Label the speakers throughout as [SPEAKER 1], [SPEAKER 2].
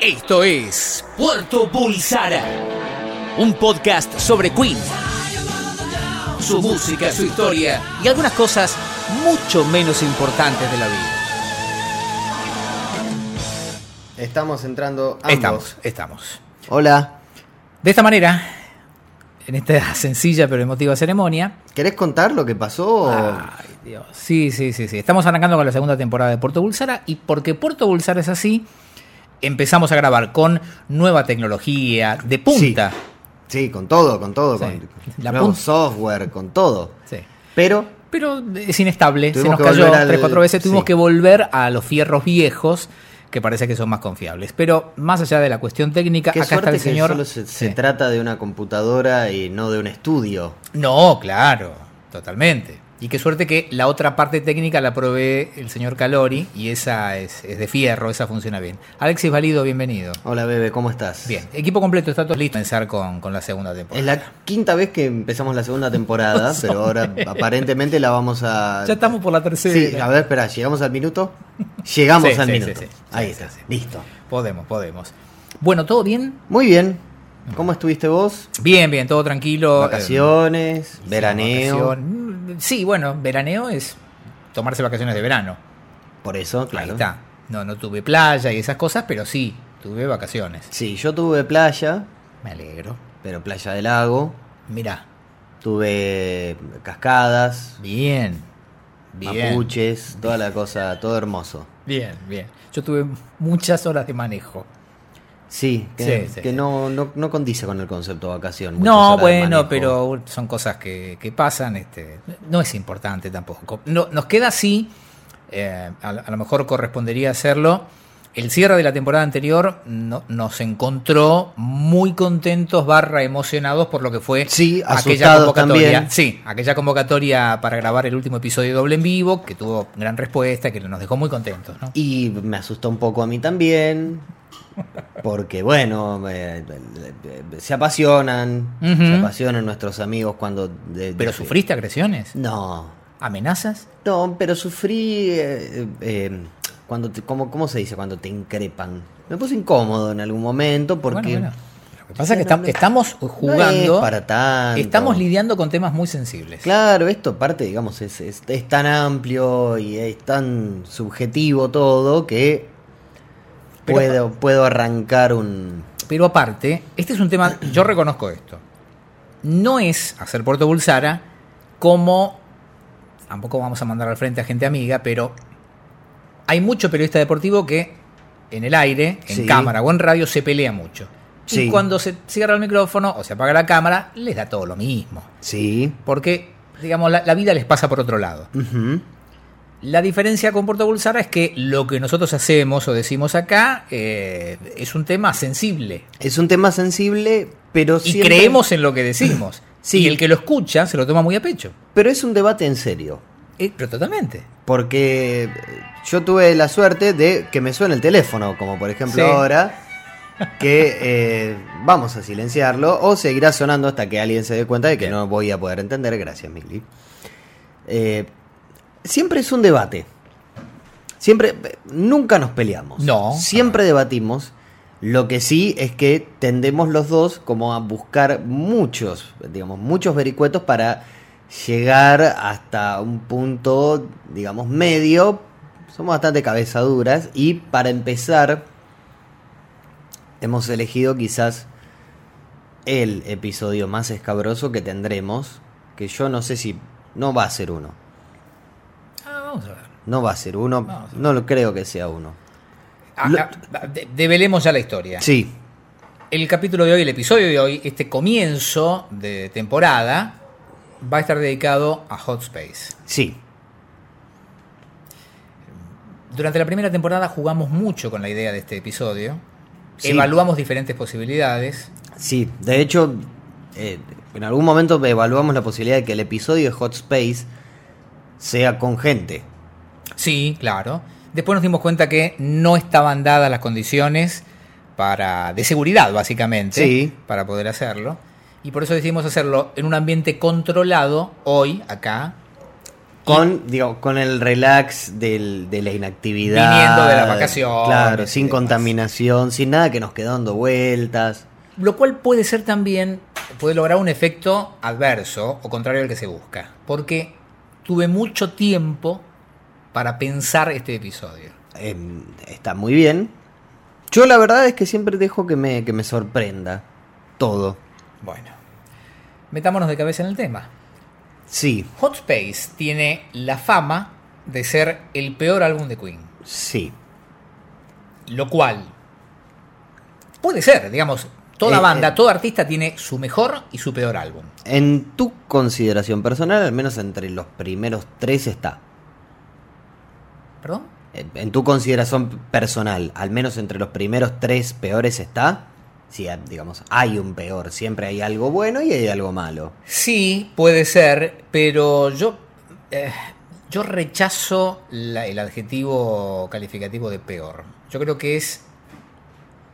[SPEAKER 1] Esto es Puerto Bulsara, un podcast sobre Queen, su música, su historia y algunas cosas mucho menos importantes de la vida.
[SPEAKER 2] Estamos entrando ambos.
[SPEAKER 1] Estamos, estamos.
[SPEAKER 2] Hola.
[SPEAKER 1] De esta manera, en esta sencilla pero emotiva ceremonia,
[SPEAKER 2] ¿Querés contar lo que pasó?
[SPEAKER 1] Ay, Dios. Sí, sí, sí, sí. Estamos arrancando con la segunda temporada de Puerto Bulsara y porque Puerto Bulsara es así, empezamos a grabar con nueva tecnología, de punta.
[SPEAKER 2] Sí, con todo, con todo,
[SPEAKER 1] Sí.
[SPEAKER 2] con
[SPEAKER 1] La
[SPEAKER 2] nuevo
[SPEAKER 1] pun-
[SPEAKER 2] software, con todo.
[SPEAKER 1] Sí.
[SPEAKER 2] Pero
[SPEAKER 1] Pero es inestable, se nos
[SPEAKER 2] Tuvimos que
[SPEAKER 1] cayó
[SPEAKER 2] volver al-
[SPEAKER 1] tres, cuatro veces, tuvimos
[SPEAKER 2] sí.
[SPEAKER 1] que volver a los fierros viejos, que parece que son más confiables. Pero más allá de la cuestión técnica,
[SPEAKER 2] qué
[SPEAKER 1] acá
[SPEAKER 2] suerte
[SPEAKER 1] está el
[SPEAKER 2] que
[SPEAKER 1] señor...
[SPEAKER 2] solo se, se
[SPEAKER 1] Sí.
[SPEAKER 2] trata de una computadora y no de un estudio.
[SPEAKER 1] No, claro, totalmente. Y qué suerte que la otra parte técnica la provee el señor Calori y esa es, es de fierro, esa funciona bien. Alexis Valido, bienvenido.
[SPEAKER 2] Hola, bebé, ¿cómo estás?
[SPEAKER 1] Bien, equipo completo, está todo listo para empezar con, con la segunda
[SPEAKER 2] Es
[SPEAKER 1] temporada.
[SPEAKER 2] la quinta vez que empezamos la segunda temporada, pero ahora aparentemente la vamos a...
[SPEAKER 1] Ya estamos por la tercera.
[SPEAKER 2] Sí, a ver, espera, ¿llegamos al minuto? Llegamos
[SPEAKER 1] Sí,
[SPEAKER 2] al
[SPEAKER 1] sí, sí,
[SPEAKER 2] minuto.
[SPEAKER 1] sí, sí,
[SPEAKER 2] Ahí
[SPEAKER 1] sí,
[SPEAKER 2] está,
[SPEAKER 1] sí.
[SPEAKER 2] listo.
[SPEAKER 1] Podemos, podemos. Bueno, ¿todo bien?
[SPEAKER 2] Muy bien. ¿Cómo estuviste vos?
[SPEAKER 1] Bien, bien, todo tranquilo.
[SPEAKER 2] Vacaciones,
[SPEAKER 1] Eh,
[SPEAKER 2] veraneo.
[SPEAKER 1] vacación. Mm, Sí, bueno, veraneo es tomarse vacaciones de verano.
[SPEAKER 2] Por eso, claro.
[SPEAKER 1] Ahí está. No, no tuve playa y esas cosas, pero sí, tuve vacaciones.
[SPEAKER 2] Sí, yo tuve playa,
[SPEAKER 1] Me alegro.
[SPEAKER 2] pero playa de lago.
[SPEAKER 1] Mirá,
[SPEAKER 2] Tuve cascadas,
[SPEAKER 1] Bien. Bien.
[SPEAKER 2] mapuches, toda la cosa, todo hermoso.
[SPEAKER 1] Bien, bien. Yo tuve muchas horas de manejo.
[SPEAKER 2] Sí, que,
[SPEAKER 1] Sí, sí,
[SPEAKER 2] que
[SPEAKER 1] sí.
[SPEAKER 2] No, no, no condice con el concepto vacación. muchas
[SPEAKER 1] No,
[SPEAKER 2] horas de
[SPEAKER 1] bueno,
[SPEAKER 2] manejo.
[SPEAKER 1] pero son cosas que, que pasan. Este, no es importante tampoco. No, nos queda así, eh, a, a lo mejor correspondería hacerlo. El cierre de la temporada anterior no- nos encontró muy contentos, barra emocionados por lo que fue
[SPEAKER 2] Sí,
[SPEAKER 1] aquella
[SPEAKER 2] asustados
[SPEAKER 1] convocatoria.
[SPEAKER 2] también.
[SPEAKER 1] Sí, aquella convocatoria para grabar el último episodio de Doble en Vivo, que tuvo gran respuesta, que nos dejó muy contentos. ¿no?
[SPEAKER 2] Y me asustó un poco a mí también. Porque, bueno, eh, se apasionan.
[SPEAKER 1] Ujú.
[SPEAKER 2] Se apasionan nuestros amigos cuando. de-
[SPEAKER 1] ¿Pero
[SPEAKER 2] de-
[SPEAKER 1] sufriste agresiones?
[SPEAKER 2] No,
[SPEAKER 1] ¿Amenazas?
[SPEAKER 2] No, pero sufrí eh, eh, cuando te, ¿cómo, cómo se dice? Cuando te increpan. Me puse incómodo en algún momento porque
[SPEAKER 1] Bueno, bueno. Lo que pasa es que
[SPEAKER 2] No,
[SPEAKER 1] estam-
[SPEAKER 2] no.
[SPEAKER 1] estamos
[SPEAKER 2] no
[SPEAKER 1] jugando,
[SPEAKER 2] es para tanto.
[SPEAKER 1] estamos lidiando con temas muy sensibles.
[SPEAKER 2] Claro, esto parte, digamos, es, es- es tan amplio y es tan subjetivo todo que
[SPEAKER 1] Pero-
[SPEAKER 2] puedo, puedo arrancar un...
[SPEAKER 1] Pero aparte, este es un tema, yo reconozco esto, no es hacer Puerto Bulsara como, tampoco vamos a mandar al frente a gente amiga, pero hay mucho periodista deportivo que en el aire, en
[SPEAKER 2] Sí.
[SPEAKER 1] cámara o en radio se pelea mucho. Y
[SPEAKER 2] Sí.
[SPEAKER 1] cuando se cierra el micrófono o se apaga la cámara, les da todo lo mismo.
[SPEAKER 2] Sí.
[SPEAKER 1] Porque, digamos, la- la vida les pasa por otro lado.
[SPEAKER 2] Ujú.
[SPEAKER 1] La diferencia con Puerto Bulsara es que lo que nosotros hacemos o decimos acá eh, es un tema sensible.
[SPEAKER 2] Es un tema sensible, pero
[SPEAKER 1] Y
[SPEAKER 2] siempre-
[SPEAKER 1] creemos en lo que decimos.
[SPEAKER 2] Sí.
[SPEAKER 1] Y el que lo escucha se lo toma muy a pecho.
[SPEAKER 2] Pero es un debate en serio.
[SPEAKER 1] Eh, pero totalmente.
[SPEAKER 2] Porque eh, yo tuve la suerte de que me suene el teléfono, como por ejemplo
[SPEAKER 1] Sí.
[SPEAKER 2] ahora, que eh, vamos a silenciarlo o seguirá sonando hasta que alguien se dé cuenta de que
[SPEAKER 1] Bien.
[SPEAKER 2] no voy a poder entender. Gracias, Mili. Eh, siempre es un debate. Siempre, nunca nos peleamos.
[SPEAKER 1] No.
[SPEAKER 2] Siempre debatimos. Lo que sí es que tendemos los dos como a buscar muchos, digamos, muchos vericuetos para llegar hasta un punto, digamos, medio. Somos bastante cabezaduras y para empezar hemos elegido quizás el episodio más escabroso que tendremos, que yo no sé si no va a ser uno.
[SPEAKER 1] Ah, vamos a ver.
[SPEAKER 2] No va a ser uno,
[SPEAKER 1] No, sí.
[SPEAKER 2] no lo creo que sea uno.
[SPEAKER 1] Ah,
[SPEAKER 2] Lo-
[SPEAKER 1] ah, ah, de- develemos ya la historia.
[SPEAKER 2] Sí,
[SPEAKER 1] El capítulo de hoy, el episodio de hoy, este comienzo de temporada, va a estar dedicado a Hot Space.
[SPEAKER 2] sí.
[SPEAKER 1] Durante la primera temporada jugamos mucho con la idea de este episodio.
[SPEAKER 2] Sí.
[SPEAKER 1] Evaluamos diferentes posibilidades.
[SPEAKER 2] Sí, de hecho, eh, en algún momento evaluamos la posibilidad de que el episodio de Hot Space sea con gente.
[SPEAKER 1] Sí, claro. Después nos dimos cuenta que no estaban dadas las condiciones para de seguridad, básicamente,
[SPEAKER 2] Sí.
[SPEAKER 1] para poder hacerlo. Y por eso decidimos hacerlo en un ambiente controlado hoy, acá,
[SPEAKER 2] Con, digo, con el relax del- de la inactividad.
[SPEAKER 1] Viniendo de las vacaciones
[SPEAKER 2] Claro,
[SPEAKER 1] y
[SPEAKER 2] sin
[SPEAKER 1] demás.
[SPEAKER 2] contaminación, sin nada que nos quede dando vueltas.
[SPEAKER 1] Lo cual puede ser también, puede lograr un efecto adverso o contrario al que se busca. Porque tuve mucho tiempo para pensar este episodio.
[SPEAKER 2] Eh, está muy bien. Yo la verdad es que siempre dejo que me, que me sorprenda todo.
[SPEAKER 1] Bueno, metámonos de cabeza en el tema.
[SPEAKER 2] Sí,
[SPEAKER 1] Hot Space tiene la fama de ser el peor álbum de Queen.
[SPEAKER 2] sí.
[SPEAKER 1] Lo cual puede ser, digamos, toda
[SPEAKER 2] Eh,
[SPEAKER 1] banda,
[SPEAKER 2] eh.
[SPEAKER 1] todo artista tiene su mejor y su peor álbum.
[SPEAKER 2] En tu consideración personal, al menos entre los primeros tres está.
[SPEAKER 1] ¿Perdón?
[SPEAKER 2] En en tu consideración personal, al menos entre los primeros tres peores está. Sí, eh, digamos, hay un peor. Siempre hay algo bueno y hay algo malo.
[SPEAKER 1] Sí, puede ser, pero yo, eh, yo rechazo la- el adjetivo calificativo de peor. Yo creo que es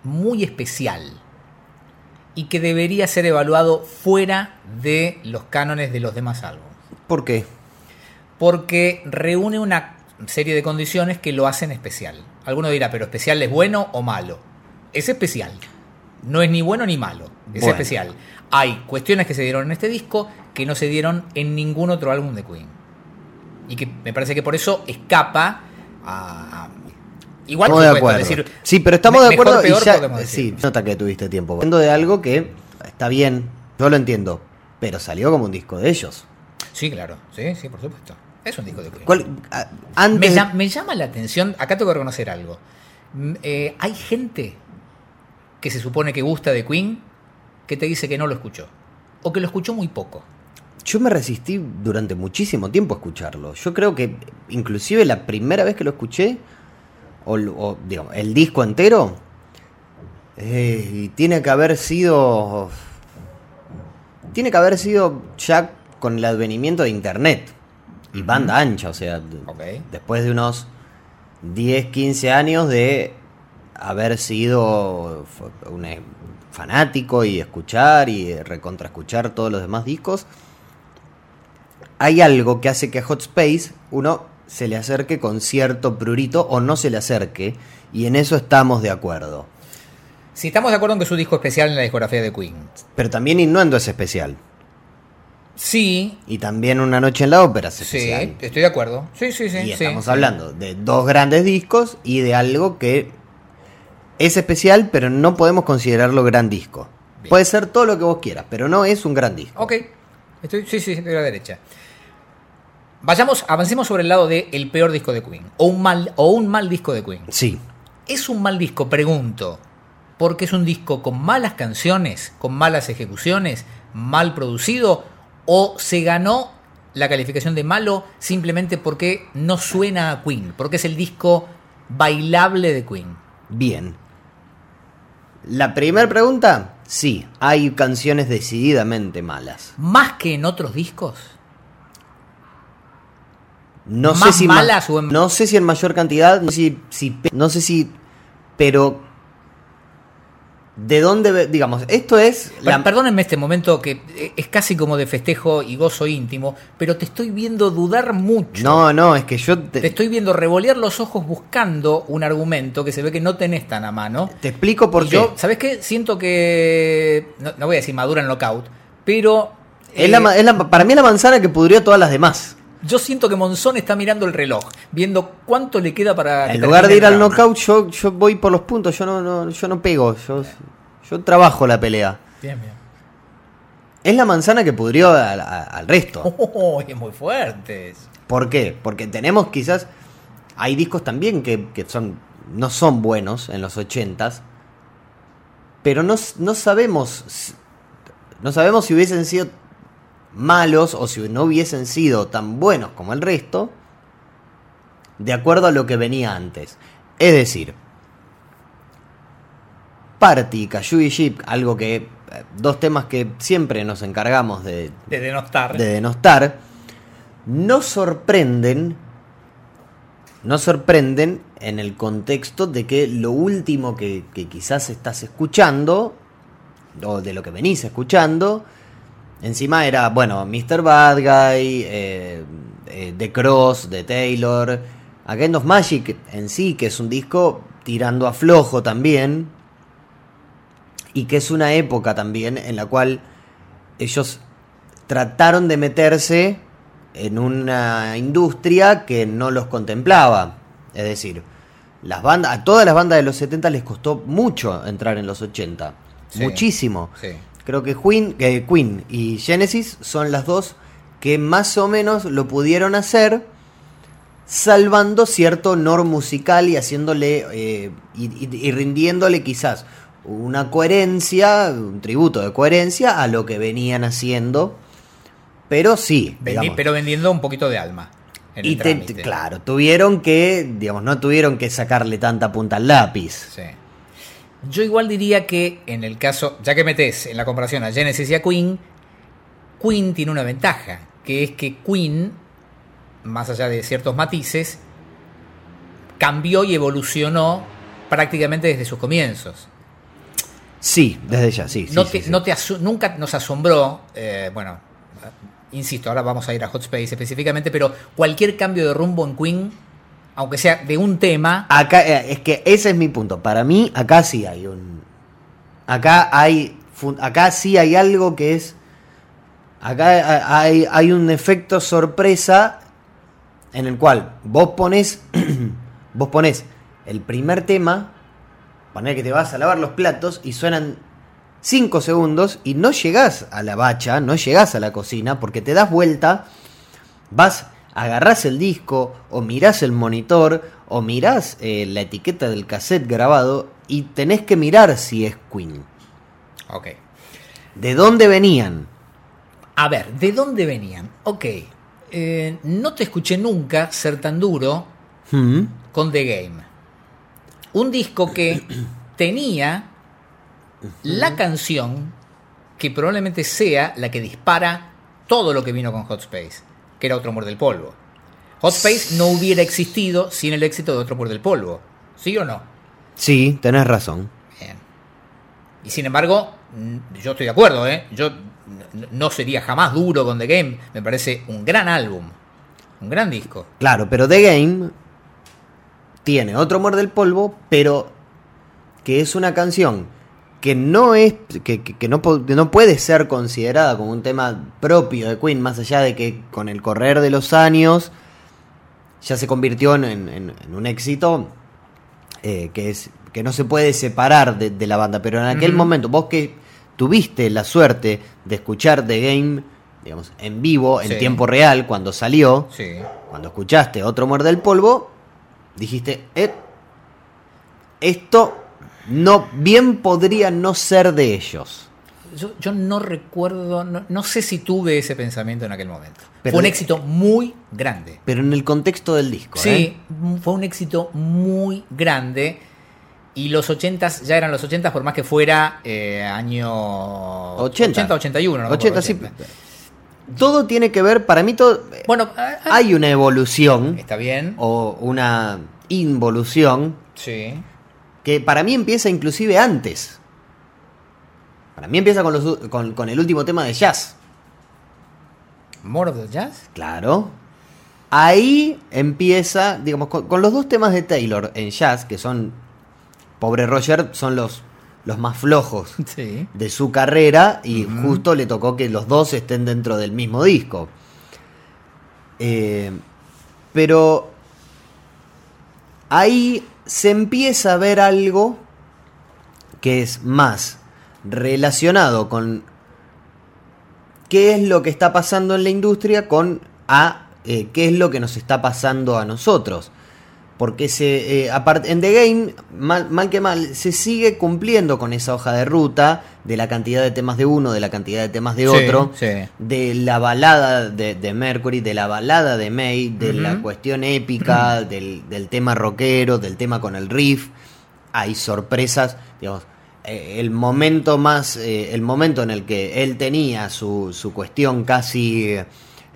[SPEAKER 1] muy especial y que debería ser evaluado fuera de los cánones de los demás álbumes.
[SPEAKER 2] ¿Por qué?
[SPEAKER 1] Porque reúne una serie de condiciones que lo hacen especial. Alguno dirá, pero especial es bueno o malo. Es especial. No es ni bueno ni malo. Es
[SPEAKER 2] Bueno.
[SPEAKER 1] especial. Hay cuestiones que se dieron en este disco que no se dieron en ningún otro álbum de Queen. Y que me parece que por eso escapa a... Igual por
[SPEAKER 2] Estamos de
[SPEAKER 1] supuesto,
[SPEAKER 2] acuerdo.
[SPEAKER 1] decir,
[SPEAKER 2] sí, pero estamos
[SPEAKER 1] me-
[SPEAKER 2] de acuerdo
[SPEAKER 1] mejor, peor,
[SPEAKER 2] y ya-
[SPEAKER 1] podemos decir.
[SPEAKER 2] sí, se nota que tuviste tiempo. Hablando de algo que está bien, yo lo entiendo, pero salió como un disco de ellos.
[SPEAKER 1] Sí, claro. Sí, sí, por supuesto. Es un disco de Queen.
[SPEAKER 2] ¿Cuál- a-
[SPEAKER 1] Me,
[SPEAKER 2] antes,
[SPEAKER 1] llam- me llama la atención, acá tengo que reconocer algo. Mm, eh, hay gente que se supone que gusta de Queen que te dice que no lo escuchó. O que lo escuchó muy poco.
[SPEAKER 2] yo me resistí durante muchísimo tiempo a escucharlo. Yo creo que inclusive la primera vez que lo escuché, o, l- o, digamos, el disco entero, eh, y tiene que haber sido... Tiene que haber sido ya con el advenimiento de Internet y banda ancha, o sea, d-
[SPEAKER 1] Ok.
[SPEAKER 2] después de unos 10, 15 años de haber sido f- un eh, fanático y escuchar y eh, recontraescuchar todos los demás discos, hay algo que hace que a Hot Space uno se le acerque con cierto prurito o no se le acerque, y en eso estamos de acuerdo.
[SPEAKER 1] Si estamos de acuerdo en que es un disco especial en la discografía de Queen.
[SPEAKER 2] Pero también Innuendo es especial,
[SPEAKER 1] Sí,
[SPEAKER 2] y también Una Noche en la Ópera es
[SPEAKER 1] sí,
[SPEAKER 2] especial.
[SPEAKER 1] estoy de acuerdo. Sí, sí, sí.
[SPEAKER 2] y
[SPEAKER 1] sí,
[SPEAKER 2] estamos
[SPEAKER 1] sí.
[SPEAKER 2] hablando de dos grandes discos y de algo que es especial, pero no podemos considerarlo gran disco.
[SPEAKER 1] Bien.
[SPEAKER 2] Puede ser todo lo que vos quieras, pero no es un gran disco.
[SPEAKER 1] Ok. Estoy, sí, sí, estoy a la derecha. Vayamos, avancemos sobre el lado del el peor disco de Queen. O un mal, o un mal disco de Queen.
[SPEAKER 2] Sí,
[SPEAKER 1] ¿Es un mal disco? Pregunto. Porque es un disco con malas canciones, con malas ejecuciones, mal producido, o se ganó la calificación de malo simplemente porque no suena a Queen, porque es el disco bailable de Queen.
[SPEAKER 2] bien. La primera pregunta, sí, hay canciones decididamente malas.
[SPEAKER 1] Más que en otros discos.
[SPEAKER 2] No sé
[SPEAKER 1] ¿Más
[SPEAKER 2] si ma-
[SPEAKER 1] malas o en-
[SPEAKER 2] no sé si en mayor cantidad, no sé si, si pe- no sé si pero de dónde ve- digamos, esto es
[SPEAKER 1] Per- Perdónenme este momento que eh, es casi como de festejo y gozo íntimo, pero te estoy viendo dudar mucho.
[SPEAKER 2] No, no, es que yo
[SPEAKER 1] Te estoy viendo revolear los ojos buscando un argumento que se ve que no tenés tan a mano.
[SPEAKER 2] Te explico por
[SPEAKER 1] Y
[SPEAKER 2] qué.
[SPEAKER 1] yo, ¿sabes qué? Siento que. No, no voy a decir madura en knockout, pero.
[SPEAKER 2] es la
[SPEAKER 1] eh,
[SPEAKER 2] ma- es la- para mí es la manzana que pudrió todas las demás.
[SPEAKER 1] yo siento que Monzón está mirando el reloj, viendo cuánto le queda para. que
[SPEAKER 2] En lugar de
[SPEAKER 1] termine
[SPEAKER 2] ir
[SPEAKER 1] el
[SPEAKER 2] al
[SPEAKER 1] round.
[SPEAKER 2] knockout, yo, yo voy por los puntos, yo no, no- yo no pego, yo, yo trabajo la pelea.
[SPEAKER 1] Bien, bien.
[SPEAKER 2] Es la manzana que pudrió al- a- al resto.
[SPEAKER 1] Oh, es muy fuerte.
[SPEAKER 2] ¿Por qué? Porque tenemos quizás. Hay discos también que, que son no son buenos en los 80s, pero no, s- no sabemos. s- No sabemos si hubiesen sido malos o si no hubiesen sido tan buenos como el resto, de acuerdo a lo que venía antes. Es decir, Party, Kayubi Jeep, algo que. eh, Dos temas que siempre nos encargamos de,
[SPEAKER 1] De denostar.
[SPEAKER 2] de denostar, no sorprenden, no sorprenden en el contexto de que lo último que, que quizás estás escuchando, o de lo que venís escuchando, encima era, bueno, Mr. Bad Guy, eh, eh, de Cross, de Taylor. A Kind of Magic en sí, que es un disco tirando a flojo también. Y que es una época también en la cual ellos trataron de meterse en una industria que no los contemplaba. Es decir, las bandas, a todas las bandas de los 70 les costó mucho entrar en los 80.
[SPEAKER 1] Sí.
[SPEAKER 2] Muchísimo.
[SPEAKER 1] Sí.
[SPEAKER 2] Creo que Queen, que Queen y Genesis son las dos que más o menos lo pudieron hacer, salvando cierto honor musical y haciéndole eh, y, y- y rindiéndole quizás una coherencia, un tributo de coherencia a lo que venían haciendo. Pero sí,
[SPEAKER 1] Vendi-
[SPEAKER 2] digamos.
[SPEAKER 1] pero vendiendo un poquito de alma. en el
[SPEAKER 2] y te-
[SPEAKER 1] trámite.
[SPEAKER 2] claro, tuvieron que, digamos, no tuvieron que sacarle tanta punta al lápiz.
[SPEAKER 1] Sí. Yo igual diría que en el caso, ya que metes en la comparación a Genesis y a Queen, Queen tiene una ventaja, que es que Queen, más allá de ciertos matices, cambió y evolucionó prácticamente desde sus comienzos.
[SPEAKER 2] Sí, desde ya, sí. sí,
[SPEAKER 1] no
[SPEAKER 2] sí,
[SPEAKER 1] te-
[SPEAKER 2] sí.
[SPEAKER 1] no te asu- nunca nos asombró, eh, bueno, insisto, ahora vamos a ir a Hot Space específicamente, pero cualquier cambio de rumbo en Queen, aunque sea de un tema,
[SPEAKER 2] Acá, eh, es que ese es mi punto. Para mí, acá sí hay un. Acá hay. fun- Acá sí hay algo que es. Acá ha- hay, hay un efecto sorpresa en el cual vos pones. vos pones el primer tema. Poner que te vas a lavar los platos y suenan 5 segundos y no llegás a la bacha, no llegás a la cocina porque te das vuelta vas, agarrás el disco o mirás el monitor o mirás eh, la etiqueta del cassette grabado y tenés que mirar si es Queen.
[SPEAKER 1] ok.
[SPEAKER 2] ¿De dónde venían?
[SPEAKER 1] A ver, ¿de dónde venían? Ok. eh, no te escuché nunca ser tan duro
[SPEAKER 2] Hmm.
[SPEAKER 1] con The Game. Un disco que tenía la canción que probablemente sea la que dispara todo lo que vino con Hot Space, que era Otro Mur del Polvo. Hot Space no hubiera existido sin el éxito de Otro Mur del Polvo. ¿Sí o no?
[SPEAKER 2] Sí, tenés razón.
[SPEAKER 1] Bien. Eh, Y sin embargo, mm, yo estoy de acuerdo, ¿eh? Yo n- n- no sería jamás duro con The Game. Me parece un gran álbum. Un gran disco.
[SPEAKER 2] Claro, pero The Game tiene otro amor del polvo, pero que es una canción que no es que, que- que no, po- que no puede ser considerada como un tema propio de Queen, más allá de que con el correr de los años ya se convirtió en, en- en un éxito eh, que es que no se puede separar de, de la banda. Pero en aquel
[SPEAKER 1] Ujú.
[SPEAKER 2] momento, vos que tuviste la suerte de escuchar The Game, digamos, en vivo, en
[SPEAKER 1] Sí.
[SPEAKER 2] tiempo real, cuando salió,
[SPEAKER 1] Sí.
[SPEAKER 2] cuando escuchaste otro muerde el polvo, dijiste, "Eh, esto no bien podría no ser de ellos.
[SPEAKER 1] Yo, yo no recuerdo, no, no sé si tuve ese pensamiento en aquel momento.
[SPEAKER 2] Pero
[SPEAKER 1] fue un
[SPEAKER 2] de-
[SPEAKER 1] éxito muy grande. ¿eh?
[SPEAKER 2] Pero en el contexto del disco, ¿eh?
[SPEAKER 1] Sí, m- fue un éxito muy grande. Y los 80s ya eran los 80s, por más que fuera eh, año
[SPEAKER 2] 80.
[SPEAKER 1] 81. no me
[SPEAKER 2] 80,
[SPEAKER 1] acuerdo,
[SPEAKER 2] sí. Todo tiene que ver, para mí todo...
[SPEAKER 1] Bueno, ah, ah,
[SPEAKER 2] Hay una evolución
[SPEAKER 1] está bien.
[SPEAKER 2] o una involución
[SPEAKER 1] Sí.
[SPEAKER 2] que para mí empieza inclusive antes. Para mí empieza con, los- con- con el último tema de jazz.
[SPEAKER 1] More of the Jazz.
[SPEAKER 2] Claro. Ahí empieza, digamos, con, con los dos temas de Taylor en jazz, que son, pobre Roger, son los, los más flojos
[SPEAKER 1] Sí.
[SPEAKER 2] de su carrera y justo le tocó que los dos estén dentro del mismo disco. Eh, pero ahí se empieza a ver algo que es más relacionado con qué es lo que está pasando en la industria con a eh, qué es lo que nos está pasando a nosotros. Porque se, eh, apart- en The Game, mal, mal que mal, se sigue cumpliendo con esa hoja de ruta de la cantidad de temas de uno, de la cantidad de temas de otro,
[SPEAKER 1] Sí.
[SPEAKER 2] de la balada de, de Mercury, de la balada de May, de la
[SPEAKER 1] Ujú.
[SPEAKER 2] cuestión épica, del, del tema rockero, del tema con el riff. Hay sorpresas, digamos. eh, El momento más, eh, el momento en el que él tenía su, su cuestión casi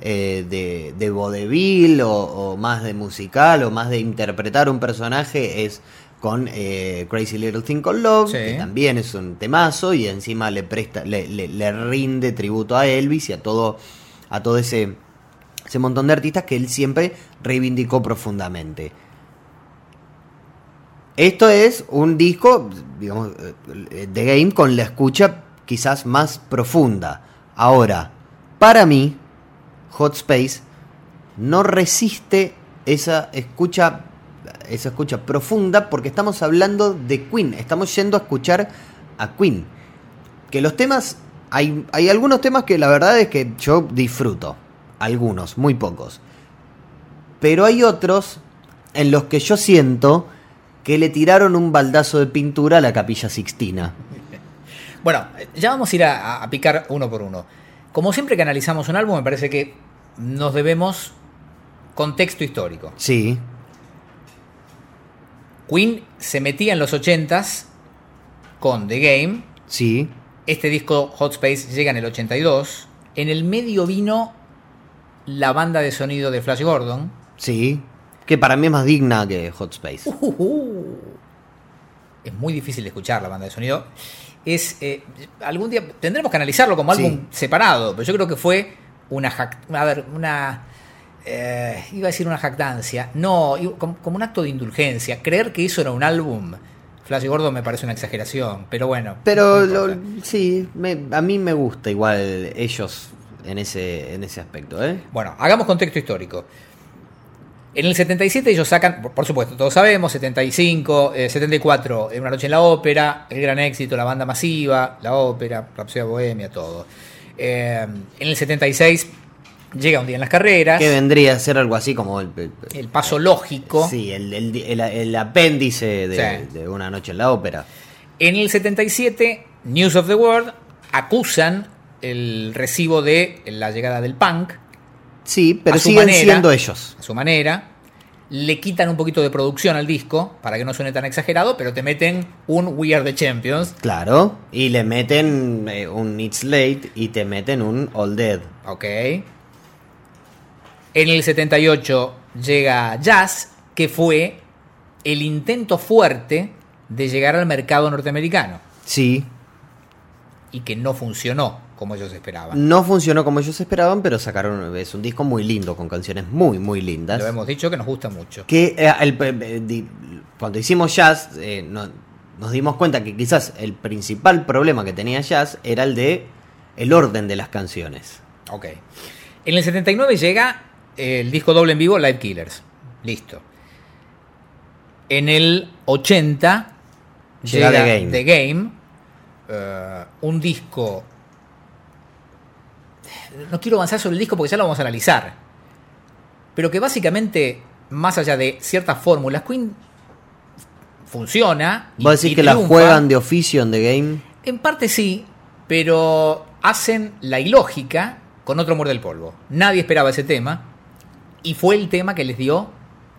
[SPEAKER 2] eh, de, de vodevil o, o más de musical o más de interpretar un personaje es con eh, Crazy Little Thing Called Love,
[SPEAKER 1] Sí.
[SPEAKER 2] que también es un temazo y encima le presta, le, le- le rinde tributo a Elvis y a todo, a todo ese ese montón de artistas que él siempre reivindicó profundamente. Esto es un disco, digamos, eh, de Game con la escucha quizás más profunda. Ahora, para mí, Hot Space no resiste esa escucha, esa escucha profunda porque estamos hablando de Queen, estamos yendo a escuchar a Queen. Que los temas, hay, hay algunos temas que la verdad es que yo disfruto, algunos, muy pocos. Pero hay otros en los que yo siento que le tiraron un baldazo de pintura a la capilla Sixtina.
[SPEAKER 1] Bueno, ya vamos a ir a, a picar uno por uno. Como siempre que analizamos un álbum, me parece que nos debemos contexto histórico.
[SPEAKER 2] Sí,
[SPEAKER 1] Queen se metía en los 80s con The Game.
[SPEAKER 2] sí,
[SPEAKER 1] Este disco Hot Space llega en el 82. En el medio vino la banda de sonido de Flash Gordon.
[SPEAKER 2] sí. Que para mí es más digna que Hot Space.
[SPEAKER 1] Es muy difícil de escuchar la banda de sonido. Es eh, algún día tendremos que analizarlo como
[SPEAKER 2] Sí.
[SPEAKER 1] álbum separado, pero yo creo que fue una jac- a ver, una eh, iba a decir una jactancia, no, i- como, como un acto de indulgencia. Creer que eso era un álbum, Flash Gordon me parece una exageración, pero bueno.
[SPEAKER 2] Pero
[SPEAKER 1] no
[SPEAKER 2] lo-
[SPEAKER 1] importa.
[SPEAKER 2] sí, me- a mí me gusta igual ellos en ese, en ese aspecto, ¿eh?
[SPEAKER 1] Bueno, hagamos contexto histórico. En el 77 ellos sacan, por- por supuesto, todos sabemos, 75, eh, 74, eh, Una noche en la ópera, el gran éxito, la banda masiva, la ópera, Rapsodia Bohemia, todo. Eh, en el 76 llega un día en las carreras,
[SPEAKER 2] Que vendría a ser algo así como el, el-
[SPEAKER 1] el paso lógico.
[SPEAKER 2] sí, el, el- el- el apéndice de,
[SPEAKER 1] Sí.
[SPEAKER 2] de Una Noche en la Ópera.
[SPEAKER 1] En el 77, News of the World acusan el recibo de la llegada del punk
[SPEAKER 2] Sí, pero
[SPEAKER 1] A su
[SPEAKER 2] siguen
[SPEAKER 1] manera.
[SPEAKER 2] siendo ellos.
[SPEAKER 1] a su manera. Le quitan un poquito de producción al disco para que no suene tan exagerado, pero te meten un We Are the Champions.
[SPEAKER 2] Claro, y le meten eh, un It's Late y te meten un All Dead.
[SPEAKER 1] Ok. En el 78 llega Jazz, que fue el intento fuerte de llegar al mercado norteamericano
[SPEAKER 2] Sí,
[SPEAKER 1] y que no funcionó como ellos esperaban.
[SPEAKER 2] no funcionó como ellos esperaban, pero sacaron, es un disco muy lindo, con canciones muy, muy lindas.
[SPEAKER 1] Lo hemos dicho que nos gusta mucho.
[SPEAKER 2] Que eh, el- eh, di- cuando hicimos jazz, eh, no- nos dimos cuenta que quizás el principal problema que tenía jazz era el de el orden de las canciones.
[SPEAKER 1] Ok. En el 79 llega eh, el disco doble en vivo, Live Killers. Listo. En el 80
[SPEAKER 2] Llega The Game.
[SPEAKER 1] Game, eh, un disco... No quiero avanzar sobre el disco porque ya lo vamos a analizar. Pero que básicamente, más allá de ciertas fórmulas, Queen funciona. y-
[SPEAKER 2] ¿Vos decís
[SPEAKER 1] y
[SPEAKER 2] que la
[SPEAKER 1] triunfa.
[SPEAKER 2] juegan de oficio en The Game?
[SPEAKER 1] En parte sí, pero hacen la ilógica con otro amor del polvo. Nadie esperaba ese tema y fue el tema que les dio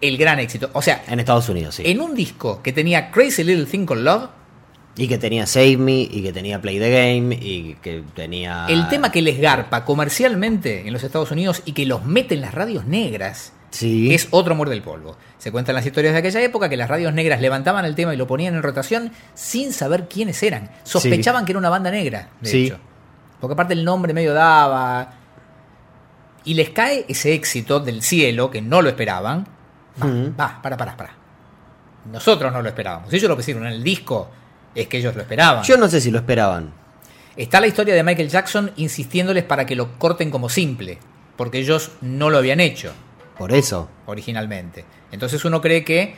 [SPEAKER 1] el gran éxito. O sea,
[SPEAKER 2] En Estados Unidos, sí.
[SPEAKER 1] en un disco que tenía Crazy Little Thing Called Love,
[SPEAKER 2] Y que tenía Save Me, y que tenía Play the Game, y que tenía...
[SPEAKER 1] el tema que les garpa comercialmente en los Estados Unidos y que los mete en las radios negras.
[SPEAKER 2] Sí.
[SPEAKER 1] Es otro amor del polvo. Se cuentan las historias de aquella época que las radios negras levantaban el tema y lo ponían en rotación sin saber quiénes eran. Sospechaban que era una banda negra, de
[SPEAKER 2] Sí.
[SPEAKER 1] hecho. Porque aparte el nombre medio daba. Y les cae ese éxito del cielo que no lo esperaban. Va,
[SPEAKER 2] Mm.
[SPEAKER 1] va, para, para, para. Nosotros no lo esperábamos. Ellos lo que hicieron en el disco es que ellos lo esperaban.
[SPEAKER 2] Yo no sé si lo esperaban.
[SPEAKER 1] Está la historia de Michael Jackson insistiéndoles para que lo corten como simple, porque ellos no lo habían hecho
[SPEAKER 2] Por eso.
[SPEAKER 1] originalmente. Entonces uno cree que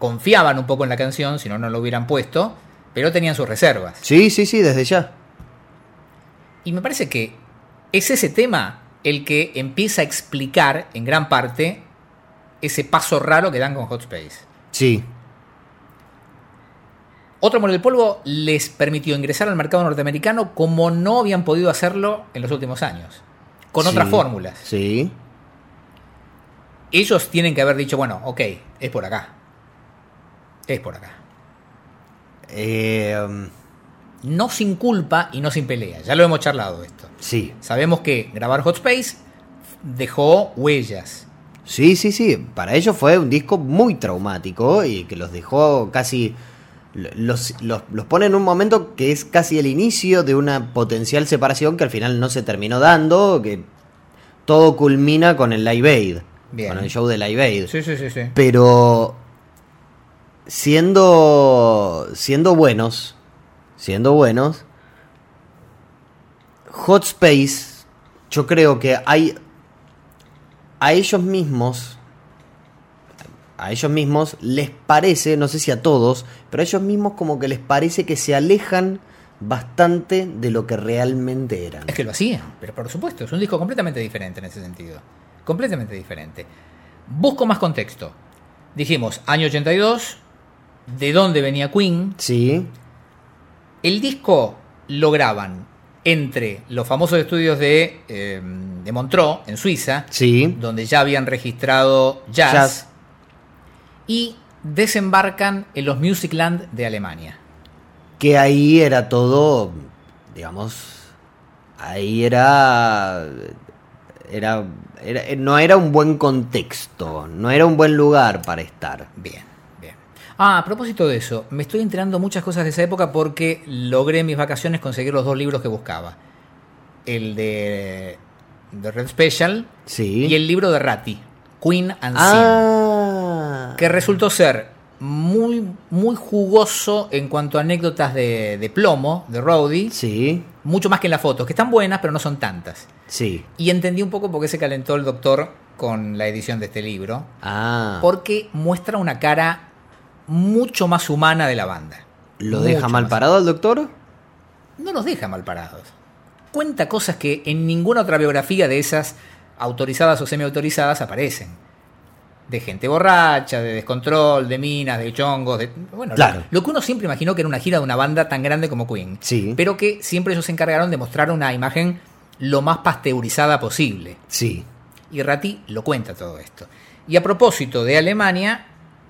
[SPEAKER 1] confiaban un poco en la canción, si no, no lo hubieran puesto, pero tenían sus reservas.
[SPEAKER 2] Sí, sí, sí, desde ya.
[SPEAKER 1] Y me parece que es ese tema el que empieza a explicar en gran parte ese paso raro que dan con Hot Space.
[SPEAKER 2] Sí.
[SPEAKER 1] Otro amor del polvo les permitió ingresar al mercado norteamericano como no habían podido hacerlo en los últimos años, con
[SPEAKER 2] Sí.
[SPEAKER 1] otras fórmulas.
[SPEAKER 2] Sí.
[SPEAKER 1] ellos tienen que haber dicho, bueno, ok, es por acá. Es por acá.
[SPEAKER 2] Eh,
[SPEAKER 1] No sin culpa y no sin pelea. Ya lo hemos charlado esto.
[SPEAKER 2] sí.
[SPEAKER 1] Sabemos que grabar Hot Space dejó huellas.
[SPEAKER 2] Sí, sí, sí. Para ellos fue un disco muy traumático y que los dejó casi. Los, los, los pone en un momento que es casi el inicio de una potencial separación que al final no se terminó dando, que todo culmina con el Live Aid,
[SPEAKER 1] Bien.
[SPEAKER 2] con el show de Live Aid.
[SPEAKER 1] Sí, sí, sí, sí.
[SPEAKER 2] Pero siendo siendo buenos, siendo buenos, Hot Space, yo creo que hay a ellos mismos, a ellos mismos les parece, no sé si a todos, pero a ellos mismos como que les parece que se alejan bastante de lo que realmente eran.
[SPEAKER 1] Es que lo hacían, pero por supuesto, es un disco completamente diferente en ese sentido. Completamente diferente. Busco más contexto. Dijimos, año 82, de dónde venía Queen.
[SPEAKER 2] Sí,
[SPEAKER 1] El disco lo graban entre los famosos estudios de, eh, de Montreux, en Suiza,
[SPEAKER 2] sí,
[SPEAKER 1] donde ya habían registrado jazz,
[SPEAKER 2] Jazz.
[SPEAKER 1] y desembarcan en los Musicland de Alemania.
[SPEAKER 2] que ahí era todo, digamos, ahí era, era, era- no era un buen contexto, no era un buen lugar para estar.
[SPEAKER 1] Bien, bien. Ah, a propósito de eso, me estoy enterando muchas cosas de esa época porque logré en mis vacaciones conseguir los dos libros que buscaba. El de, de Red Special
[SPEAKER 2] Sí.
[SPEAKER 1] y el libro de Ratti, Queen and Sin,
[SPEAKER 2] ah,
[SPEAKER 1] que resultó ser muy, muy jugoso en cuanto a anécdotas de, de plomo, de Rowdy,
[SPEAKER 2] sí,
[SPEAKER 1] mucho más que en las fotos, que están buenas, pero no son tantas.
[SPEAKER 2] sí.
[SPEAKER 1] Y entendí un poco por qué se calentó el doctor con la edición de este libro,
[SPEAKER 2] Ah,
[SPEAKER 1] porque muestra una cara mucho más humana de la banda.
[SPEAKER 2] ¿lo
[SPEAKER 1] Mucho
[SPEAKER 2] deja mal
[SPEAKER 1] más.
[SPEAKER 2] parado el doctor?
[SPEAKER 1] No nos deja mal parados. Cuenta cosas que en ninguna otra biografía de esas autorizadas o semiautorizadas aparecen. De gente borracha, de descontrol, de minas, de chongos, de... Bueno,
[SPEAKER 2] Claro.
[SPEAKER 1] lo, lo que uno siempre imaginó que era una gira de una banda tan grande como Queen.
[SPEAKER 2] Sí.
[SPEAKER 1] Pero que siempre ellos se encargaron de mostrar una imagen lo más pasteurizada posible.
[SPEAKER 2] Sí.
[SPEAKER 1] Y Ratti lo cuenta todo esto. Y a propósito de Alemania,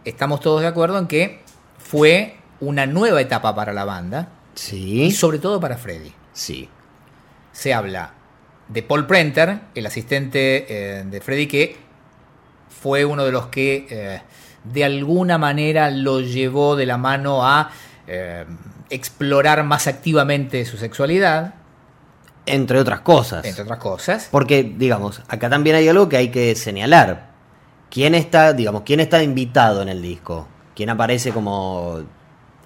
[SPEAKER 1] estamos todos de acuerdo en que fue una nueva etapa para la banda y
[SPEAKER 2] Sí.
[SPEAKER 1] sobre todo para Freddy.
[SPEAKER 2] Sí.
[SPEAKER 1] Se habla de Paul Prenter, el asistente eh, de Freddy que fue uno de los que eh, de alguna manera lo llevó de la mano a eh, explorar más activamente su sexualidad,
[SPEAKER 2] Entre otras cosas.
[SPEAKER 1] entre otras cosas.
[SPEAKER 2] Porque, digamos, acá también hay algo que hay que señalar. ¿Quién está, digamos, quién está invitado en el disco? ¿Quién aparece como...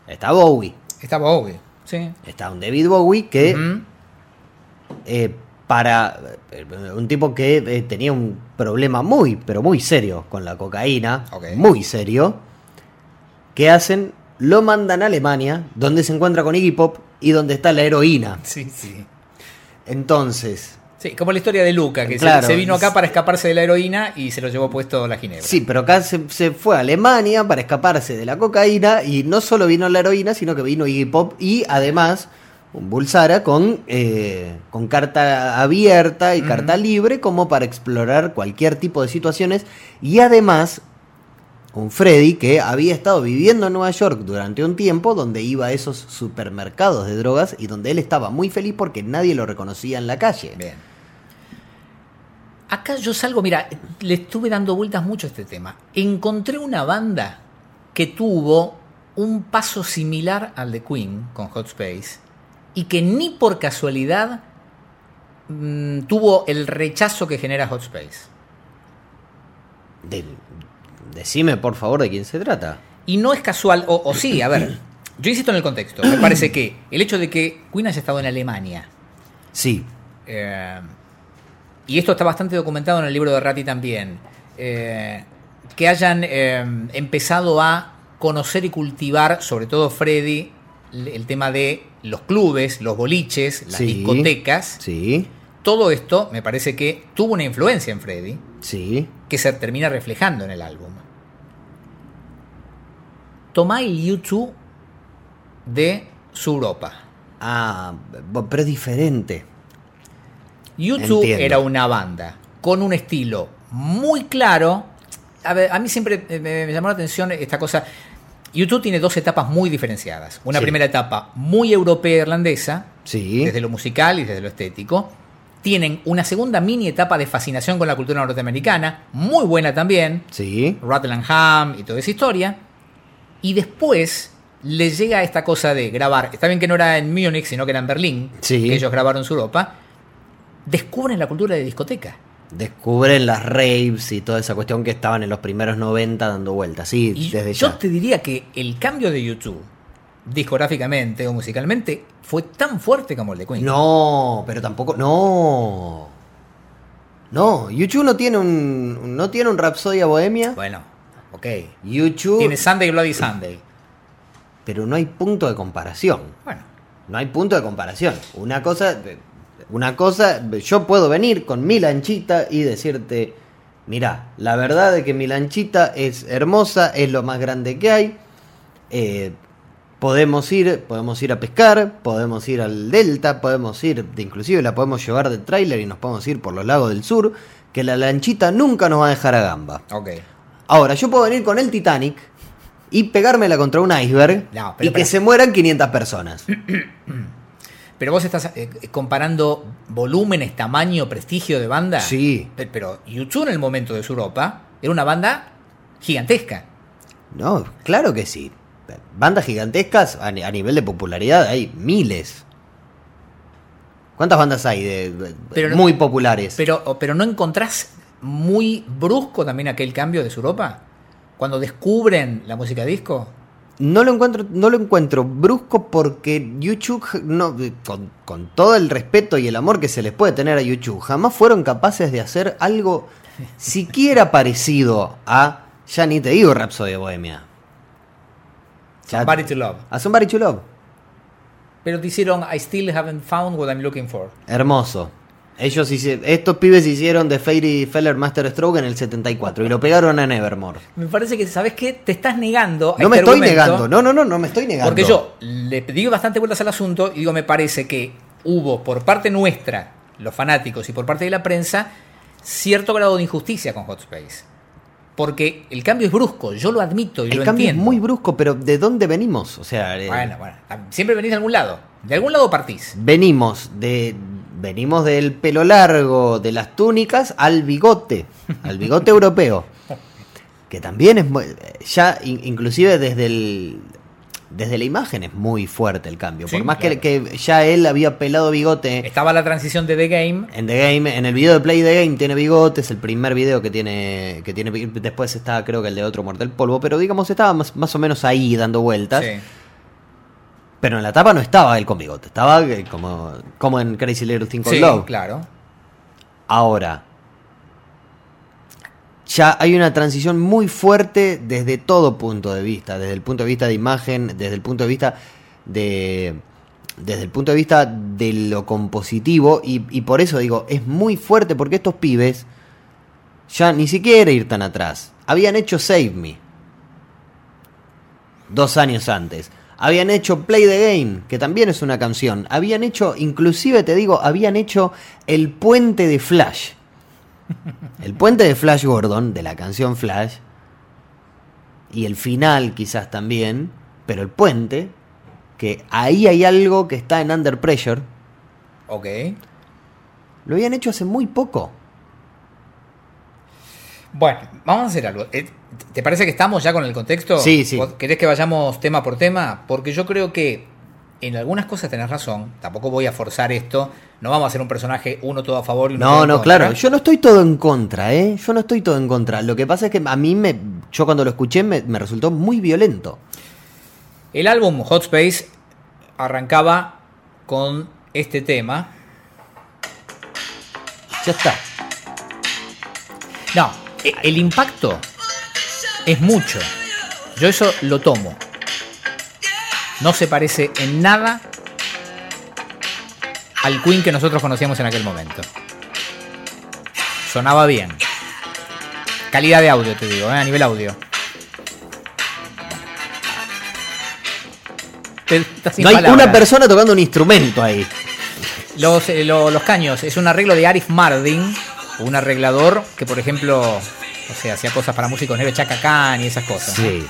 [SPEAKER 2] Está Bowie.
[SPEAKER 1] Estaba obvio, sí.
[SPEAKER 2] Está un David Bowie que
[SPEAKER 1] Ujú.
[SPEAKER 2] eh, para... eh, un tipo que eh, tenía un problema muy, pero muy serio con la cocaína.
[SPEAKER 1] Ok.
[SPEAKER 2] Muy serio. ¿Qué hacen? Lo mandan a Alemania, donde se encuentra con Iggy Pop y donde está la heroína.
[SPEAKER 1] Sí, sí.
[SPEAKER 2] Entonces,
[SPEAKER 1] Sí, como la historia de Luca, que se-
[SPEAKER 2] Claro.
[SPEAKER 1] se, vino acá para escaparse de la heroína y se lo llevó puesto la ginebra.
[SPEAKER 2] Sí, pero acá se, se fue a Alemania para escaparse de la cocaína y no solo vino la heroína, sino que vino Iggy Pop y además un Bulsara con, eh, con carta abierta y carta libre como para explorar cualquier tipo de situaciones y además un Freddy que había estado viviendo en Nueva York durante un tiempo donde iba a esos supermercados de drogas y donde él estaba muy feliz porque nadie lo reconocía en la calle.
[SPEAKER 1] Bien. Acá yo salgo, mira, le estuve dando vueltas mucho a este tema. Encontré una banda que tuvo un paso similar al de Queen con Hot Space y que ni por casualidad mm, tuvo el rechazo que genera Hot Space.
[SPEAKER 2] De- decime por favor de quién se trata.
[SPEAKER 1] Y no es casual, o, o sí, a ver, yo insisto en el contexto. Me parece que el hecho de que Queen haya estado en Alemania
[SPEAKER 2] Sí,
[SPEAKER 1] Eh, y esto está bastante documentado en el libro de Ratti también. eh, que hayan eh, empezado a conocer y cultivar, sobre todo Freddy, el el tema de los clubes, los boliches, las
[SPEAKER 2] Sí.
[SPEAKER 1] discotecas.
[SPEAKER 2] Sí,
[SPEAKER 1] Todo esto me parece que tuvo una influencia en Freddy
[SPEAKER 2] sí,
[SPEAKER 1] que se termina reflejando en el álbum. Tomá el YouTube de su Europa.
[SPEAKER 2] Ah, bo- pero es diferente.
[SPEAKER 1] YouTube
[SPEAKER 2] Entiendo.
[SPEAKER 1] era una banda con un estilo muy claro. A, ver, a mí siempre eh, me, me llamó la atención esta cosa. YouTube tiene dos etapas muy diferenciadas. Una
[SPEAKER 2] Sí.
[SPEAKER 1] primera etapa muy europea e irlandesa,
[SPEAKER 2] Sí,
[SPEAKER 1] desde lo musical y desde lo estético. Tienen una segunda mini etapa de fascinación con la cultura norteamericana, muy buena también.
[SPEAKER 2] sí,
[SPEAKER 1] Rutland Ham y toda esa historia. Y después les llega esta cosa de grabar. Está bien que no era en Múnich, sino que era en Berlín.
[SPEAKER 2] Sí.
[SPEAKER 1] Que ellos grabaron su Europa. Descubren la cultura de discoteca.
[SPEAKER 2] descubren las raves y toda esa cuestión que estaban en los primeros 90 dando vueltas. Sí,
[SPEAKER 1] Y
[SPEAKER 2] desde
[SPEAKER 1] yo
[SPEAKER 2] ya.
[SPEAKER 1] te diría que el cambio de YouTube, discográficamente o musicalmente, fue tan fuerte como el de Queen.
[SPEAKER 2] No, pero tampoco. No. No, YouTube no tiene un. no tiene un Rapsodia Bohemia.
[SPEAKER 1] Bueno, ok.
[SPEAKER 2] YouTube.
[SPEAKER 1] Tiene Sunday Bloody Sunday.
[SPEAKER 2] Pero no hay punto de comparación.
[SPEAKER 1] Bueno,
[SPEAKER 2] No hay punto de comparación. Una cosa, una cosa, yo puedo venir con mi lanchita y decirte, mirá, la verdad es que mi lanchita es hermosa, es lo más grande que hay. eh, podemos ir, podemos ir a pescar, podemos ir al delta, podemos ir, de- inclusive la podemos llevar de tráiler y nos podemos ir por los lagos del sur, que la lanchita nunca nos va a dejar a gamba.
[SPEAKER 1] ok.
[SPEAKER 2] Ahora, yo puedo venir con el Titanic y pegármela contra un iceberg
[SPEAKER 1] No,
[SPEAKER 2] y
[SPEAKER 1] pero
[SPEAKER 2] que
[SPEAKER 1] pará.
[SPEAKER 2] se mueran 500 personas.
[SPEAKER 1] Pero vos estás eh, comparando volúmenes, tamaño, prestigio de banda.
[SPEAKER 2] Sí.
[SPEAKER 1] Pe- Pero YouTube en el momento de su Europa era una banda gigantesca.
[SPEAKER 2] No, claro que sí. Bandas gigantescas a, ni- a nivel de popularidad hay miles. ¿Cuántas bandas hay de, de-
[SPEAKER 1] Pero-
[SPEAKER 2] muy populares?
[SPEAKER 1] Pero, o- pero no encontrás muy brusco también aquel cambio de su Europa. Cuando descubren la música disco.
[SPEAKER 2] no lo encuentro, no lo encuentro brusco porque YouTube no, con, con todo el respeto y el amor que se les puede tener a YouTube, jamás fueron capaces de hacer algo siquiera parecido a ya ni te digo Rhapsody de Bohemia. Ya-
[SPEAKER 1] Somebody to Love.
[SPEAKER 2] A Somebody to Love.
[SPEAKER 1] Pero te hicieron I still haven't found what I'm looking for.
[SPEAKER 2] Hermoso. Ellos hice- estos pibes hicieron The Fairy Feller Master Stroke en el 74 y lo pegaron a Nevermore.
[SPEAKER 1] Me parece que, ¿sabes qué? Te estás negando. a
[SPEAKER 2] No me
[SPEAKER 1] este
[SPEAKER 2] estoy
[SPEAKER 1] argumento,
[SPEAKER 2] negando, no, no, no, no me estoy negando.
[SPEAKER 1] Porque yo le di bastante vueltas al asunto y digo, me parece que hubo por parte nuestra, los fanáticos, y por parte de la prensa, cierto grado de injusticia con Hot Space. Porque el cambio es brusco, yo lo admito y
[SPEAKER 2] El
[SPEAKER 1] lo
[SPEAKER 2] cambio
[SPEAKER 1] entiendo.
[SPEAKER 2] es muy brusco, pero ¿de dónde venimos? O sea, eh,
[SPEAKER 1] Bueno, bueno, siempre venís de algún lado. De algún lado partís.
[SPEAKER 2] venimos de venimos del pelo largo, de las túnicas al bigote, al bigote europeo, que también es muy- ya in- inclusive desde el desde la imagen es muy fuerte el cambio,
[SPEAKER 1] Sí,
[SPEAKER 2] por más que-
[SPEAKER 1] claro.
[SPEAKER 2] que ya él había pelado bigote
[SPEAKER 1] Estaba la transición de The Game.
[SPEAKER 2] En The Game, en el video de Play The Game tiene bigotes, el primer video que tiene, que tiene big- después está creo que el de otro Mortal Polvo, pero digamos estaba más, más o menos ahí dando vueltas,
[SPEAKER 1] Sí.
[SPEAKER 2] pero en la tapa no estaba él con bigote, estaba eh, como, como en Crazy Little Thing Called
[SPEAKER 1] Sí,
[SPEAKER 2] Love.
[SPEAKER 1] claro.
[SPEAKER 2] Ahora, ya hay una transición muy fuerte desde todo punto de vista, desde el punto de vista de imagen, desde el punto de vista de desde el punto de vista de lo compositivo y, y por eso digo, es muy fuerte porque estos pibes ya ni siquiera ir tan atrás. Habían hecho Save Me dos años antes. Habían hecho Play the Game, que también es una canción. Habían hecho, inclusive te digo, habían hecho El Puente de Flash. El puente de Flash Gordon, de la canción Flash. Y el final quizás también. Pero el puente, que ahí hay algo que está en Under Pressure.
[SPEAKER 1] Ok.
[SPEAKER 2] Lo habían hecho hace muy poco.
[SPEAKER 1] Bueno, vamos a hacer algo. Eh, ¿Te parece que estamos ya con el contexto?
[SPEAKER 2] Sí, sí.
[SPEAKER 1] ¿Vos ¿Querés que vayamos tema por tema? Porque yo creo que en algunas cosas tenés razón. Tampoco voy a forzar esto. No vamos a hacer un personaje uno todo a favor y uno todo
[SPEAKER 2] No,
[SPEAKER 1] en
[SPEAKER 2] no,
[SPEAKER 1] contra.
[SPEAKER 2] claro. Yo no estoy todo en contra, ¿eh? Yo no estoy todo en contra. Lo que pasa es que a mí, me, yo cuando lo escuché, me, me resultó muy violento.
[SPEAKER 1] El álbum Hot Space arrancaba con este tema.
[SPEAKER 2] Ya está.
[SPEAKER 1] No, e- el impacto es mucho. Yo eso lo tomo. No se parece en nada al Queen que nosotros conocíamos en aquel momento. Sonaba bien. Calidad de audio, te digo, ¿eh? a nivel audio. Te- estás sin
[SPEAKER 2] no hay
[SPEAKER 1] palabras.
[SPEAKER 2] una persona tocando un instrumento ahí.
[SPEAKER 1] Los, eh, lo- los caños, es un arreglo de Arif Mardin, un arreglador que, por ejemplo, o sea, hacía cosas para músicos negros, Chaka Khan y esas cosas.
[SPEAKER 2] Sí.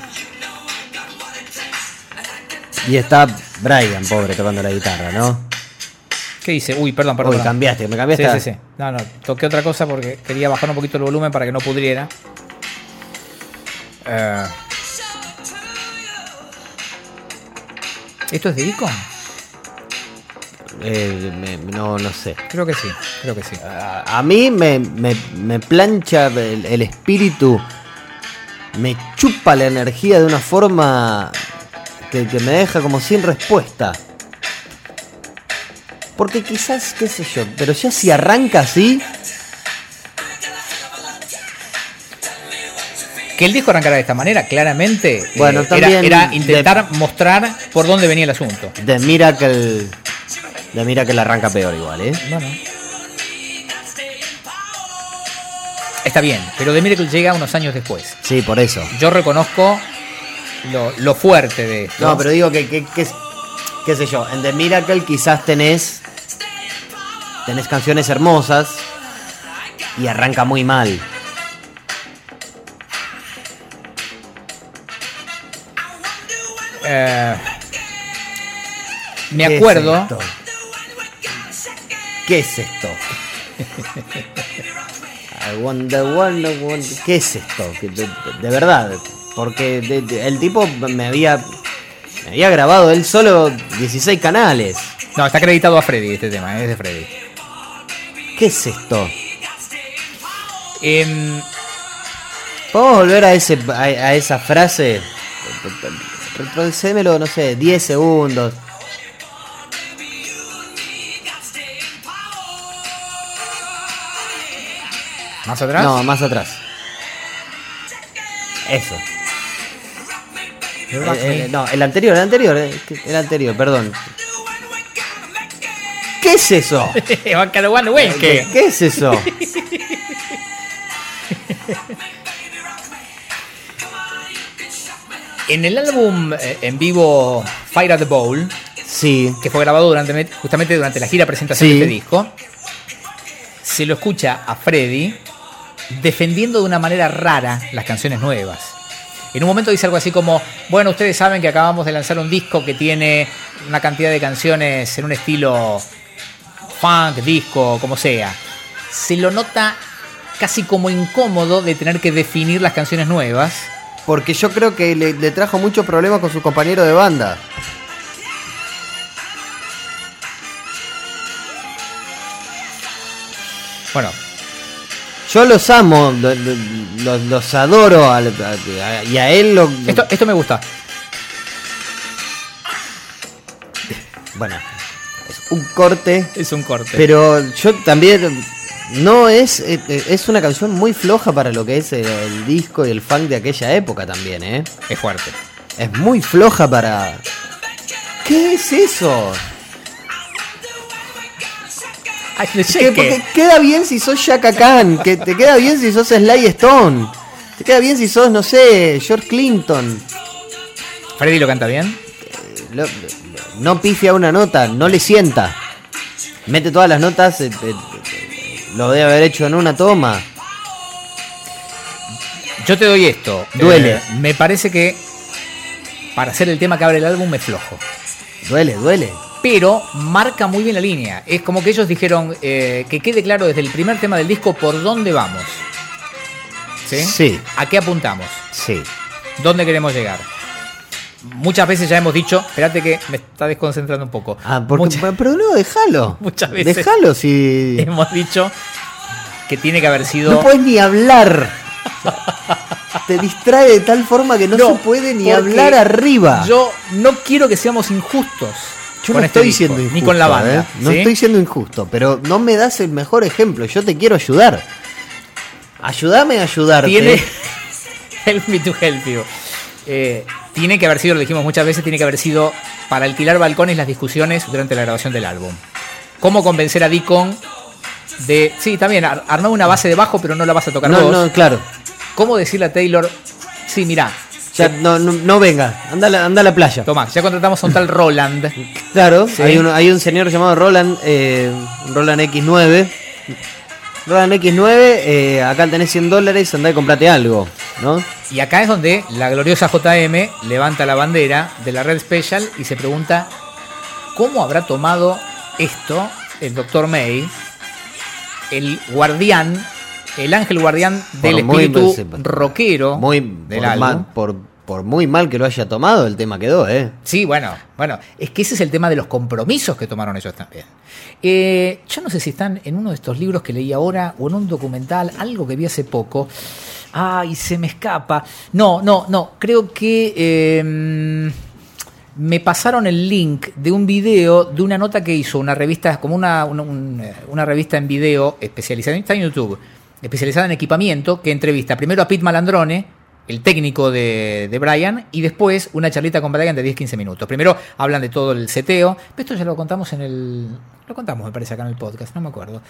[SPEAKER 2] Y está Brian, pobre, tocando la guitarra, ¿no?
[SPEAKER 1] ¿Qué dice? Uy, perdón, perdón.
[SPEAKER 2] Uy,
[SPEAKER 1] perdón.
[SPEAKER 2] cambiaste, me
[SPEAKER 1] Sí,
[SPEAKER 2] cambiaste. a-
[SPEAKER 1] sí, sí. No, no, toqué otra cosa porque quería bajar un poquito el volumen para que no pudriera. Eh, ¿Esto es de Icon?
[SPEAKER 2] Eh, me- no, no sé.
[SPEAKER 1] Creo que sí, creo que sí.
[SPEAKER 2] A, a mí me, me- me plancha el, el espíritu, me chupa la energía de una forma que, que me deja como sin respuesta. Porque quizás, qué sé yo, pero ya si arranca así,
[SPEAKER 1] Que el disco arrancara de esta manera, claramente, eh,
[SPEAKER 2] Bueno,
[SPEAKER 1] era-
[SPEAKER 2] también
[SPEAKER 1] era,
[SPEAKER 2] de-
[SPEAKER 1] intentar mostrar por dónde venía el asunto.
[SPEAKER 2] de Miracle, de Miracle arranca peor igual, ¿eh?
[SPEAKER 1] Bueno. Está bien, pero The Miracle llega unos años después.
[SPEAKER 2] Sí, por eso.
[SPEAKER 1] Yo reconozco lo, lo fuerte de esto.
[SPEAKER 2] No, pero digo que, que- que- qué sé yo, en The Miracle quizás tenés, tenés canciones hermosas y arranca muy mal.
[SPEAKER 1] Eh, me
[SPEAKER 2] ¿Qué es
[SPEAKER 1] acuerdo.
[SPEAKER 2] esto? ¿Qué es esto? I wonder, wonder, wonder- ¿Qué es esto? Que De, de verdad, porque de- de- el tipo me había, me había grabado él solo 16 canales.
[SPEAKER 1] No, está acreditado a Freddy este tema, eh, es de Freddy.
[SPEAKER 2] ¿Qué es esto?
[SPEAKER 1] Em,
[SPEAKER 2] ¿Podemos volver a, ese, a, a esa frase? Retrocémelo, no sé, 10 segundos.
[SPEAKER 1] ¿Más atrás?
[SPEAKER 2] No, más atrás. Eso.
[SPEAKER 1] You rock
[SPEAKER 2] Eh, eh,
[SPEAKER 1] me.
[SPEAKER 2] no, el anterior, el anterior, eh, que- el anterior, perdón. ¿Qué es eso?
[SPEAKER 1] Van cada one way,
[SPEAKER 2] ¿Qué,
[SPEAKER 1] ¿qué?
[SPEAKER 2] qué es eso?
[SPEAKER 1] En el álbum eh, en vivo Fire at the Bowl,
[SPEAKER 2] Sí,
[SPEAKER 1] que fue grabado durante, justamente durante la gira presentación
[SPEAKER 2] Sí.
[SPEAKER 1] de este disco, se lo escucha a Freddy defendiendo de una manera rara las canciones nuevas. En un momento dice algo así como, bueno, ustedes saben que acabamos de lanzar un disco que tiene una cantidad de canciones en un estilo funk, disco, como sea. Se lo nota casi como incómodo de tener que definir las canciones nuevas.
[SPEAKER 2] porque yo creo que le, le trajo mucho problema con su compañero de banda.
[SPEAKER 1] Bueno,
[SPEAKER 2] Yo los amo, lo- lo- lo- los, adoro al- a- a- y a él lo... lo-
[SPEAKER 1] esto, esto me gusta.
[SPEAKER 2] Bueno, es un corte
[SPEAKER 1] Es un corte.
[SPEAKER 2] Pero yo también. No es. eh, eh, Es una canción muy floja para lo que es el, el disco y el funk de aquella época también, ¿eh?
[SPEAKER 1] es fuerte.
[SPEAKER 2] Es muy floja para. ¿Qué es eso?
[SPEAKER 1] Ay, le
[SPEAKER 2] Que-
[SPEAKER 1] cheque.
[SPEAKER 2] porque queda bien si sos Shaka Khan, que te queda bien si sos Sly Stone, te queda bien si sos, no sé, George Clinton.
[SPEAKER 1] Freddy lo canta bien.
[SPEAKER 2] Lo- lo- no pifia una nota, no le sienta. Mete todas las notas, eh, eh, eh, lo debe haber hecho en una toma.
[SPEAKER 1] Yo te doy esto.
[SPEAKER 2] Duele.
[SPEAKER 1] Eh, me parece que para hacer el tema que abre el álbum me flojo.
[SPEAKER 2] Duele, duele.
[SPEAKER 1] Pero marca muy bien la línea. Es como que ellos dijeron eh, que quede claro desde el primer tema del disco por dónde vamos. ¿Sí?
[SPEAKER 2] Sí.
[SPEAKER 1] ¿A qué apuntamos?
[SPEAKER 2] Sí.
[SPEAKER 1] ¿Dónde queremos llegar? Muchas veces ya hemos dicho, espérate que me está desconcentrando un poco.
[SPEAKER 2] Ah, porque,
[SPEAKER 1] Muchas-
[SPEAKER 2] pero no, déjalo.
[SPEAKER 1] Muchas veces.
[SPEAKER 2] Déjalo si.
[SPEAKER 1] hemos dicho que tiene que haber sido...
[SPEAKER 2] No puedes ni hablar. Te distrae de tal forma que no,
[SPEAKER 1] No,
[SPEAKER 2] se puede ni
[SPEAKER 1] porque
[SPEAKER 2] hablar arriba.
[SPEAKER 1] Yo no quiero que seamos injustos.
[SPEAKER 2] Yo
[SPEAKER 1] con
[SPEAKER 2] no
[SPEAKER 1] este
[SPEAKER 2] estoy
[SPEAKER 1] disco,
[SPEAKER 2] siendo injusto.
[SPEAKER 1] Ni con la banda.
[SPEAKER 2] ¿eh? No
[SPEAKER 1] ¿sí?
[SPEAKER 2] estoy siendo injusto, pero no me das el mejor ejemplo. Yo te quiero ayudar. Ayúdame a ayudarte.
[SPEAKER 1] Tiene. help me to help you. Eh, tiene que haber sido, lo dijimos muchas veces, tiene que haber sido para alquilar balcones las discusiones durante la grabación del álbum. ¿Cómo convencer a Deacon de. Sí, también, ar- armá una base de bajo, pero no la vas a tocar
[SPEAKER 2] No,
[SPEAKER 1] vos.
[SPEAKER 2] no, claro.
[SPEAKER 1] ¿Cómo decirle a Taylor? Sí, mirá,
[SPEAKER 2] Ya, no, no, no venga. Anda a la, anda a la playa.
[SPEAKER 1] Tomás, ya contratamos a un tal Roland.
[SPEAKER 2] Claro,
[SPEAKER 1] Sí.
[SPEAKER 2] hay, un, hay un señor llamado Roland, eh, Roland X9. Roland X9, eh, acá tenés 100 dólares, andá y comprate algo, ¿no?
[SPEAKER 1] Y acá es donde la gloriosa JM levanta la bandera de la red special y se pregunta cómo habrá tomado esto el Dr. May, el guardián, el ángel guardián del
[SPEAKER 2] Por muy-
[SPEAKER 1] espíritu
[SPEAKER 2] se-
[SPEAKER 1] rockero
[SPEAKER 2] muy
[SPEAKER 1] del
[SPEAKER 2] por, ma-
[SPEAKER 1] álbum.
[SPEAKER 2] por, por muy mal que lo haya tomado, el tema quedó, ¿eh?
[SPEAKER 1] Sí, bueno, bueno, es que ese es el tema de los compromisos que tomaron ellos también. Eh, yo no sé si están en uno de estos libros que leí ahora o en un documental, algo que vi hace poco. Ay, se me escapa. No, no, no, creo que eh, me pasaron el link de un video, de una nota que hizo una revista, como una, una, un- eh, una revista en video especializada, está en YouTube, especializada en equipamiento, que entrevista primero a Pete Malandrone, el técnico de, de Brian, y después una charlita con Brian de 10-15 minutos. Primero hablan de todo el seteo, pero esto ya lo contamos en el... Lo contamos, me parece, acá en el podcast, no me acuerdo.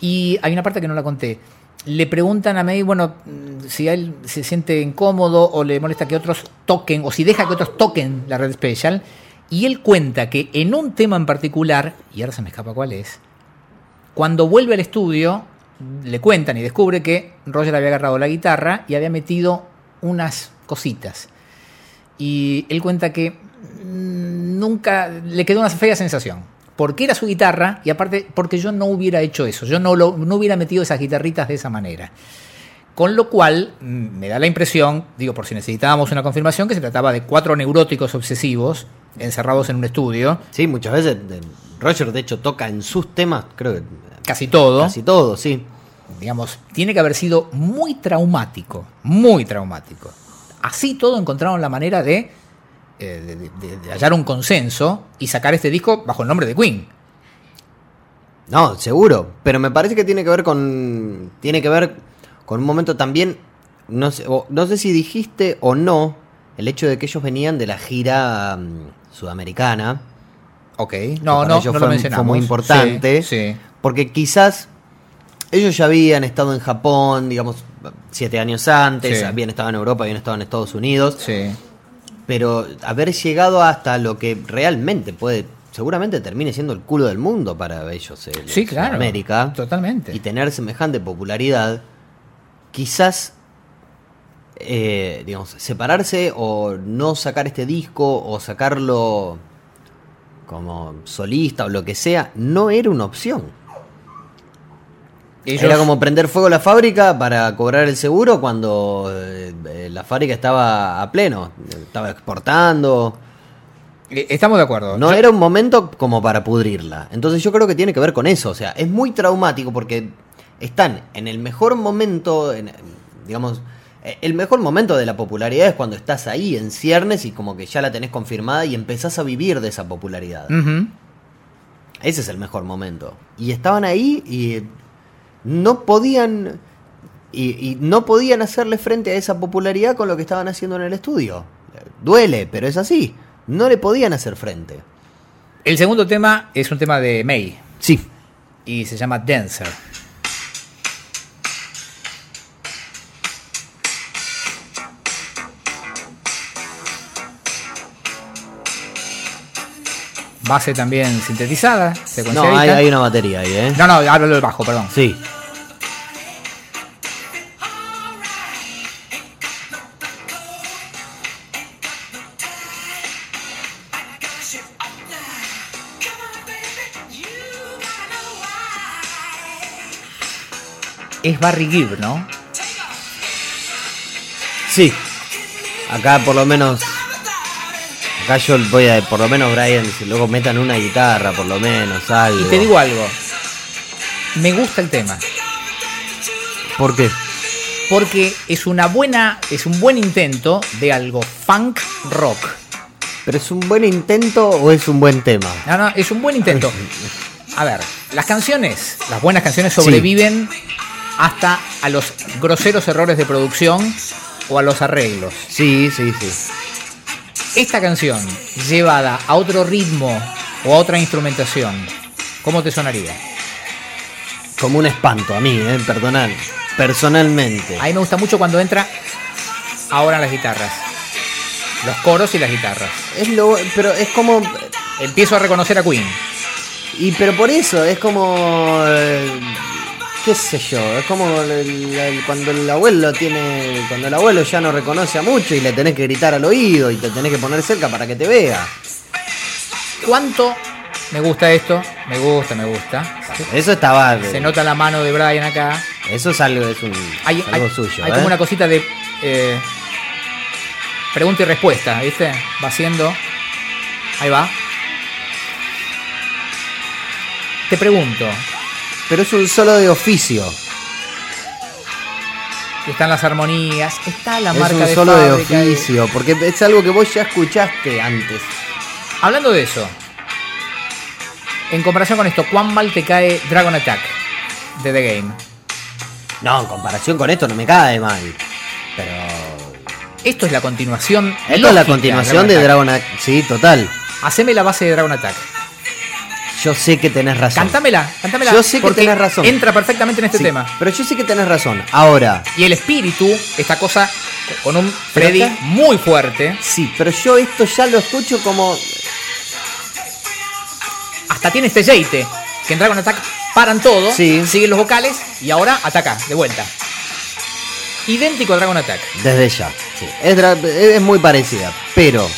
[SPEAKER 1] Y hay una parte que no la conté. Le preguntan a May, bueno, mm, si a él se siente incómodo o le molesta que otros toquen, o si deja que otros toquen la red special. Y él cuenta que en un tema en particular, y ahora se me escapa cuál es, cuando vuelve al estudio, le cuentan y descubre que Roger había agarrado la guitarra y había metido unas cositas. Y él cuenta que mm, nunca le quedó una fea sensación. Porque era su guitarra y aparte porque yo no hubiera hecho eso, yo no, lo, no hubiera metido esas guitarritas de esa manera. Con lo cual mm, me da la impresión, digo por si necesitábamos una confirmación, que se trataba de cuatro neuróticos obsesivos encerrados en un estudio,
[SPEAKER 2] Sí, muchas veces eh, Roger de hecho toca en sus temas, creo que
[SPEAKER 1] casi todo.
[SPEAKER 2] casi todo, sí.
[SPEAKER 1] digamos, tiene que haber sido muy traumático, muy traumático. Así todo encontraron la manera de, eh, de- de- de hallar un consenso y sacar este disco bajo el nombre de Queen.
[SPEAKER 2] No, seguro, pero me parece que tiene que ver con tiene que ver con un momento también no sé, o- no sé si dijiste o no el hecho de que ellos venían de la gira mm, sudamericana.
[SPEAKER 1] Ok, no,
[SPEAKER 2] para
[SPEAKER 1] no,
[SPEAKER 2] ellos
[SPEAKER 1] no
[SPEAKER 2] fue-
[SPEAKER 1] lo
[SPEAKER 2] fue
[SPEAKER 1] mencionamos.
[SPEAKER 2] muy importante.
[SPEAKER 1] Sí, sí.
[SPEAKER 2] Porque quizás ellos ya habían estado en Japón, digamos, siete años antes,
[SPEAKER 1] Sí.
[SPEAKER 2] habían estado en Europa, habían estado en Estados Unidos,
[SPEAKER 1] sí.
[SPEAKER 2] pero haber llegado hasta lo que realmente puede, seguramente termine siendo el culo del mundo para ellos, el
[SPEAKER 1] Sí, claro.
[SPEAKER 2] América,
[SPEAKER 1] Totalmente.
[SPEAKER 2] y tener semejante popularidad, quizás, eh, digamos, separarse o no sacar este disco o sacarlo como solista o lo que sea, no era una opción.
[SPEAKER 1] Ellos-
[SPEAKER 2] Era como prender fuego la fábrica para cobrar el seguro cuando eh, eh, la fábrica estaba a pleno, estaba exportando.
[SPEAKER 1] eh, Estamos de acuerdo.
[SPEAKER 2] No
[SPEAKER 1] Yo-
[SPEAKER 2] era un momento como para pudrirla. Entonces yo creo que tiene que ver con eso. O sea, es muy traumático porque están en el mejor momento, en- digamos, eh, el mejor momento de la popularidad es cuando estás ahí en ciernes y como que ya la tenés confirmada y empezás a vivir de esa popularidad.
[SPEAKER 1] Ujú.
[SPEAKER 2] Ese es el mejor momento. Y estaban ahí y no podían. Y, y no podían hacerle frente a esa popularidad con lo que estaban haciendo en el estudio. Duele, pero es así. No le podían hacer frente.
[SPEAKER 1] El segundo tema es un tema de May
[SPEAKER 2] Sí.
[SPEAKER 1] y se llama Dancer. Base también sintetizada,
[SPEAKER 2] No,
[SPEAKER 1] secuencia
[SPEAKER 2] hay,
[SPEAKER 1] edita.
[SPEAKER 2] hay una batería ahí, ¿eh?
[SPEAKER 1] no, no, hablo del bajo, perdón.
[SPEAKER 2] Sí.
[SPEAKER 1] Es Barry Gibb, ¿no?
[SPEAKER 2] Sí. Acá por lo menos. Acá yo voy a. Por lo menos Brian, si luego metan una guitarra, por lo menos, algo.
[SPEAKER 1] Y te digo algo. Me gusta el tema.
[SPEAKER 2] ¿Por qué?
[SPEAKER 1] Porque es una buena, es un buen intento de algo funk rock.
[SPEAKER 2] ¿Pero es un buen intento o es un buen tema?
[SPEAKER 1] No, no, es un buen intento. A ver, las canciones, las buenas canciones sobreviven hasta a los groseros errores de producción o a los arreglos.
[SPEAKER 2] Sí, sí, sí.
[SPEAKER 1] Esta canción, llevada a otro ritmo o a otra instrumentación, ¿cómo te sonaría?
[SPEAKER 2] Como un espanto a mí, ¿eh? Perdonar. Personalmente.
[SPEAKER 1] A mí me gusta mucho cuando entra ahora las guitarras. Los coros y las guitarras.
[SPEAKER 2] Es lo. Pero es como.
[SPEAKER 1] Empiezo a reconocer a Queen.
[SPEAKER 2] Y pero por eso, es como. eh, qué sé yo, es como el- el- el- cuando el abuelo tiene. Cuando el abuelo ya no reconoce a mucho y le tenés que gritar al oído y te tenés que poner cerca para que te vea.
[SPEAKER 1] ¿Cuánto me gusta esto? Me gusta, me gusta. Se-
[SPEAKER 2] Eso estaba. eh,
[SPEAKER 1] Se nota la mano de Brian acá.
[SPEAKER 2] Eso es algo, es un,
[SPEAKER 1] Hay,
[SPEAKER 2] algo
[SPEAKER 1] hay-
[SPEAKER 2] suyo.
[SPEAKER 1] hay
[SPEAKER 2] ¿eh?
[SPEAKER 1] como una cosita de. eh, pregunta y respuesta, ¿viste? Va haciendo. Ahí va. Te pregunto,
[SPEAKER 2] Pero es un solo de oficio.
[SPEAKER 1] y están las armonías, está la
[SPEAKER 2] es
[SPEAKER 1] marca
[SPEAKER 2] un
[SPEAKER 1] de
[SPEAKER 2] solo de
[SPEAKER 1] fábrica y-
[SPEAKER 2] oficio. Porque es algo que vos ya escuchaste antes.
[SPEAKER 1] Hablando de eso, en comparación con esto, ¿cuán mal te cae Dragon Attack de The Game?
[SPEAKER 2] No, en comparación con esto no me cae mal. Pero.
[SPEAKER 1] Esto es la continuación.
[SPEAKER 2] Esto es la
[SPEAKER 1] lógica
[SPEAKER 2] continuación de
[SPEAKER 1] Attack.
[SPEAKER 2] Dragon Act. Sí, total.
[SPEAKER 1] Haceme la base de Dragon Attack.
[SPEAKER 2] Yo sé que tenés razón.
[SPEAKER 1] Cantámela, cantámela.
[SPEAKER 2] Yo sé que
[SPEAKER 1] porque
[SPEAKER 2] tenés razón.
[SPEAKER 1] Entra perfectamente en este
[SPEAKER 2] Sí,
[SPEAKER 1] tema.
[SPEAKER 2] Pero yo sé que tenés razón. Ahora,
[SPEAKER 1] Y el espíritu, esta cosa con un Freddy
[SPEAKER 2] acá-
[SPEAKER 1] muy fuerte,
[SPEAKER 2] sí, pero yo esto ya lo escucho como.
[SPEAKER 1] hasta tiene este jeite, que en Dragon Attack paran todo,
[SPEAKER 2] Sí.
[SPEAKER 1] siguen los vocales y ahora ataca, de vuelta. Idéntico a Dragon Attack.
[SPEAKER 2] Desde ya. sí. Es, dra- es muy parecida. Pero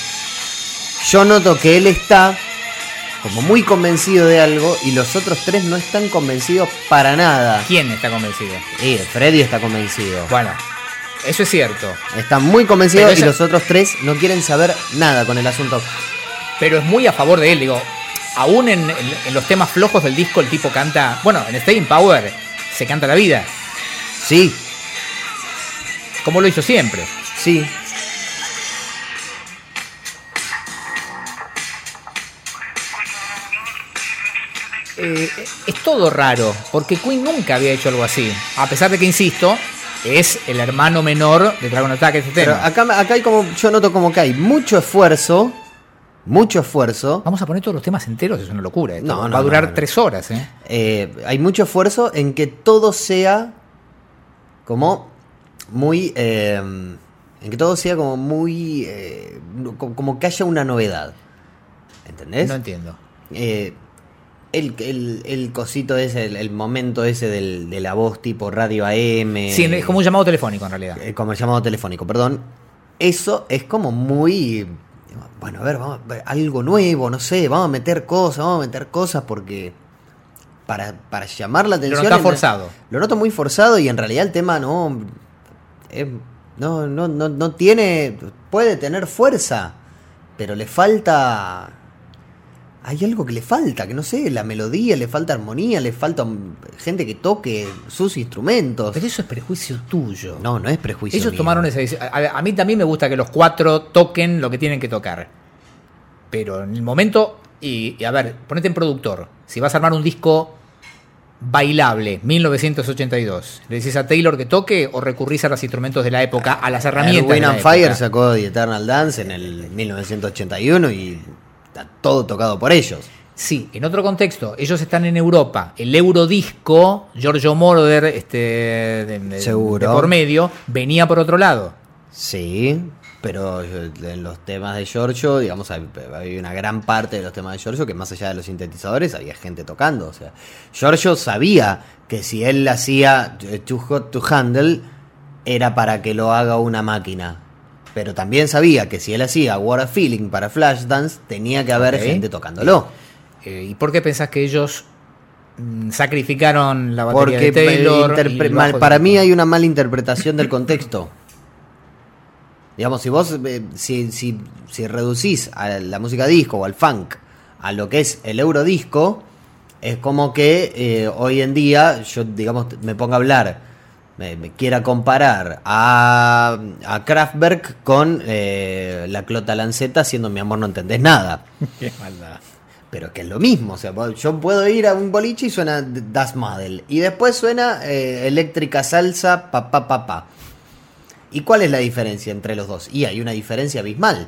[SPEAKER 2] yo noto que él está como muy convencido de algo y los otros tres no están convencidos para nada.
[SPEAKER 1] ¿Quién está convencido?
[SPEAKER 2] Y Freddy está convencido.
[SPEAKER 1] Bueno, eso es cierto.
[SPEAKER 2] Están muy convencidos
[SPEAKER 1] Pero esa-
[SPEAKER 2] y los otros tres no quieren saber nada con el asunto.
[SPEAKER 1] pero es muy a favor de él. Digo, aún en, en- en los temas flojos del disco, el tipo canta. Bueno, en Staying Power se canta la vida,
[SPEAKER 2] Sí,
[SPEAKER 1] como lo hizo siempre.
[SPEAKER 2] sí.
[SPEAKER 1] Eh, es todo raro, porque Queen nunca había hecho algo así. A pesar de que, insisto, es el hermano menor de Dragon Attack, este
[SPEAKER 2] Pero
[SPEAKER 1] tema.
[SPEAKER 2] acá, acá hay como. Yo noto como que hay mucho esfuerzo. Mucho esfuerzo.
[SPEAKER 1] Vamos a poner todos los temas enteros, es una locura. esto.
[SPEAKER 2] No, no,
[SPEAKER 1] Va a durar
[SPEAKER 2] no, no.
[SPEAKER 1] tres horas. ¿eh?
[SPEAKER 2] Eh, hay mucho esfuerzo en que todo sea como muy. eh, en que todo sea como muy. eh, no- como, como que haya una novedad. ¿Entendés?
[SPEAKER 1] No entiendo.
[SPEAKER 2] Eh, el, el- el cosito ese, el, el momento ese del- de la voz tipo radio AM.
[SPEAKER 1] Sí, es como un llamado telefónico en realidad.
[SPEAKER 2] eh, como el llamado telefónico, perdón. Eso es como muy. Bueno, a ver, vamos a ver algo nuevo, no sé, vamos a meter cosas, vamos a meter cosas porque. Para, para llamar la
[SPEAKER 1] Pero
[SPEAKER 2] atención.
[SPEAKER 1] no está
[SPEAKER 2] en-
[SPEAKER 1] forzado.
[SPEAKER 2] Lo noto muy forzado y en realidad el tema no. es- no, no, no, no tiene. Puede tener fuerza, pero le falta. Hay algo que le falta, que no sé, la melodía, le falta armonía, le falta mm, gente que toque sus instrumentos.
[SPEAKER 1] Pero eso es prejuicio tuyo.
[SPEAKER 2] No, no es prejuicio.
[SPEAKER 1] Ellos
[SPEAKER 2] mío.
[SPEAKER 1] tomaron esa decisión. A, a mí también me gusta que los cuatro toquen lo que tienen que tocar. Pero en el momento, y, y a ver, ponete en productor. Si vas a armar un disco bailable, 1982, ¿le decís a Taylor que toque o recurrís a los instrumentos de la época, a las herramientas?
[SPEAKER 2] Erwin
[SPEAKER 1] de la
[SPEAKER 2] and Fire
[SPEAKER 1] época?
[SPEAKER 2] sacó The Eternal Dance en el 1981 y está todo tocado por ellos.
[SPEAKER 1] Sí, en otro contexto, ellos están en Europa. El Eurodisco, Giorgio Moroder, este, de- de-
[SPEAKER 2] Seguro.
[SPEAKER 1] de por medio, venía por otro lado.
[SPEAKER 2] Sí, pero eh, en los temas de Giorgio, digamos, hay, hay una gran parte de los temas de Giorgio que más allá de los sintetizadores había gente tocando. O sea, Giorgio sabía que si él hacía eh, Too Hot to Handle era para que lo haga una máquina. Pero también sabía que si él hacía What a Feeling para Flashdance, tenía que haber
[SPEAKER 1] Ok.
[SPEAKER 2] gente tocándolo.
[SPEAKER 1] Eh, ¿Y por qué pensás que ellos mm, sacrificaron la batería
[SPEAKER 2] Porque
[SPEAKER 1] de Taylor?
[SPEAKER 2] eh, interpre-
[SPEAKER 1] y el
[SPEAKER 2] mal-
[SPEAKER 1] bajo de
[SPEAKER 2] para mí
[SPEAKER 1] Taylor?
[SPEAKER 2] hay una mala interpretación del contexto. Digamos, si vos eh, si, si, si reducís a la música disco o al funk a lo que es el eurodisco, es como que eh, hoy en día yo, digamos, me ponga a hablar, me, me quiera comparar a, a Kraftwerk con eh, la Clota Lanceta haciendo mi amor no entendés nada.
[SPEAKER 1] Qué maldad.
[SPEAKER 2] Pero que es lo mismo, o sea, vos- yo puedo ir a un boliche y suena D- Das Model. Y después suena eh, Eléctrica Salsa, pa pa pa pa. ¿Y cuál es la diferencia entre los dos? Y hay una diferencia abismal.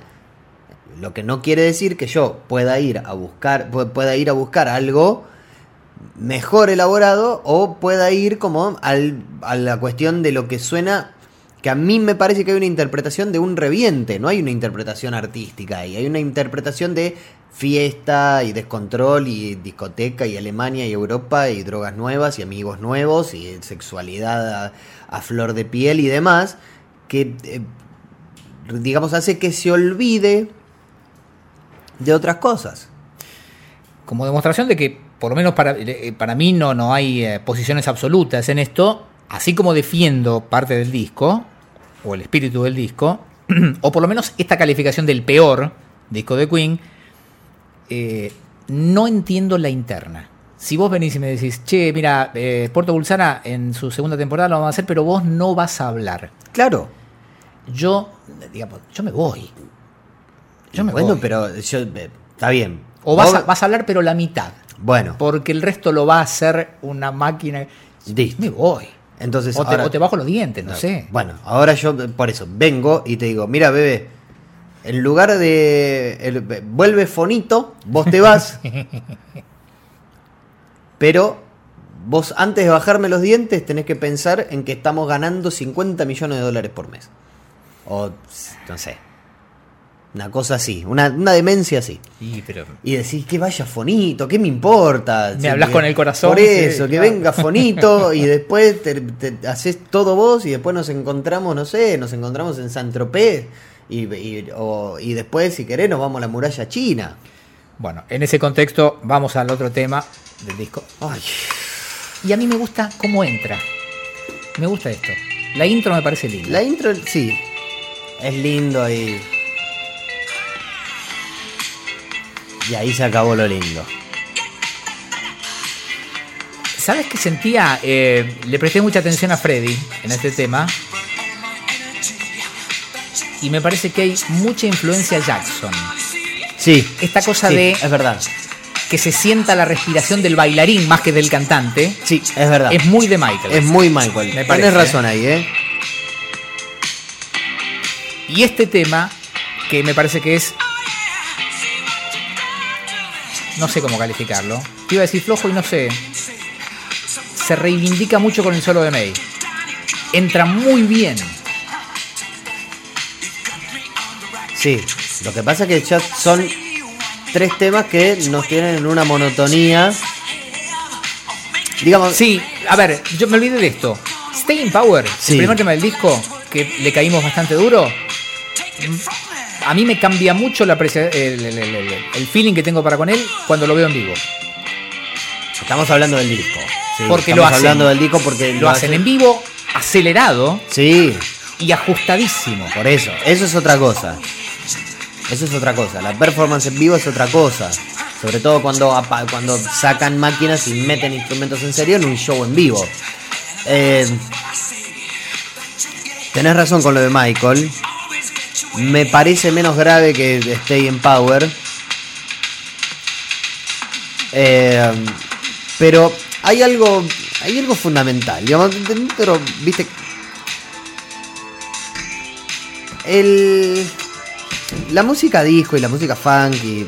[SPEAKER 2] Lo que no quiere decir que yo pueda ir a buscar, pu- pueda ir a buscar algo mejor elaborado o pueda ir como al- a la cuestión de lo que suena, que a mí me parece que hay una interpretación de un reviente, no hay una interpretación artística ahí, hay una interpretación de fiesta y descontrol y discoteca y Alemania y Europa y drogas nuevas y amigos nuevos y sexualidad a, a flor de piel y demás, que eh, digamos hace que se olvide de otras cosas.
[SPEAKER 1] Como demostración de que, por lo menos para, eh, para mí, no, no hay eh, posiciones absolutas en esto, así como defiendo parte del disco, o el espíritu del disco, o por lo menos esta calificación del peor disco de Queen, eh, no entiendo la interna. Si vos venís y me decís, che, mira, eh, Puerto Bulsara en su segunda temporada lo vamos a hacer, pero vos no vas a hablar.
[SPEAKER 2] Claro.
[SPEAKER 1] Yo, digamos, yo me voy. Yo me
[SPEAKER 2] bueno,
[SPEAKER 1] voy.
[SPEAKER 2] pero yo, eh, está bien.
[SPEAKER 1] O vas
[SPEAKER 2] Vos-
[SPEAKER 1] a, vas a hablar, pero la mitad.
[SPEAKER 2] Bueno,
[SPEAKER 1] Porque el resto lo va a hacer una máquina.
[SPEAKER 2] Listo.
[SPEAKER 1] Me voy.
[SPEAKER 2] entonces
[SPEAKER 1] O te,
[SPEAKER 2] ahora-
[SPEAKER 1] o te bajo los dientes, no sé.
[SPEAKER 2] Bueno, ahora yo eh, por eso vengo y te digo, mira bebé, en lugar de el- eh, vuelve fonito, vos te vas, pero vos antes de bajarme los dientes tenés que pensar en que estamos ganando 50 millones de dólares por mes. O s- no sé. Una cosa así, una, una demencia así.
[SPEAKER 1] Y, pero
[SPEAKER 2] Y decís que vaya Fonito, ¿qué me importa?
[SPEAKER 1] Me hablás
[SPEAKER 2] que-
[SPEAKER 1] con el corazón,
[SPEAKER 2] Por
[SPEAKER 1] sí,
[SPEAKER 2] eso, que
[SPEAKER 1] claro.
[SPEAKER 2] venga Fonito y después te, te haces todo vos y después nos encontramos, no sé, nos encontramos en San Tropez y, y- o- y después, si querés, nos vamos a la muralla china.
[SPEAKER 1] Bueno, en ese contexto vamos al otro tema del disco.
[SPEAKER 2] Ay,
[SPEAKER 1] Y a mí me gusta cómo entra. Me gusta esto. La intro me parece linda.
[SPEAKER 2] la intro, sí, es lindo y. Y ahí se acabó lo lindo.
[SPEAKER 1] ¿Sabes qué sentía? Eh, le presté mucha atención a Freddy en este tema. Y me parece que hay mucha influencia Jackson.
[SPEAKER 2] Sí,
[SPEAKER 1] Esta cosa
[SPEAKER 2] sí,
[SPEAKER 1] de-
[SPEAKER 2] Es verdad.
[SPEAKER 1] Que se sienta la respiración del bailarín más que del cantante.
[SPEAKER 2] Sí, es verdad.
[SPEAKER 1] Es muy de Michael.
[SPEAKER 2] Es muy Michael.
[SPEAKER 1] Me parece,
[SPEAKER 2] Tienes razón ahí, ¿eh?
[SPEAKER 1] Y este tema, que me parece que es. No sé cómo calificarlo. Te iba a decir flojo y no sé. Se reivindica mucho con el solo de May. Entra muy bien.
[SPEAKER 2] Sí, lo que pasa es que ya son tres temas que nos tienen una monotonía. Digamos,
[SPEAKER 1] Sí, a ver, yo me olvidé de esto. Stay in Power,
[SPEAKER 2] Sí.
[SPEAKER 1] el primer tema del disco, que le caímos bastante duro. A mí me cambia mucho la aprecia- el, el- el- el- el feeling que tengo para con él cuando lo veo en vivo.
[SPEAKER 2] estamos hablando del disco. Sí,
[SPEAKER 1] Porque lo
[SPEAKER 2] estamos
[SPEAKER 1] hacen.
[SPEAKER 2] hablando del disco porque
[SPEAKER 1] Lo hacen en vivo, acelerado
[SPEAKER 2] Sí,
[SPEAKER 1] y ajustadísimo.
[SPEAKER 2] por eso. Eso es otra cosa. Eso es otra cosa. La performance en vivo es otra cosa. Sobre todo cuando, apa- cuando sacan máquinas y meten instrumentos en serio en un show en vivo. Eh, tenés razón con lo de Michael. Me parece menos grave que Stay in Power. Eh, pero hay algo. Hay algo fundamental. Digamos, dentro, viste. El. La música disco y la música funk y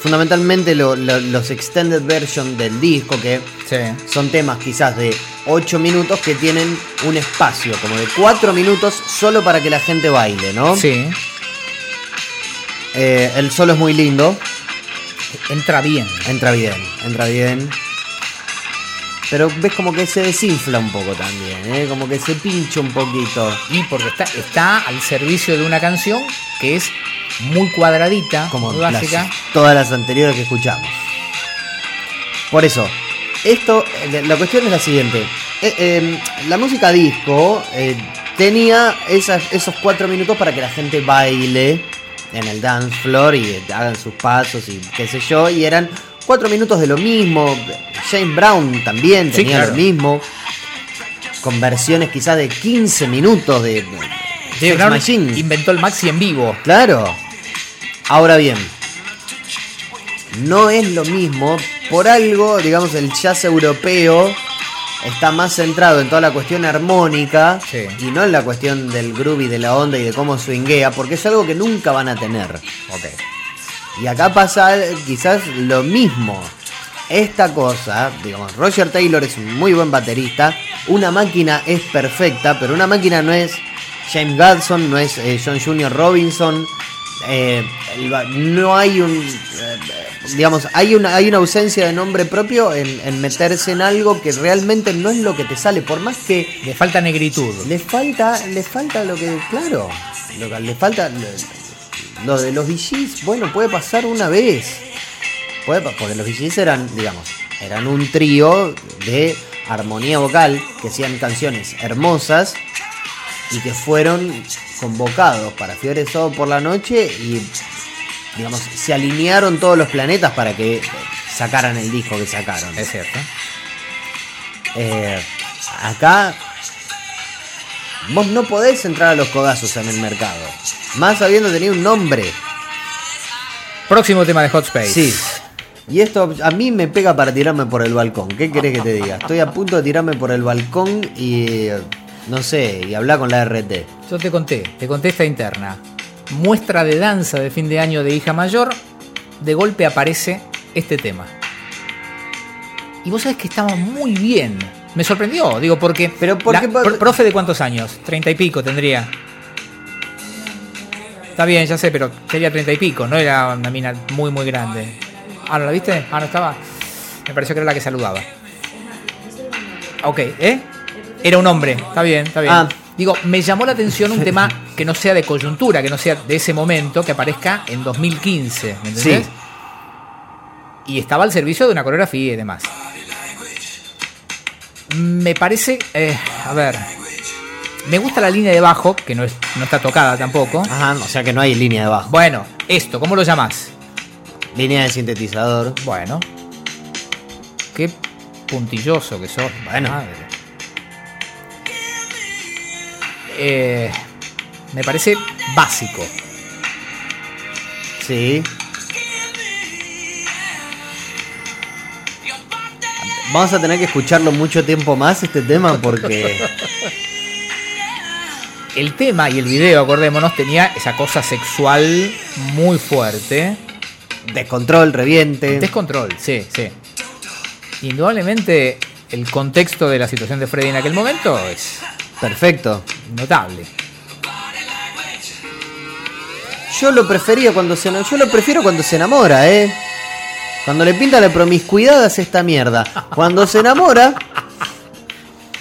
[SPEAKER 2] fundamentalmente lo- lo- los extended version del disco que
[SPEAKER 1] Sí.
[SPEAKER 2] son temas quizás de 8 minutos que tienen un espacio como de 4 minutos solo para que la gente baile, ¿no?
[SPEAKER 1] Sí.
[SPEAKER 2] Eh, el solo es muy lindo,
[SPEAKER 1] Entra bien.
[SPEAKER 2] entra bien, entra bien. Pero ves como que se desinfla un poco también, ¿eh? como que se pincha un poquito.
[SPEAKER 1] Y porque está, está al servicio de una canción que es muy cuadradita,
[SPEAKER 2] como
[SPEAKER 1] muy
[SPEAKER 2] las-
[SPEAKER 1] básica.
[SPEAKER 2] todas las anteriores que escuchamos. Por eso, esto, eh, la cuestión es la siguiente. Eh, eh, la música disco eh, tenía esas- esos cuatro minutos para que la gente baile en el dance floor y eh, hagan sus pasos y qué sé yo, y eran cuatro minutos de lo mismo. James Brown también
[SPEAKER 1] Sí,
[SPEAKER 2] tenía
[SPEAKER 1] claro.
[SPEAKER 2] lo mismo. Con versiones quizás de 15 minutos de, de
[SPEAKER 1] Dave
[SPEAKER 2] Sex
[SPEAKER 1] Brown
[SPEAKER 2] Machine.
[SPEAKER 1] inventó el maxi en vivo.
[SPEAKER 2] Claro. Ahora bien, no es lo mismo. Por algo, digamos, el jazz europeo está más centrado en toda la cuestión armónica
[SPEAKER 1] Sí.
[SPEAKER 2] y no en la cuestión del groove y de la onda y de cómo swinguea, porque es algo que nunca van a tener. Y acá pasa eh, quizás lo mismo. Esta cosa, digamos, Roger Taylor es un muy buen baterista, una máquina es perfecta, pero una máquina no es James Gadsden, no es eh, John Junior Robinson, eh, el ba- no hay un, eh, digamos, hay una, hay una ausencia de nombre propio en, en meterse en algo que realmente no es lo que te sale, por más que
[SPEAKER 1] Le falta negritud.
[SPEAKER 2] le falta, le falta lo que, claro, lo que le falta, lo, lo de los VGs, bueno, puede pasar una vez. Puede, pa- porque los VGs eran, digamos, eran un trío de armonía vocal que hacían canciones hermosas y que fueron convocados para Fiore Sábado por la noche y digamos se alinearon todos los planetas para que sacaran el disco que sacaron.
[SPEAKER 1] Es cierto.
[SPEAKER 2] Eh, acá vos no podés entrar a los codazos en el mercado, más habiendo tenido un nombre.
[SPEAKER 1] Próximo tema de Hot Space.
[SPEAKER 2] Sí. Y esto a mí me pega para tirarme por el balcón. ¿Qué querés que te diga? Estoy a punto de tirarme por el balcón y no sé, y hablar con la RT.
[SPEAKER 1] Yo te conté, te conté esta interna. Muestra de danza de fin de año de hija mayor, de golpe aparece este tema. Y vos sabés que estaba muy bien. Me sorprendió, digo, porque.
[SPEAKER 2] Pero porque-
[SPEAKER 1] la- pr- ¿Profe de cuántos años? Treinta y pico tendría. Está bien, ya sé, pero sería treinta y pico, no era una mina muy, muy grande. Ah, ¿no la viste? Ah, no estaba. Me pareció que era la que saludaba. Ok, ¿eh? Era un hombre, está bien, está bien.
[SPEAKER 2] Ah.
[SPEAKER 1] Digo, me llamó la atención un tema que no sea de coyuntura, que no sea de ese momento, que aparezca en 2015, ¿me entendés?
[SPEAKER 2] Sí.
[SPEAKER 1] Y estaba al servicio de una coreografía y demás. Me parece, eh, a ver, me gusta la línea de bajo, que no, es, no está tocada tampoco.
[SPEAKER 2] Ajá, o sea que no hay línea de bajo.
[SPEAKER 1] Bueno, esto, ¿cómo lo llamás?
[SPEAKER 2] Línea de sintetizador.
[SPEAKER 1] Bueno. Qué puntilloso que sos.
[SPEAKER 2] Bueno.
[SPEAKER 1] madre. Eh, me parece básico.
[SPEAKER 2] Sí. Vamos a tener que escucharlo mucho tiempo más este tema porque
[SPEAKER 1] El tema y el video, acordémonos, tenía esa cosa sexual muy fuerte.
[SPEAKER 2] descontrol, reviente.
[SPEAKER 1] Descontrol, sí, sí. Indudablemente el contexto de la situación de Freddy en aquel momento es
[SPEAKER 2] Perfecto.
[SPEAKER 1] notable.
[SPEAKER 2] Yo lo prefería cuando se eno- yo lo prefiero cuando se enamora, eh. Cuando le pinta la promiscuidad hace esta mierda. Cuando se enamora,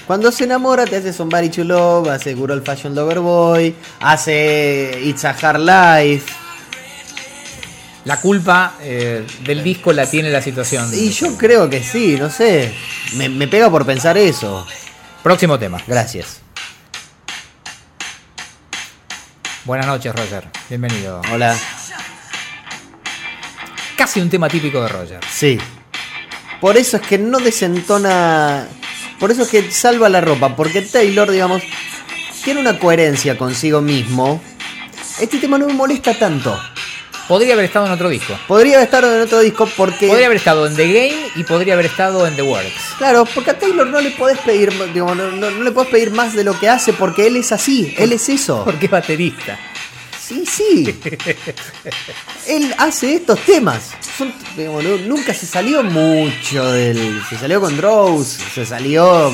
[SPEAKER 2] cuando se enamora te hace Somebody to Love, hace Good Old Fashioned Lover Boy, hace It's a Hard Life.
[SPEAKER 1] La culpa eh, del disco la tiene la situación.
[SPEAKER 2] Y yo creo que sí, no sé. Me, me pega por pensar eso.
[SPEAKER 1] Próximo tema.
[SPEAKER 2] Gracias.
[SPEAKER 1] Buenas noches, Roger. Bienvenido.
[SPEAKER 2] Hola.
[SPEAKER 1] Casi un tema típico de Roger.
[SPEAKER 2] Sí. Por eso es que no desentona. Por eso es que salva la ropa. Porque Taylor, digamos, tiene una coherencia consigo mismo. Este tema no me molesta tanto.
[SPEAKER 1] Podría haber estado en otro disco.
[SPEAKER 2] Podría estar en otro disco porque.
[SPEAKER 1] Podría haber estado en The Game y podría haber estado en The Works.
[SPEAKER 2] Claro, porque a Taylor no le podés pedir, digo, no, no- no le podés pedir más de lo que hace porque él es así, él es eso.
[SPEAKER 1] Porque es baterista.
[SPEAKER 2] Sí, sí. Él hace estos temas. Son- digamos, no- nunca se salió mucho del. Se salió con Rose, se salió.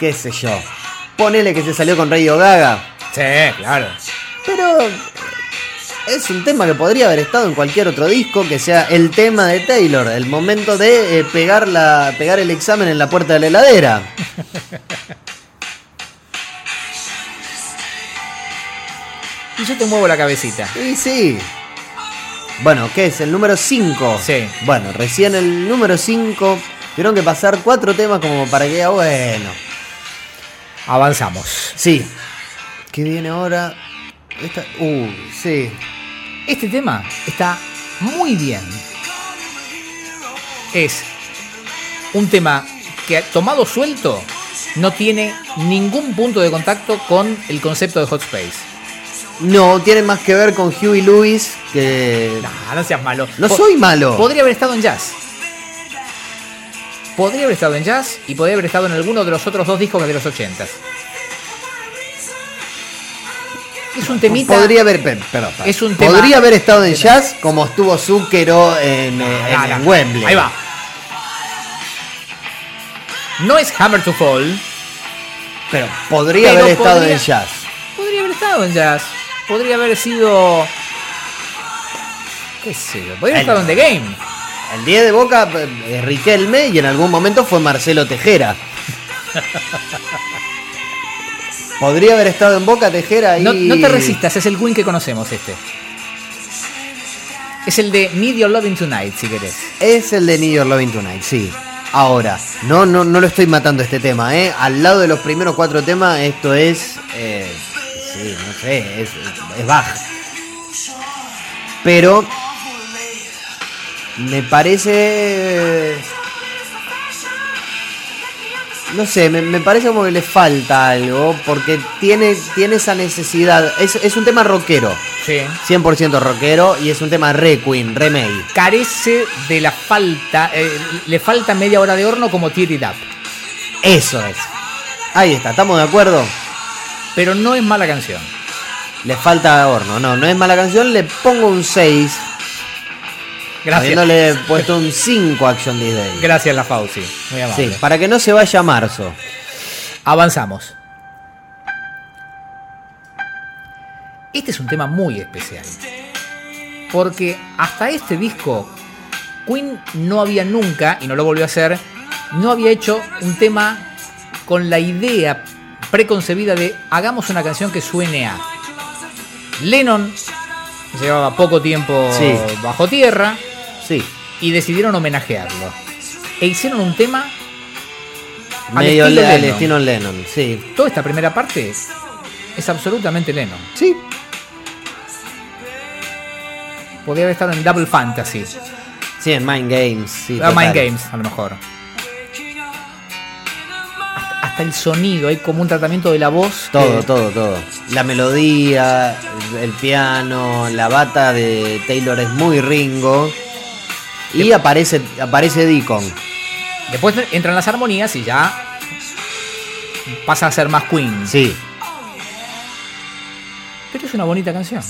[SPEAKER 2] qué sé yo. Ponele que se salió con Radio Gaga.
[SPEAKER 1] Sí, claro.
[SPEAKER 2] Pero. eh, Es un tema que podría haber estado en cualquier otro disco que sea el tema de Taylor, el momento de eh, pegar, la, pegar el examen en la puerta de la heladera.
[SPEAKER 1] Y yo te muevo la cabecita.
[SPEAKER 2] Y sí. Bueno, ¿qué es? El número 5.
[SPEAKER 1] Sí.
[SPEAKER 2] Bueno, recién el número 5. Tuvieron que pasar cuatro temas como para que diga, bueno.
[SPEAKER 1] Avanzamos.
[SPEAKER 2] Sí. ¿Qué viene ahora? Esta... Uh, sí.
[SPEAKER 1] Este tema está muy bien. Es un tema que tomado suelto no tiene ningún punto de contacto con el concepto de Hot Space.
[SPEAKER 2] No, tiene más que ver con Huey Lewis que.
[SPEAKER 1] Nah, no seas malo.
[SPEAKER 2] No
[SPEAKER 1] Po-
[SPEAKER 2] soy malo.
[SPEAKER 1] Podría haber estado en jazz. Podría haber estado en jazz y podría haber estado en alguno de los otros dos discos de los 80. Es un temita.
[SPEAKER 2] Podría haber, per- perdón, perdón.
[SPEAKER 1] Es un tema-
[SPEAKER 2] Podría haber estado en jazz como estuvo Zucchero en, eh, en-
[SPEAKER 1] Ah,
[SPEAKER 2] en
[SPEAKER 1] no.
[SPEAKER 2] Wembley.
[SPEAKER 1] Ahí va. No es Hammer to Fall.
[SPEAKER 2] Pero podría
[SPEAKER 1] Pero
[SPEAKER 2] haber estado
[SPEAKER 1] podría-
[SPEAKER 2] en jazz.
[SPEAKER 1] Podría haber estado en jazz. Podría haber sido. ¿Qué sé yo? Podría haber
[SPEAKER 2] Ay,
[SPEAKER 1] estado en
[SPEAKER 2] no.
[SPEAKER 1] The Game.
[SPEAKER 2] El 10 de Boca eh, es Riquelme y en algún momento fue Marcelo Tejera. Podría haber estado en Boca Tejera ahí.
[SPEAKER 1] No, no te resistas, es el Queen que conocemos este. Es el de Need Your Loving Tonight, si querés.
[SPEAKER 2] Es el de New York Loving Tonight, sí. Ahora, no, no, no lo estoy matando este tema, ¿eh? Al lado de los primeros cuatro temas, esto es Eh, sí, no sé, es, es Bach. Pero me parece. No sé, me, me parece como que le falta algo, porque tiene, tiene esa necesidad. Es, es un tema rockero,
[SPEAKER 1] Sí.
[SPEAKER 2] 100% rockero, y es un tema re Queen, re May.
[SPEAKER 1] Carece de la falta, eh, le falta media hora de horno como Tear It Up.
[SPEAKER 2] Eso es. Ahí está, ¿estamos de acuerdo?
[SPEAKER 1] Pero no es mala canción.
[SPEAKER 2] Le falta horno, no, no es mala canción, le pongo un 6,
[SPEAKER 1] Gracias.
[SPEAKER 2] habiéndole puesto un 5 a Action Disney.
[SPEAKER 1] Gracias, La Fauci. Muy amable.
[SPEAKER 2] Sí, para que no se vaya a marzo.
[SPEAKER 1] Avanzamos. Este es un tema muy especial. Porque hasta este disco, Queen no había nunca, y no lo volvió a hacer, no había hecho un tema con la idea preconcebida de hagamos una canción que suene a. Lennon llevaba poco tiempo
[SPEAKER 2] Sí.
[SPEAKER 1] bajo tierra
[SPEAKER 2] Sí,
[SPEAKER 1] y decidieron homenajearlo. E hicieron un tema Al
[SPEAKER 2] medio
[SPEAKER 1] estilo
[SPEAKER 2] le- al
[SPEAKER 1] Lennon.
[SPEAKER 2] estilo Lennon, sí.
[SPEAKER 1] Toda esta primera parte es absolutamente Lennon.
[SPEAKER 2] Sí,
[SPEAKER 1] Podría haber estado en Double Fantasy,
[SPEAKER 2] sí, en Mind Games. Sí,
[SPEAKER 1] Ah, Mind
[SPEAKER 2] total.
[SPEAKER 1] Games, a lo mejor. Hasta, hasta el sonido, hay como un tratamiento de la voz.
[SPEAKER 2] Todo,
[SPEAKER 1] que-
[SPEAKER 2] todo, todo. La melodía, el piano, la bata de Taylor es muy ringo. Y aparece, aparece Deacon.
[SPEAKER 1] Después entran las armonías y ya pasa a ser más Queen.
[SPEAKER 2] Sí,
[SPEAKER 1] Pero es una bonita canción.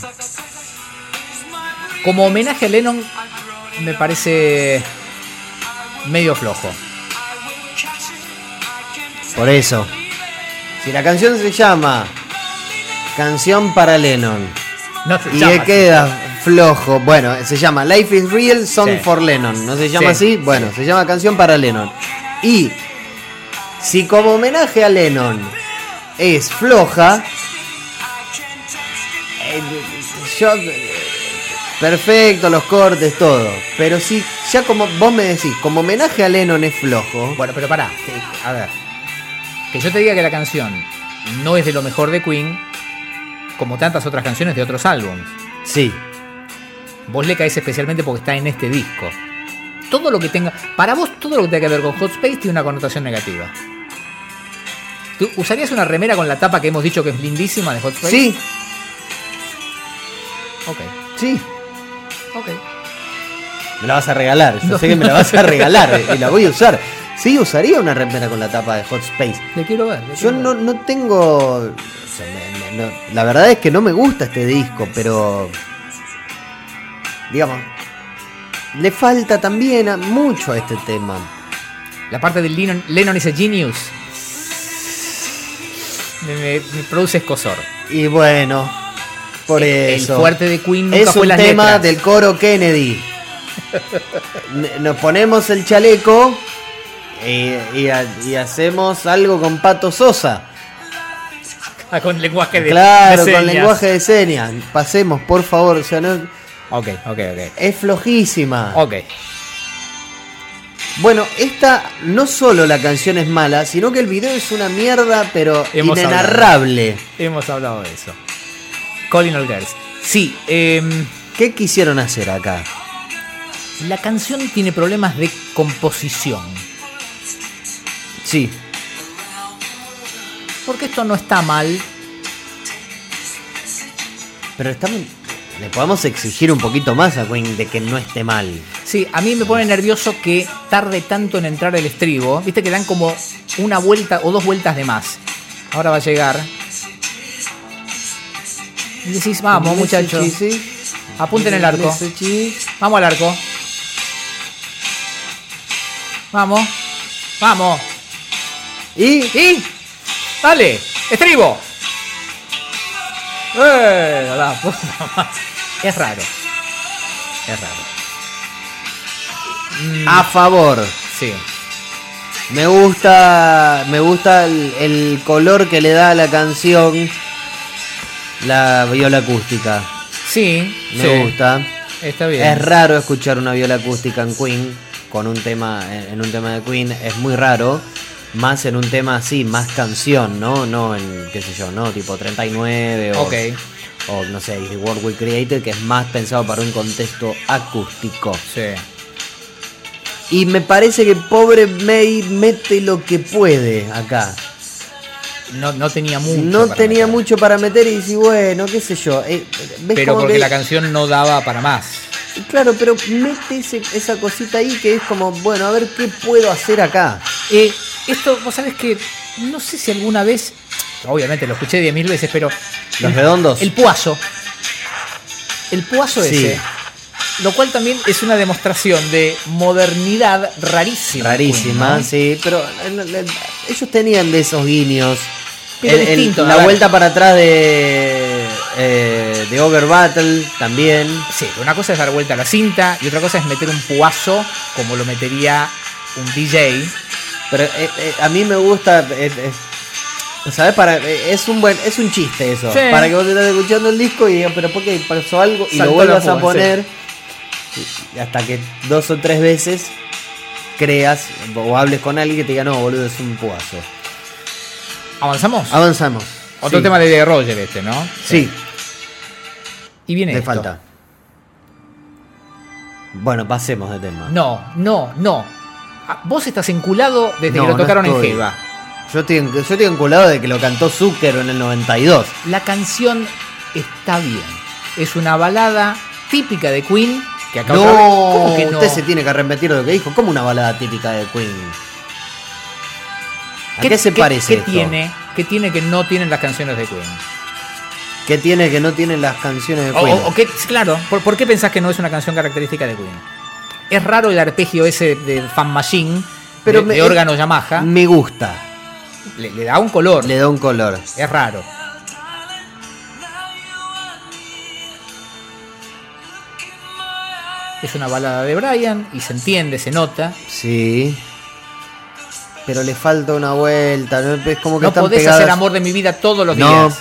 [SPEAKER 1] Como homenaje a Lennon, me parece medio flojo.
[SPEAKER 2] por eso. Si la canción se llama Canción para Lennon
[SPEAKER 1] No se
[SPEAKER 2] y
[SPEAKER 1] llama
[SPEAKER 2] le
[SPEAKER 1] así.
[SPEAKER 2] queda flojo, bueno, se llama Life is Real
[SPEAKER 1] Sí.
[SPEAKER 2] Song for Lennon, ¿no se llama
[SPEAKER 1] Sí.
[SPEAKER 2] así? Bueno, se llama Canción para Lennon. Y si como homenaje a Lennon es floja, eh, yo... Perfecto, los cortes, todo. Pero si ya como vos me decís, como homenaje a Lennon es flojo,
[SPEAKER 1] Bueno, pero pará. que- A ver. Que yo te diga que la canción no es de lo mejor de Queen, como tantas otras canciones de otros álbumes.
[SPEAKER 2] sí,
[SPEAKER 1] Vos le caes especialmente porque está en este disco. Todo lo que tenga. Para vos, todo lo que tenga que ver con Hot Space tiene una connotación negativa. ¿Tú usarías una remera con la tapa que hemos dicho que es lindísima de Hot Space?
[SPEAKER 2] sí,
[SPEAKER 1] Ok,
[SPEAKER 2] sí.
[SPEAKER 1] ok.
[SPEAKER 2] Me la vas a regalar, yo
[SPEAKER 1] No,
[SPEAKER 2] sé que me la
[SPEAKER 1] no.
[SPEAKER 2] vas a regalar eh, y la voy a usar. Sí, usaría una remera con la tapa de Hot Space.
[SPEAKER 1] Le quiero ver. le
[SPEAKER 2] Yo
[SPEAKER 1] quiero
[SPEAKER 2] no,
[SPEAKER 1] ver.
[SPEAKER 2] no tengo. o sea, me- me- no- la verdad es que no me gusta este disco, pero. Digamos. Le falta también a- mucho a este tema.
[SPEAKER 1] La parte de Lennon, Lennon is a genius. Me, me- me produce escosor.
[SPEAKER 2] Y bueno, por
[SPEAKER 1] El-
[SPEAKER 2] eso.
[SPEAKER 1] El fuerte de Queen nunca
[SPEAKER 2] es
[SPEAKER 1] fue
[SPEAKER 2] un
[SPEAKER 1] las
[SPEAKER 2] tema
[SPEAKER 1] letras.
[SPEAKER 2] del coro Kennedy. N- Nos ponemos el chaleco y, y ha- y hacemos algo con Pato Sosa.
[SPEAKER 1] Ah, con lenguaje de
[SPEAKER 2] Claro,
[SPEAKER 1] de
[SPEAKER 2] con
[SPEAKER 1] señas.
[SPEAKER 2] lenguaje de señas. Pasemos, por favor. O sea, no-
[SPEAKER 1] Ok, ok, ok.
[SPEAKER 2] es flojísima.
[SPEAKER 1] Ok.
[SPEAKER 2] Bueno, esta no solo la canción es mala, sino que el video es una mierda, pero
[SPEAKER 1] Hemos
[SPEAKER 2] inenarrable.
[SPEAKER 1] Hemos hablado de eso. Colin Girls. Sí, em,
[SPEAKER 2] ¿Qué quisieron hacer acá?
[SPEAKER 1] la canción tiene problemas de composición.
[SPEAKER 2] Sí,
[SPEAKER 1] Porque esto no está mal.
[SPEAKER 2] pero estamos. Le podemos exigir un poquito más a Queen de que no esté mal.
[SPEAKER 1] Sí, a mí me pone nervioso que tarde tanto en entrar el estribo. Viste que dan como una vuelta o dos vueltas de más. Ahora va a llegar. Y decís, vamos muchachos, apunten el arco. Vamos al arco. Vamos. Vamos.
[SPEAKER 2] Y
[SPEAKER 1] Y. Dale. Estribo. Eh, la puta madre. Es raro. Es raro.
[SPEAKER 2] a favor.
[SPEAKER 1] Ah, Sí.
[SPEAKER 2] Me gusta. Me gusta el, el color que le da a la canción. La viola acústica.
[SPEAKER 1] Sí.
[SPEAKER 2] Me
[SPEAKER 1] sí.
[SPEAKER 2] gusta.
[SPEAKER 1] Está bien.
[SPEAKER 2] Es raro escuchar una viola acústica en Queen con un tema en un tema de Queen, es muy raro. más en un tema así, más canción, ¿no? No en, qué sé yo, ¿no? Tipo 39 o,
[SPEAKER 1] Ok.
[SPEAKER 2] o no sé, The World We Created, que es más pensado para un contexto acústico.
[SPEAKER 1] Sí.
[SPEAKER 2] Y me parece que pobre May mete lo que puede acá.
[SPEAKER 1] No, no tenía mucho.
[SPEAKER 2] no
[SPEAKER 1] para
[SPEAKER 2] tenía
[SPEAKER 1] meter.
[SPEAKER 2] mucho para meter y dice, bueno, qué sé yo. eh, ¿ves
[SPEAKER 1] Pero
[SPEAKER 2] cómo
[SPEAKER 1] porque
[SPEAKER 2] que-
[SPEAKER 1] la canción no daba para más.
[SPEAKER 2] Y Claro, pero mete ese- esa cosita ahí que es como, bueno, a ver qué puedo hacer acá.
[SPEAKER 1] Eh, esto, vos sabés que no sé si alguna vez, obviamente lo escuché 10.000 veces, pero.
[SPEAKER 2] Los
[SPEAKER 1] el-
[SPEAKER 2] redondos.
[SPEAKER 1] El puazo. El puazo
[SPEAKER 2] Sí.
[SPEAKER 1] ese. Lo cual también es una demostración de modernidad rarísima.
[SPEAKER 2] Rarísima,
[SPEAKER 1] ¿no?
[SPEAKER 2] sí, pero el- el- el- ellos tenían de esos guiños.
[SPEAKER 1] Pero distinto, a
[SPEAKER 2] la
[SPEAKER 1] ver.
[SPEAKER 2] vuelta para atrás de, eh, de Ogre Battle también.
[SPEAKER 1] Sí, una cosa es dar vuelta a la cinta y otra cosa es meter un puazo como lo metería un DJ.
[SPEAKER 2] Pero eh, eh, a mí me gusta. eh, eh, ¿Sabes? Para, eh, es un buen es un chiste eso.
[SPEAKER 1] Sí.
[SPEAKER 2] Para que vos estás escuchando el disco y digas, pero ¿por qué pasó algo?
[SPEAKER 1] Saltó
[SPEAKER 2] Y
[SPEAKER 1] la
[SPEAKER 2] lo vuelvas a
[SPEAKER 1] fuga,
[SPEAKER 2] poner. y- y hasta que dos o tres veces creas o hables con alguien que te diga, no, boludo, es un puazo.
[SPEAKER 1] ¿Avanzamos?
[SPEAKER 2] Avanzamos.
[SPEAKER 1] Otro
[SPEAKER 2] Ah, Sí.
[SPEAKER 1] tema de The Roger este, ¿no?
[SPEAKER 2] Sí,
[SPEAKER 1] Y viene
[SPEAKER 2] me
[SPEAKER 1] esto.
[SPEAKER 2] falta. Bueno, pasemos de tema.
[SPEAKER 1] No, no, no. Ah, Vos estás enculado desde
[SPEAKER 2] No,
[SPEAKER 1] que lo
[SPEAKER 2] no
[SPEAKER 1] tocaron en
[SPEAKER 2] estoy.
[SPEAKER 1] Jeva.
[SPEAKER 2] Yo estoy, en- yo estoy enculado de que lo cantó Zucker en el 92.
[SPEAKER 1] La canción está bien. Es una balada típica de Queen que acá
[SPEAKER 2] No,
[SPEAKER 1] otra vez- ¿Cómo que no?
[SPEAKER 2] usted se tiene que arrepentir de lo que dijo. Como una balada típica de Queen. ¿A qué, se parece
[SPEAKER 1] ¿Qué
[SPEAKER 2] esto?
[SPEAKER 1] tiene? ¿Qué tiene que no tienen las canciones de Queen?
[SPEAKER 2] ¿Qué tiene que no tienen las canciones de
[SPEAKER 1] O-
[SPEAKER 2] Queen?
[SPEAKER 1] o- o qué- claro, ¿por, por qué pensás que no es una canción característica de Queen? Es raro el arpegio ese de Fan Machine,
[SPEAKER 2] Pero
[SPEAKER 1] de,
[SPEAKER 2] me- eh,
[SPEAKER 1] de órgano Yamaha,
[SPEAKER 2] Me gusta.
[SPEAKER 1] le, le da un color,
[SPEAKER 2] Le da un color.
[SPEAKER 1] es raro. Es una balada de Brian y se entiende, se nota.
[SPEAKER 2] Sí. Pero le falta una vuelta. ¿no? Es como que
[SPEAKER 1] No
[SPEAKER 2] están
[SPEAKER 1] podés
[SPEAKER 2] pegadas.
[SPEAKER 1] hacer amor de mi vida todos los
[SPEAKER 2] No.
[SPEAKER 1] días.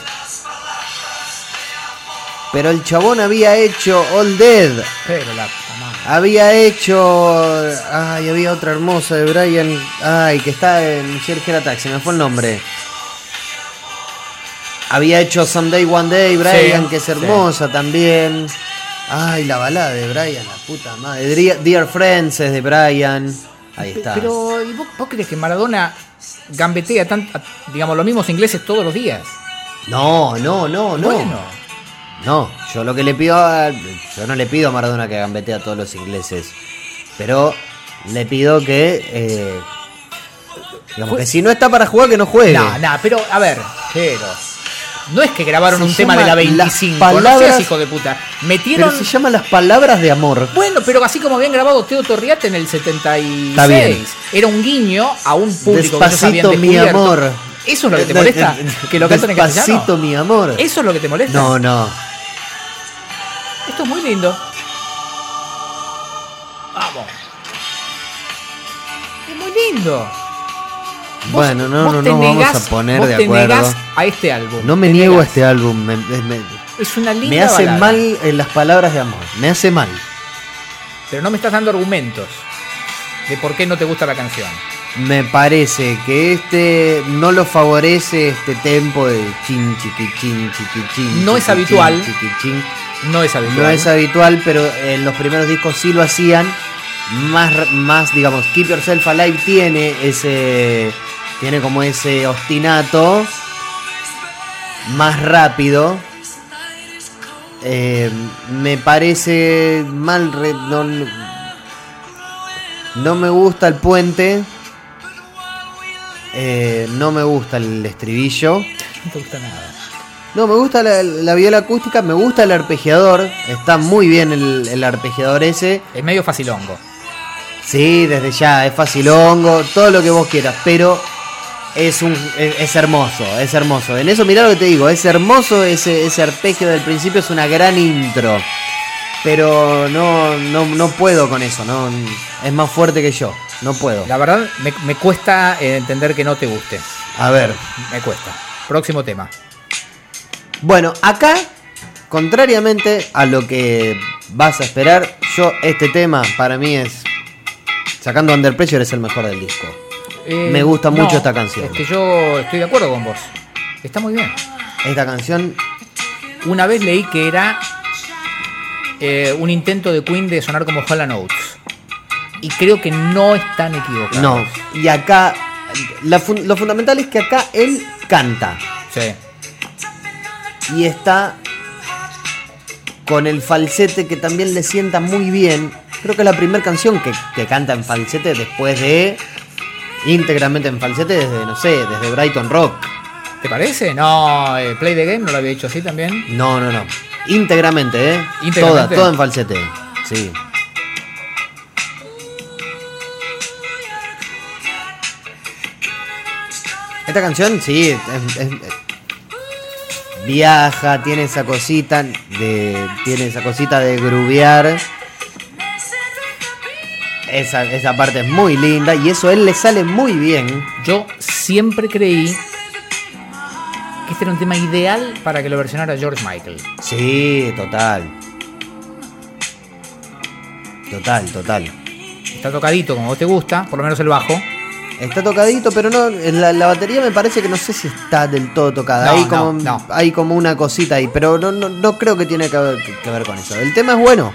[SPEAKER 2] Pero el chabón había hecho All Dead.
[SPEAKER 1] Pero la puta madre.
[SPEAKER 2] Había hecho. Ay, había otra hermosa de Brian. Ay, que está en Michelle Attack, se me fue el nombre. Había hecho Someday One Day, Brian,
[SPEAKER 1] Sí,
[SPEAKER 2] que es
[SPEAKER 1] sí.
[SPEAKER 2] hermosa también. Ay, la balada de Brian, la puta madre. Dear, Dear Friends es de Brian. Ahí está.
[SPEAKER 1] Pero ¿y vos, vos crees que Maradona gambetea tan, a- digamos, los mismos ingleses todos los días?
[SPEAKER 2] No, no, no, no.
[SPEAKER 1] Bueno,
[SPEAKER 2] No, yo lo que le pido a, Yo no le pido a Maradona que gambete a todos los ingleses. Pero le pido que. eh, digamos que si no está para jugar, que no juegue.
[SPEAKER 1] nada, nada, pero a ver, pero no es que grabaron
[SPEAKER 2] Se
[SPEAKER 1] un tema de la
[SPEAKER 2] llama
[SPEAKER 1] 25,
[SPEAKER 2] Las
[SPEAKER 1] no
[SPEAKER 2] Palabras-
[SPEAKER 1] seas hijo de puta.
[SPEAKER 2] Pero
[SPEAKER 1] Metieron
[SPEAKER 2] se llama Las Palabras de Amor.
[SPEAKER 1] Bueno, pero así como habían grabado Teo Torriate en el 76,
[SPEAKER 2] Está bien.
[SPEAKER 1] era un guiño a un público que ellos habían
[SPEAKER 2] Despacito, mi
[SPEAKER 1] descubierto.
[SPEAKER 2] amor.
[SPEAKER 1] ¿Eso es lo que te molesta? ¿Que lo cantan en
[SPEAKER 2] Despacito,
[SPEAKER 1] castellano?
[SPEAKER 2] mi amor.
[SPEAKER 1] ¿Eso es lo que te molesta?
[SPEAKER 2] No, no.
[SPEAKER 1] Esto es muy lindo. Vamos. Es muy lindo. Vos-
[SPEAKER 2] Bueno, no,
[SPEAKER 1] vos
[SPEAKER 2] no,
[SPEAKER 1] te
[SPEAKER 2] no vamos
[SPEAKER 1] negás-
[SPEAKER 2] a poner
[SPEAKER 1] vos
[SPEAKER 2] de
[SPEAKER 1] te
[SPEAKER 2] acuerdo.
[SPEAKER 1] negás a este álbum.
[SPEAKER 2] No me
[SPEAKER 1] Te
[SPEAKER 2] niego a
[SPEAKER 1] negás.
[SPEAKER 2] este álbum. Me, me- me-
[SPEAKER 1] Es una linda
[SPEAKER 2] me hace
[SPEAKER 1] balada,
[SPEAKER 2] mal eh, las palabras de amor. Me hace mal.
[SPEAKER 1] Pero no me estás dando argumentos de por qué no te gusta la canción.
[SPEAKER 2] Me parece que este no lo favorece este tempo de chin chiqui chin chiqui chin.
[SPEAKER 1] No es
[SPEAKER 2] chiqui,
[SPEAKER 1] habitual.
[SPEAKER 2] chin, chiqui, chin.
[SPEAKER 1] No es habitual.
[SPEAKER 2] No es habitual, pero en los primeros discos sí lo hacían. Más, más digamos, Keep Yourself Alive tiene ese. Tiene como ese ostinato. Más rápido. Eh, me parece mal. re- no, no me gusta el puente. Eh, no me gusta el estribillo.
[SPEAKER 1] No te gusta nada.
[SPEAKER 2] No, me gusta la, la viola acústica, me gusta el arpegiador, está muy bien el, el arpegiador ese.
[SPEAKER 1] Es medio facilongo.
[SPEAKER 2] Sí, desde ya, es facilongo, todo lo que vos quieras, pero es, un, es, es hermoso, es hermoso. En eso mirá lo que te digo, es hermoso ese, ese arpegio del principio, es una gran intro. Pero no, no, no puedo con eso, no, es más fuerte que yo, no puedo.
[SPEAKER 1] La verdad, me, me cuesta eh, entender que no te guste.
[SPEAKER 2] A ver,
[SPEAKER 1] Me cuesta. Próximo tema.
[SPEAKER 2] Bueno, acá, contrariamente a lo que vas a esperar, yo este tema para mí es, sacando Under Pressure, es el mejor del disco.
[SPEAKER 1] Eh,
[SPEAKER 2] Me gusta
[SPEAKER 1] no,
[SPEAKER 2] mucho esta canción.
[SPEAKER 1] Es que yo estoy de acuerdo con vos. Está muy bien.
[SPEAKER 2] Esta canción,
[SPEAKER 1] Una vez leí que era eh, un intento de Queen de sonar como Holland Oates. Y creo que no están equivocados.
[SPEAKER 2] no. Y acá, la fun- lo fundamental es que acá él canta.
[SPEAKER 1] Sí.
[SPEAKER 2] y está con el falsete que también le sienta muy bien. Creo que es la primera canción que, que canta en falsete después de íntegramente en falsete desde, no sé, desde Brighton Rock.
[SPEAKER 1] ¿Te parece? No, eh, Play the Game no lo había hecho así también.
[SPEAKER 2] No, no, no. Íntegramente, ¿eh?
[SPEAKER 1] Íntegramente.
[SPEAKER 2] Toda, toda en falsete. Sí. Esta canción, sí, es- es- es- viaja, tiene esa cosita de, tiene esa cosita de grubear. Esa, esa parte es muy linda y eso a él le sale muy bien.
[SPEAKER 1] Yo siempre creí que este era un tema ideal para que lo versionara George Michael.
[SPEAKER 2] Sí, total. Total, total.
[SPEAKER 1] Está tocadito como vos te gusta, por lo menos el bajo.
[SPEAKER 2] Está tocadito, pero no en la, la batería me parece que no sé si está del todo tocada.
[SPEAKER 1] No,
[SPEAKER 2] hay,
[SPEAKER 1] no,
[SPEAKER 2] como,
[SPEAKER 1] no.
[SPEAKER 2] hay como una cosita ahí, pero no, no, no creo que tiene que ver, que ver con eso. El tema es bueno.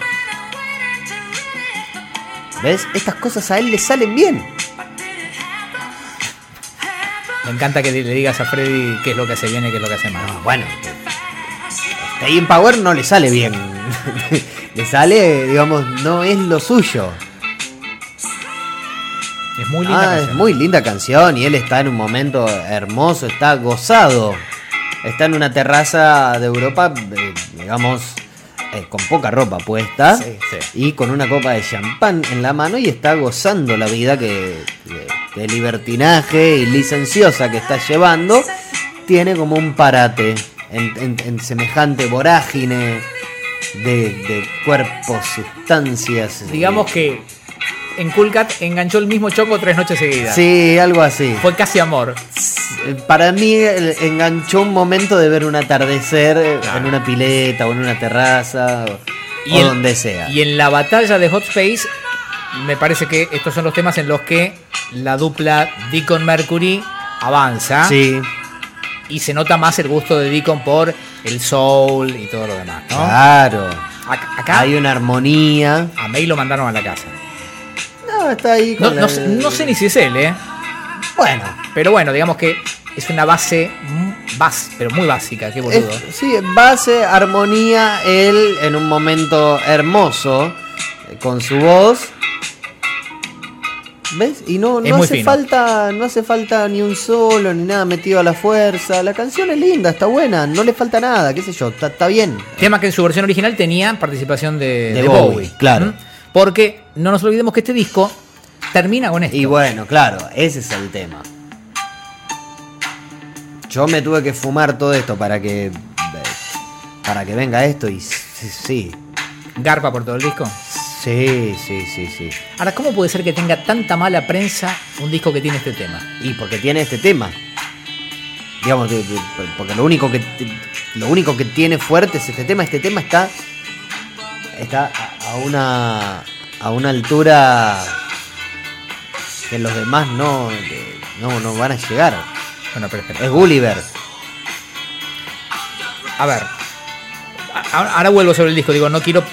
[SPEAKER 2] ¿Ves? Estas cosas a él le salen bien.
[SPEAKER 1] Me encanta que le le digas a Freddy qué es lo que hace bien y qué es lo que hace mal.
[SPEAKER 2] No, bueno. A Ian Power no le sale bien. le sale, digamos, no es lo suyo.
[SPEAKER 1] Es muy linda.
[SPEAKER 2] Ah, es
[SPEAKER 1] canción.
[SPEAKER 2] muy linda canción y él está en un momento hermoso, está gozado. Está en una terraza de Europa, eh, digamos, eh, con poca ropa puesta
[SPEAKER 1] Sí, sí.
[SPEAKER 2] y con una copa de champán en la mano y está gozando la vida que de, de libertinaje y licenciosa que está llevando. Tiene como un parate en, en- en semejante vorágine de, de cuerpos, sustancias. eh,
[SPEAKER 1] Digamos que en Cool Cat enganchó el mismo choco tres noches seguidas.
[SPEAKER 2] Sí, algo así.
[SPEAKER 1] Fue casi amor.
[SPEAKER 2] Eh, Para mí el- enganchó un momento de ver un atardecer eh,
[SPEAKER 1] Claro.
[SPEAKER 2] en una pileta o en una terraza o, o
[SPEAKER 1] en-
[SPEAKER 2] donde sea.
[SPEAKER 1] Y en la batalla de Hot Space, me parece que estos son los temas en los que la dupla Deacon Mercury avanza
[SPEAKER 2] Sí,
[SPEAKER 1] y se nota más el gusto de Deacon por el soul y todo lo demás, ¿no?
[SPEAKER 2] claro.
[SPEAKER 1] Ac- Acá
[SPEAKER 2] Hay una armonía.
[SPEAKER 1] a May lo mandaron a la casa.
[SPEAKER 2] No, está ahí.
[SPEAKER 1] No,
[SPEAKER 2] con
[SPEAKER 1] no
[SPEAKER 2] la-
[SPEAKER 1] sé- no sé ni si es él, ¿eh?
[SPEAKER 2] Bueno,
[SPEAKER 1] Pero bueno, digamos que es una base, mm, bas- pero muy básica, qué boludo.
[SPEAKER 2] es- sí, base, armonía, él en un momento hermoso eh, con su voz. ¿Ves? Y no,
[SPEAKER 1] Es
[SPEAKER 2] no
[SPEAKER 1] muy
[SPEAKER 2] hace
[SPEAKER 1] fino.
[SPEAKER 2] falta, no hace falta ni un solo, ni nada metido a la fuerza. La canción es linda, está buena, no le falta nada, qué sé yo, está, está bien.
[SPEAKER 1] Tema que en su versión original tenía participación de,
[SPEAKER 2] De
[SPEAKER 1] de Bowie.
[SPEAKER 2] Bowie, claro.
[SPEAKER 1] ¿Mm? Porque no nos olvidemos que este disco termina con esto.
[SPEAKER 2] Y bueno, claro, ese es el tema. Yo me tuve que fumar todo esto para que. eh, para que venga esto y sí, sí,
[SPEAKER 1] Garpa por todo el disco.
[SPEAKER 2] sí, sí, sí. sí.
[SPEAKER 1] Ahora, ¿cómo puede ser que tenga tanta mala prensa un disco que tiene este tema?
[SPEAKER 2] Y porque tiene este tema. Digamos, de- de- porque lo único que lo único que tiene fuerte es este tema. Este tema está. Está a- a una. a una altura que los demás no. no, no van a llegar.
[SPEAKER 1] Bueno, pero espera.
[SPEAKER 2] Es Gulliver.
[SPEAKER 1] A ver. A- Ahora, ahora vuelvo sobre el disco. Digo, no quiero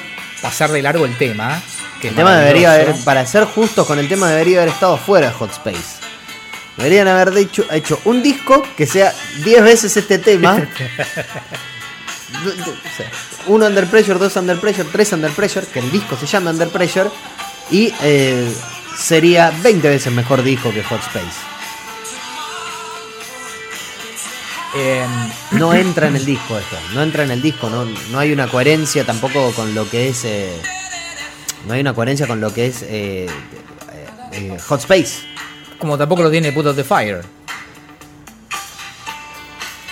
[SPEAKER 1] pasar de largo el tema. Que es
[SPEAKER 2] El tema debería haber,
[SPEAKER 1] maravilloso.
[SPEAKER 2] para ser justos con el tema, debería haber estado fuera de Hot Space. Deberían haber dicho- hecho un disco que sea 10 veces este tema. Du- du- o sea, Uno Under Pressure, dos Under Pressure, tres Under Pressure, que el disco se llama Under Pressure. Y eh, sería 20 veces mejor disco que Hot Space.
[SPEAKER 1] Eh,
[SPEAKER 2] No entra en el disco esto, no entra en el disco, no, no hay una coherencia tampoco con lo que es... eh, no hay una coherencia con lo que es eh, eh, eh, Hot Space.
[SPEAKER 1] como tampoco lo tiene Put of the Fire.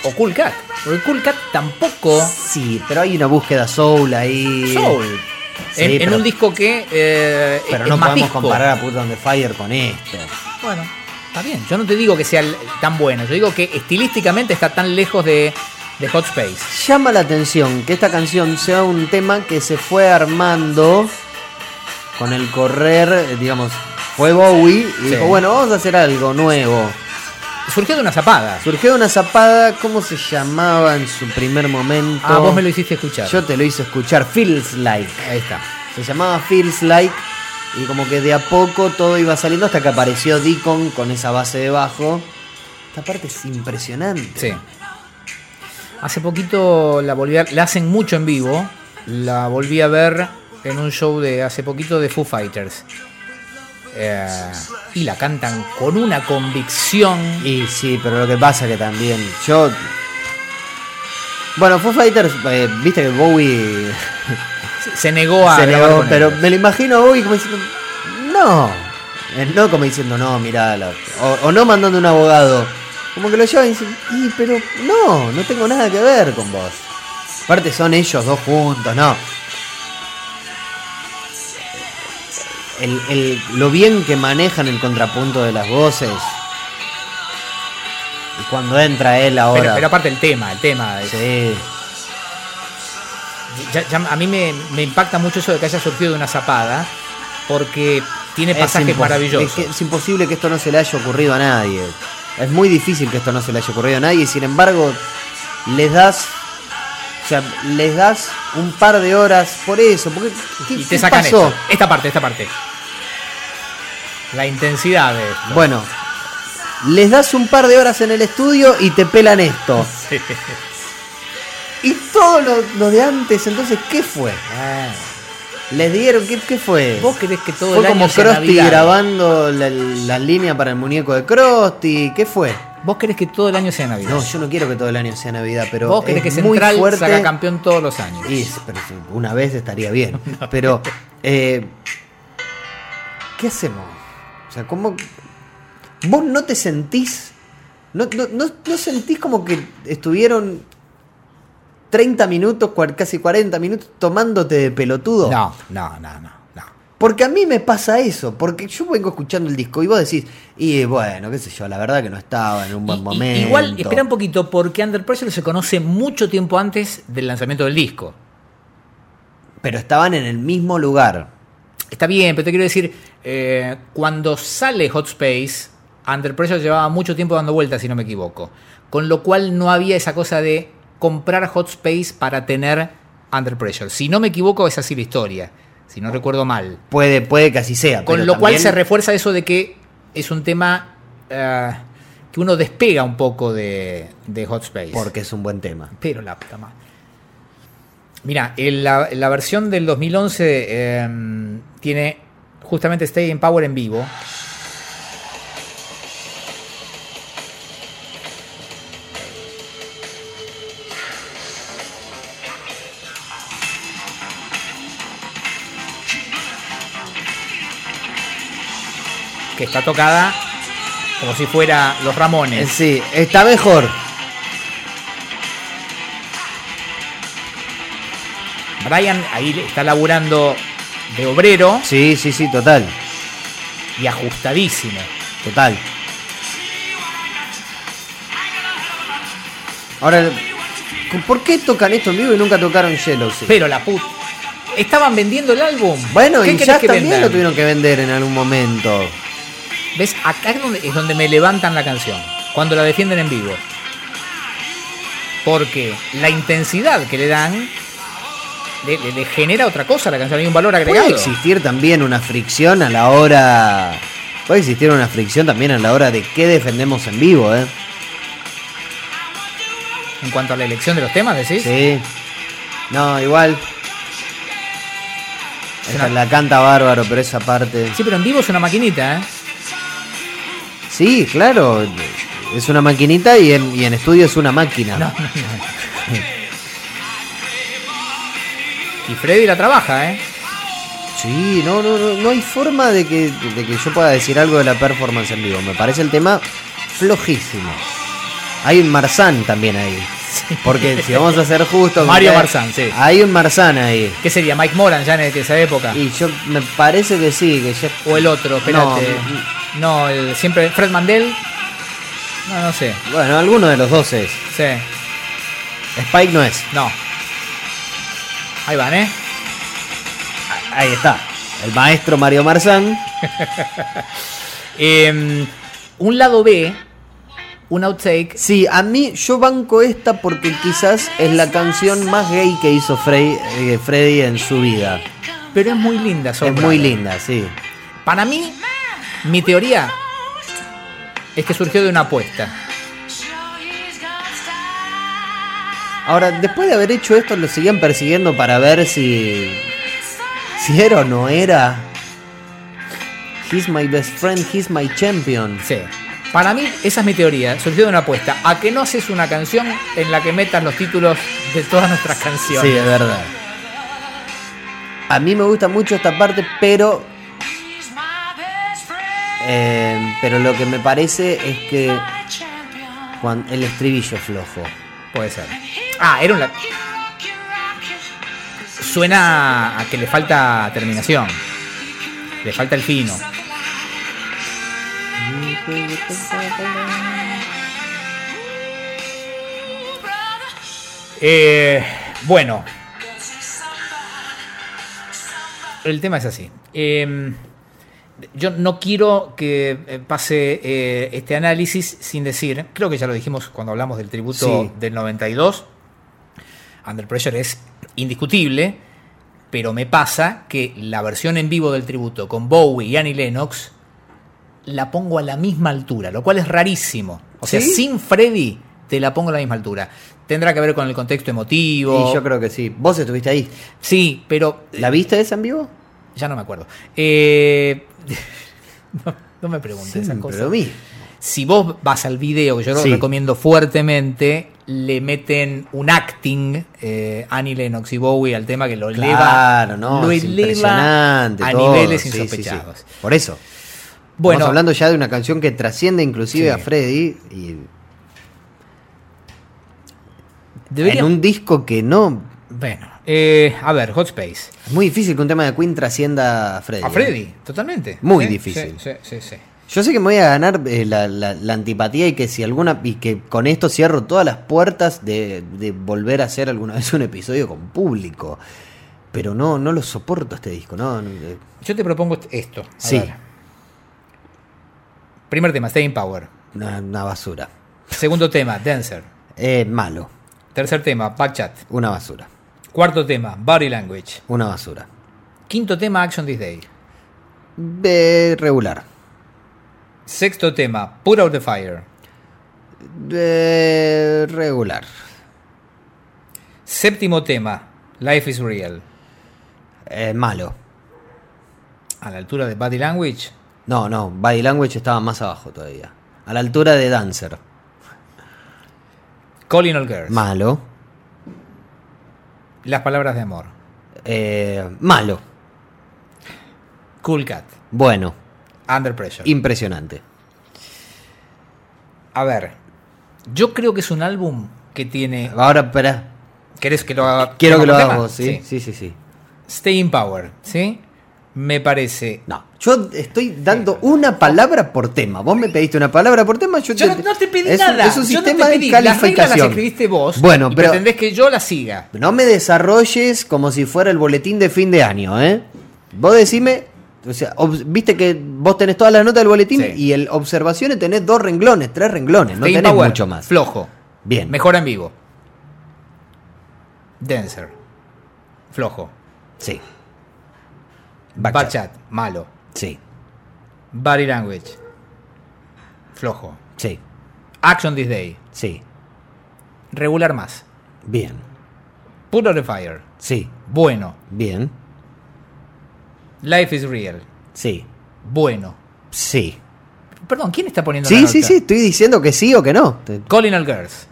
[SPEAKER 1] O Cool Cat. Porque Cool Cat tampoco.
[SPEAKER 2] Sí, pero hay una búsqueda soul ahí.
[SPEAKER 1] Soul.
[SPEAKER 2] Sí,
[SPEAKER 1] en, en
[SPEAKER 2] pero-
[SPEAKER 1] un disco que. eh,
[SPEAKER 2] Pero
[SPEAKER 1] es
[SPEAKER 2] no
[SPEAKER 1] más
[SPEAKER 2] podemos
[SPEAKER 1] disco.
[SPEAKER 2] comparar a Put on the Fire con esto.
[SPEAKER 1] Bueno, está bien. Yo no te digo que sea el- tan bueno. Yo digo que estilísticamente está tan lejos de, de Hot Space.
[SPEAKER 2] Llama la atención que esta canción sea un tema que se fue armando con el correr, eh, digamos, Fue Bowie y
[SPEAKER 1] Sí.
[SPEAKER 2] dijo, bueno, vamos a hacer algo nuevo.
[SPEAKER 1] Surgió de una zapada.
[SPEAKER 2] Surgió una zapada, ¿cómo se llamaba en su primer momento?
[SPEAKER 1] Ah, vos me lo hiciste escuchar.
[SPEAKER 2] Yo te lo hice escuchar, Feels Like.
[SPEAKER 1] Ahí está.
[SPEAKER 2] Se llamaba Feels Like y como que de a poco todo iba saliendo hasta que apareció Deacon con esa base de bajo. Esta parte es impresionante.
[SPEAKER 1] Sí. Hace poquito la volví a- la hacen mucho en vivo. La volví a ver en un show de hace poquito de Foo Fighters. Eh, y la cantan con una convicción.
[SPEAKER 2] Y sí, pero lo que pasa que también yo... Bueno, Foo Fighters, eh, viste que Bowie
[SPEAKER 1] Se- se negó a
[SPEAKER 2] se
[SPEAKER 1] grabar
[SPEAKER 2] negó,
[SPEAKER 1] con
[SPEAKER 2] pero
[SPEAKER 1] ellos.
[SPEAKER 2] me lo imagino a Bowie como diciendo, no, Eh, no como diciendo, no, mirá, la- o, o no mandando un abogado, como que lo llevan y dicen, y, pero no, no tengo nada que ver con vos. Aparte son ellos dos juntos, no. El- el- lo bien que manejan el contrapunto de las voces. Y Cuando entra él ahora.
[SPEAKER 1] Pero, pero aparte el tema, el tema. es-
[SPEAKER 2] sí.
[SPEAKER 1] ya- ya a mí me, me impacta mucho eso de que haya surgido de una zapada. Porque tiene
[SPEAKER 2] Es
[SPEAKER 1] pasajes
[SPEAKER 2] impos-
[SPEAKER 1] maravillosos.
[SPEAKER 2] Es, que es imposible que esto no se le haya ocurrido a nadie. Es muy difícil que esto no se le haya ocurrido a nadie. y Sin embargo, les das. O sea, les das un par de horas por eso. Porque, ¿qué,
[SPEAKER 1] y
[SPEAKER 2] qué
[SPEAKER 1] te sacan
[SPEAKER 2] pasó?
[SPEAKER 1] esto. Esta parte, esta parte. La intensidad de esto.
[SPEAKER 2] Bueno, les das un par de horas en el estudio y te pelan esto.
[SPEAKER 1] Sí.
[SPEAKER 2] Y todo lo, lo de antes, entonces, ¿qué fue? Ah. ¿Les dieron qué, qué fue?
[SPEAKER 1] Vos querés que todo el
[SPEAKER 2] fue
[SPEAKER 1] año
[SPEAKER 2] como
[SPEAKER 1] sea
[SPEAKER 2] Krusty
[SPEAKER 1] Navidad.
[SPEAKER 2] grabando la- las líneas para el muñeco de Krusty. ¿Qué fue?
[SPEAKER 1] Vos querés que todo el año sea Navidad.
[SPEAKER 2] No, yo no quiero que todo el año sea Navidad, pero
[SPEAKER 1] Vos querés que
[SPEAKER 2] es muy
[SPEAKER 1] Central
[SPEAKER 2] fuerte.
[SPEAKER 1] saca campeón todos los años.
[SPEAKER 2] Y es- pero si una vez estaría bien. Pero, eh, ¿qué hacemos? O sea, ¿cómo...? Vos no te sentís... No, no- no- no sentís como que estuvieron 30 minutos, cuar- casi 40 minutos tomándote de pelotudo.
[SPEAKER 1] No, no, no, no. no.
[SPEAKER 2] Porque a mí me pasa eso, porque yo vengo escuchando el disco y vos decís, y bueno, qué sé yo, la verdad que no estaba en un buen
[SPEAKER 1] Y- y-
[SPEAKER 2] momento.
[SPEAKER 1] igual, espera un poquito, porque Under Pressure se conoce mucho tiempo antes del lanzamiento del disco.
[SPEAKER 2] Pero estaban en el mismo lugar.
[SPEAKER 1] Está bien, pero te quiero decir, eh, cuando sale Hot Space, Under Pressure llevaba mucho tiempo dando vueltas, si no me equivoco. Con lo cual no había esa cosa de comprar Hot Space para tener Under Pressure. Si no me equivoco, es así la historia. Si no recuerdo mal.
[SPEAKER 2] Puede, puede que así sea.
[SPEAKER 1] Con
[SPEAKER 2] pero
[SPEAKER 1] lo cual
[SPEAKER 2] también-
[SPEAKER 1] se refuerza eso de que es un tema eh, que uno despega un poco de, de Hot Space.
[SPEAKER 2] Porque es un buen tema.
[SPEAKER 1] Pero la puta madre. Mira, el- la, la versión del 2011 eh, tiene justamente Stay in Power en vivo. Que está tocada como si fuera los
[SPEAKER 2] Eh,
[SPEAKER 1] Ramones.
[SPEAKER 2] Sí, está mejor.
[SPEAKER 1] Brian ahí está laburando de obrero
[SPEAKER 2] Sí, sí, sí, total.
[SPEAKER 1] y ajustadísimo.
[SPEAKER 2] Total. Ahora, ¿por qué tocan esto en vivo y nunca tocaron Yellow? Sí.
[SPEAKER 1] Pero la puta. Estaban vendiendo el álbum.
[SPEAKER 2] Bueno,
[SPEAKER 1] ¿Qué
[SPEAKER 2] y
[SPEAKER 1] querés
[SPEAKER 2] ya
[SPEAKER 1] que
[SPEAKER 2] también
[SPEAKER 1] vendan?
[SPEAKER 2] lo tuvieron que vender en algún momento.
[SPEAKER 1] ¿Ves? Acá es donde, es donde me levantan la canción. Cuando la defienden en vivo. Porque la intensidad que le dan le, le- le genera otra cosa a la canción. Hay un valor
[SPEAKER 2] Puede
[SPEAKER 1] agregado.
[SPEAKER 2] existir también una fricción a la hora. Puede existir una fricción también a la hora de qué defendemos en vivo, ¿eh?
[SPEAKER 1] En cuanto a la elección de los temas, decís.
[SPEAKER 2] Sí. No, igual. Esa
[SPEAKER 1] Una-
[SPEAKER 2] la canta bárbaro, pero esa parte.
[SPEAKER 1] Sí, pero en vivo es una maquinita, ¿eh?
[SPEAKER 2] Sí, claro. Es una maquinita y en, y en estudio es una máquina.
[SPEAKER 1] No, no, no. Y Freddy la trabaja, ¿eh?
[SPEAKER 2] Sí, no, no, no, no hay forma de que, de que yo pueda decir algo de la performance en vivo. Me parece el tema flojísimo. Hay un Marzán también ahí. Porque si vamos a ser justos.
[SPEAKER 1] Mario
[SPEAKER 2] mirá,
[SPEAKER 1] Marzán, sí.
[SPEAKER 2] Hay un Marzán ahí.
[SPEAKER 1] ¿Qué sería? Mike Moran ya en esa época.
[SPEAKER 2] Y yo me parece que sí, que ya.
[SPEAKER 1] O el otro, espérate. No, el, siempre Fred Mandel. No, no sé.
[SPEAKER 2] Bueno, alguno de los dos es.
[SPEAKER 1] Sí,
[SPEAKER 2] Spike no es.
[SPEAKER 1] no. Ahí van, ¿eh?
[SPEAKER 2] Ahí está. El maestro Mario Marzán.
[SPEAKER 1] Eh, un lado B, un outtake.
[SPEAKER 2] Sí, a mí yo banco esta porque quizás es la canción más gay que hizo Frey- eh, Freddy en su vida.
[SPEAKER 1] Pero es muy linda,
[SPEAKER 2] Es
[SPEAKER 1] Soul
[SPEAKER 2] muy
[SPEAKER 1] Brother.
[SPEAKER 2] linda, sí.
[SPEAKER 1] Para mí, mi teoría es que surgió de una apuesta.
[SPEAKER 2] Ahora, después de haber hecho esto, lo seguían persiguiendo para ver si. si era o no era. He's my best friend, he's my champion.
[SPEAKER 1] Sí. Para mí, esa es mi teoría. Surgió de una apuesta. A que no haces una canción en la que metas los títulos de todas nuestras
[SPEAKER 2] Sí,
[SPEAKER 1] canciones.
[SPEAKER 2] de verdad. A mí me gusta mucho esta parte, pero. eh, pero lo que me parece es que. cuan- el estribillo es flojo.
[SPEAKER 1] Puede ser. Ah, era una. Suena a que le falta terminación. Le falta el fino. Eh, bueno. El tema es así. Eh, yo no quiero que eh, pase eh, este análisis sin decir, creo que ya lo dijimos cuando hablamos del tributo
[SPEAKER 2] Sí.
[SPEAKER 1] del 92, Under Pressure es indiscutible, pero me pasa que la versión en vivo del tributo con Bowie y Annie Lennox la pongo a la misma altura, lo cual es rarísimo. O sea,
[SPEAKER 2] ¿Sí?
[SPEAKER 1] sin Freddy te la pongo a la misma altura. Tendrá que ver con el contexto emotivo.
[SPEAKER 2] Y yo creo que sí. Vos estuviste ahí.
[SPEAKER 1] Sí, pero eh,
[SPEAKER 2] ¿La viste esa en vivo?
[SPEAKER 1] ya no me acuerdo. Eh, no, no me preguntes esas
[SPEAKER 2] Siempre
[SPEAKER 1] cosas.
[SPEAKER 2] lo mismo.
[SPEAKER 1] Si vos vas al video, que yo lo
[SPEAKER 2] Sí.
[SPEAKER 1] recomiendo fuertemente, le meten un acting eh, Annie Lennox y Bowie al tema que lo eleva.
[SPEAKER 2] Claro, no,
[SPEAKER 1] lo
[SPEAKER 2] es
[SPEAKER 1] eleva
[SPEAKER 2] impresionante.
[SPEAKER 1] a
[SPEAKER 2] todo,
[SPEAKER 1] niveles
[SPEAKER 2] sí, sí, sí.
[SPEAKER 1] insospechados.
[SPEAKER 2] Por eso.
[SPEAKER 1] Bueno,
[SPEAKER 2] Estamos hablando ya de una canción que trasciende inclusive
[SPEAKER 1] Sí.
[SPEAKER 2] a Freddy y
[SPEAKER 1] debería-
[SPEAKER 2] en un disco que no
[SPEAKER 1] Bueno, eh, a ver, Hot Space.
[SPEAKER 2] es muy difícil que un tema de Queen trascienda a Freddy. ¿eh?
[SPEAKER 1] A Freddy, totalmente.
[SPEAKER 2] Muy
[SPEAKER 1] Sí,
[SPEAKER 2] difícil.
[SPEAKER 1] Sí, sí, sí, sí.
[SPEAKER 2] Yo sé que me voy a ganar eh, la, la- la antipatía y que si alguna y que con esto cierro todas las puertas de, de volver a hacer alguna vez un episodio con público. Pero no, no lo soporto este disco, no. no, eh,
[SPEAKER 1] Yo te propongo esto. a
[SPEAKER 2] Sí.
[SPEAKER 1] ver. Primer tema, Stay in Power.
[SPEAKER 2] Una, una basura.
[SPEAKER 1] Segundo tema, Dancer.
[SPEAKER 2] Eh, malo.
[SPEAKER 1] Tercer tema, Backchat.
[SPEAKER 2] Una basura.
[SPEAKER 1] Cuarto tema, Body Language.
[SPEAKER 2] Una basura.
[SPEAKER 1] Quinto tema, Action This Day.
[SPEAKER 2] B regular.
[SPEAKER 1] Sexto tema, Put Out the Fire.
[SPEAKER 2] B regular.
[SPEAKER 1] Séptimo tema, Life is Real.
[SPEAKER 2] Eh, malo.
[SPEAKER 1] A la altura de Body Language.
[SPEAKER 2] No, no, Body Language estaba más abajo todavía. A la altura de Dancer.
[SPEAKER 1] Calling All Girls.
[SPEAKER 2] Malo.
[SPEAKER 1] Las palabras de amor.
[SPEAKER 2] Eh, malo.
[SPEAKER 1] Cool Cat.
[SPEAKER 2] Bueno.
[SPEAKER 1] Under Pressure.
[SPEAKER 2] Impresionante.
[SPEAKER 1] A ver, yo creo que es un álbum que tiene.
[SPEAKER 2] Ahora, espera.
[SPEAKER 1] ¿Querés que lo haga?
[SPEAKER 2] Quiero que lo
[SPEAKER 1] hagamos
[SPEAKER 2] hagas
[SPEAKER 1] tema?
[SPEAKER 2] vos, ¿sí? ¿sí? Sí, sí,
[SPEAKER 1] Stay in Power, ¿sí? Me parece.
[SPEAKER 2] No. Yo estoy dando una palabra por tema. Vos me pediste una palabra por tema, yo,
[SPEAKER 1] Yo no, no te pedí
[SPEAKER 2] es un-
[SPEAKER 1] nada.
[SPEAKER 2] es un
[SPEAKER 1] yo
[SPEAKER 2] sistema
[SPEAKER 1] no te pedí.
[SPEAKER 2] de
[SPEAKER 1] Las reglas las
[SPEAKER 2] calificación.
[SPEAKER 1] escribiste vos.
[SPEAKER 2] Bueno,
[SPEAKER 1] y
[SPEAKER 2] pero
[SPEAKER 1] pretendés que yo las siga.
[SPEAKER 2] no me desarrolles como si fuera el boletín de fin de año, ¿eh? Vos decime. O sea, ob- viste que vos tenés todas las notas del boletín
[SPEAKER 1] Sí.
[SPEAKER 2] y el observaciones tenés dos renglones, tres renglones, no
[SPEAKER 1] Stay in
[SPEAKER 2] tenés
[SPEAKER 1] Power,
[SPEAKER 2] mucho más.
[SPEAKER 1] Flojo.
[SPEAKER 2] Bien.
[SPEAKER 1] Mejor en vivo. Dancer. Flojo.
[SPEAKER 2] Sí.
[SPEAKER 1] Backchat. Malo.
[SPEAKER 2] Sí,
[SPEAKER 1] Body language. Flojo.
[SPEAKER 2] sí,
[SPEAKER 1] Action this day.
[SPEAKER 2] sí.
[SPEAKER 1] Regular más.
[SPEAKER 2] Bien.
[SPEAKER 1] Put on the fire.
[SPEAKER 2] Sí,
[SPEAKER 1] Bueno.
[SPEAKER 2] bien.
[SPEAKER 1] Life is real.
[SPEAKER 2] Sí,
[SPEAKER 1] Bueno.
[SPEAKER 2] sí.
[SPEAKER 1] Perdón, ¿quién está poniendo la
[SPEAKER 2] Sí,
[SPEAKER 1] nota?
[SPEAKER 2] sí, sí, estoy diciendo que sí o que no. Te-
[SPEAKER 1] Calling all girls.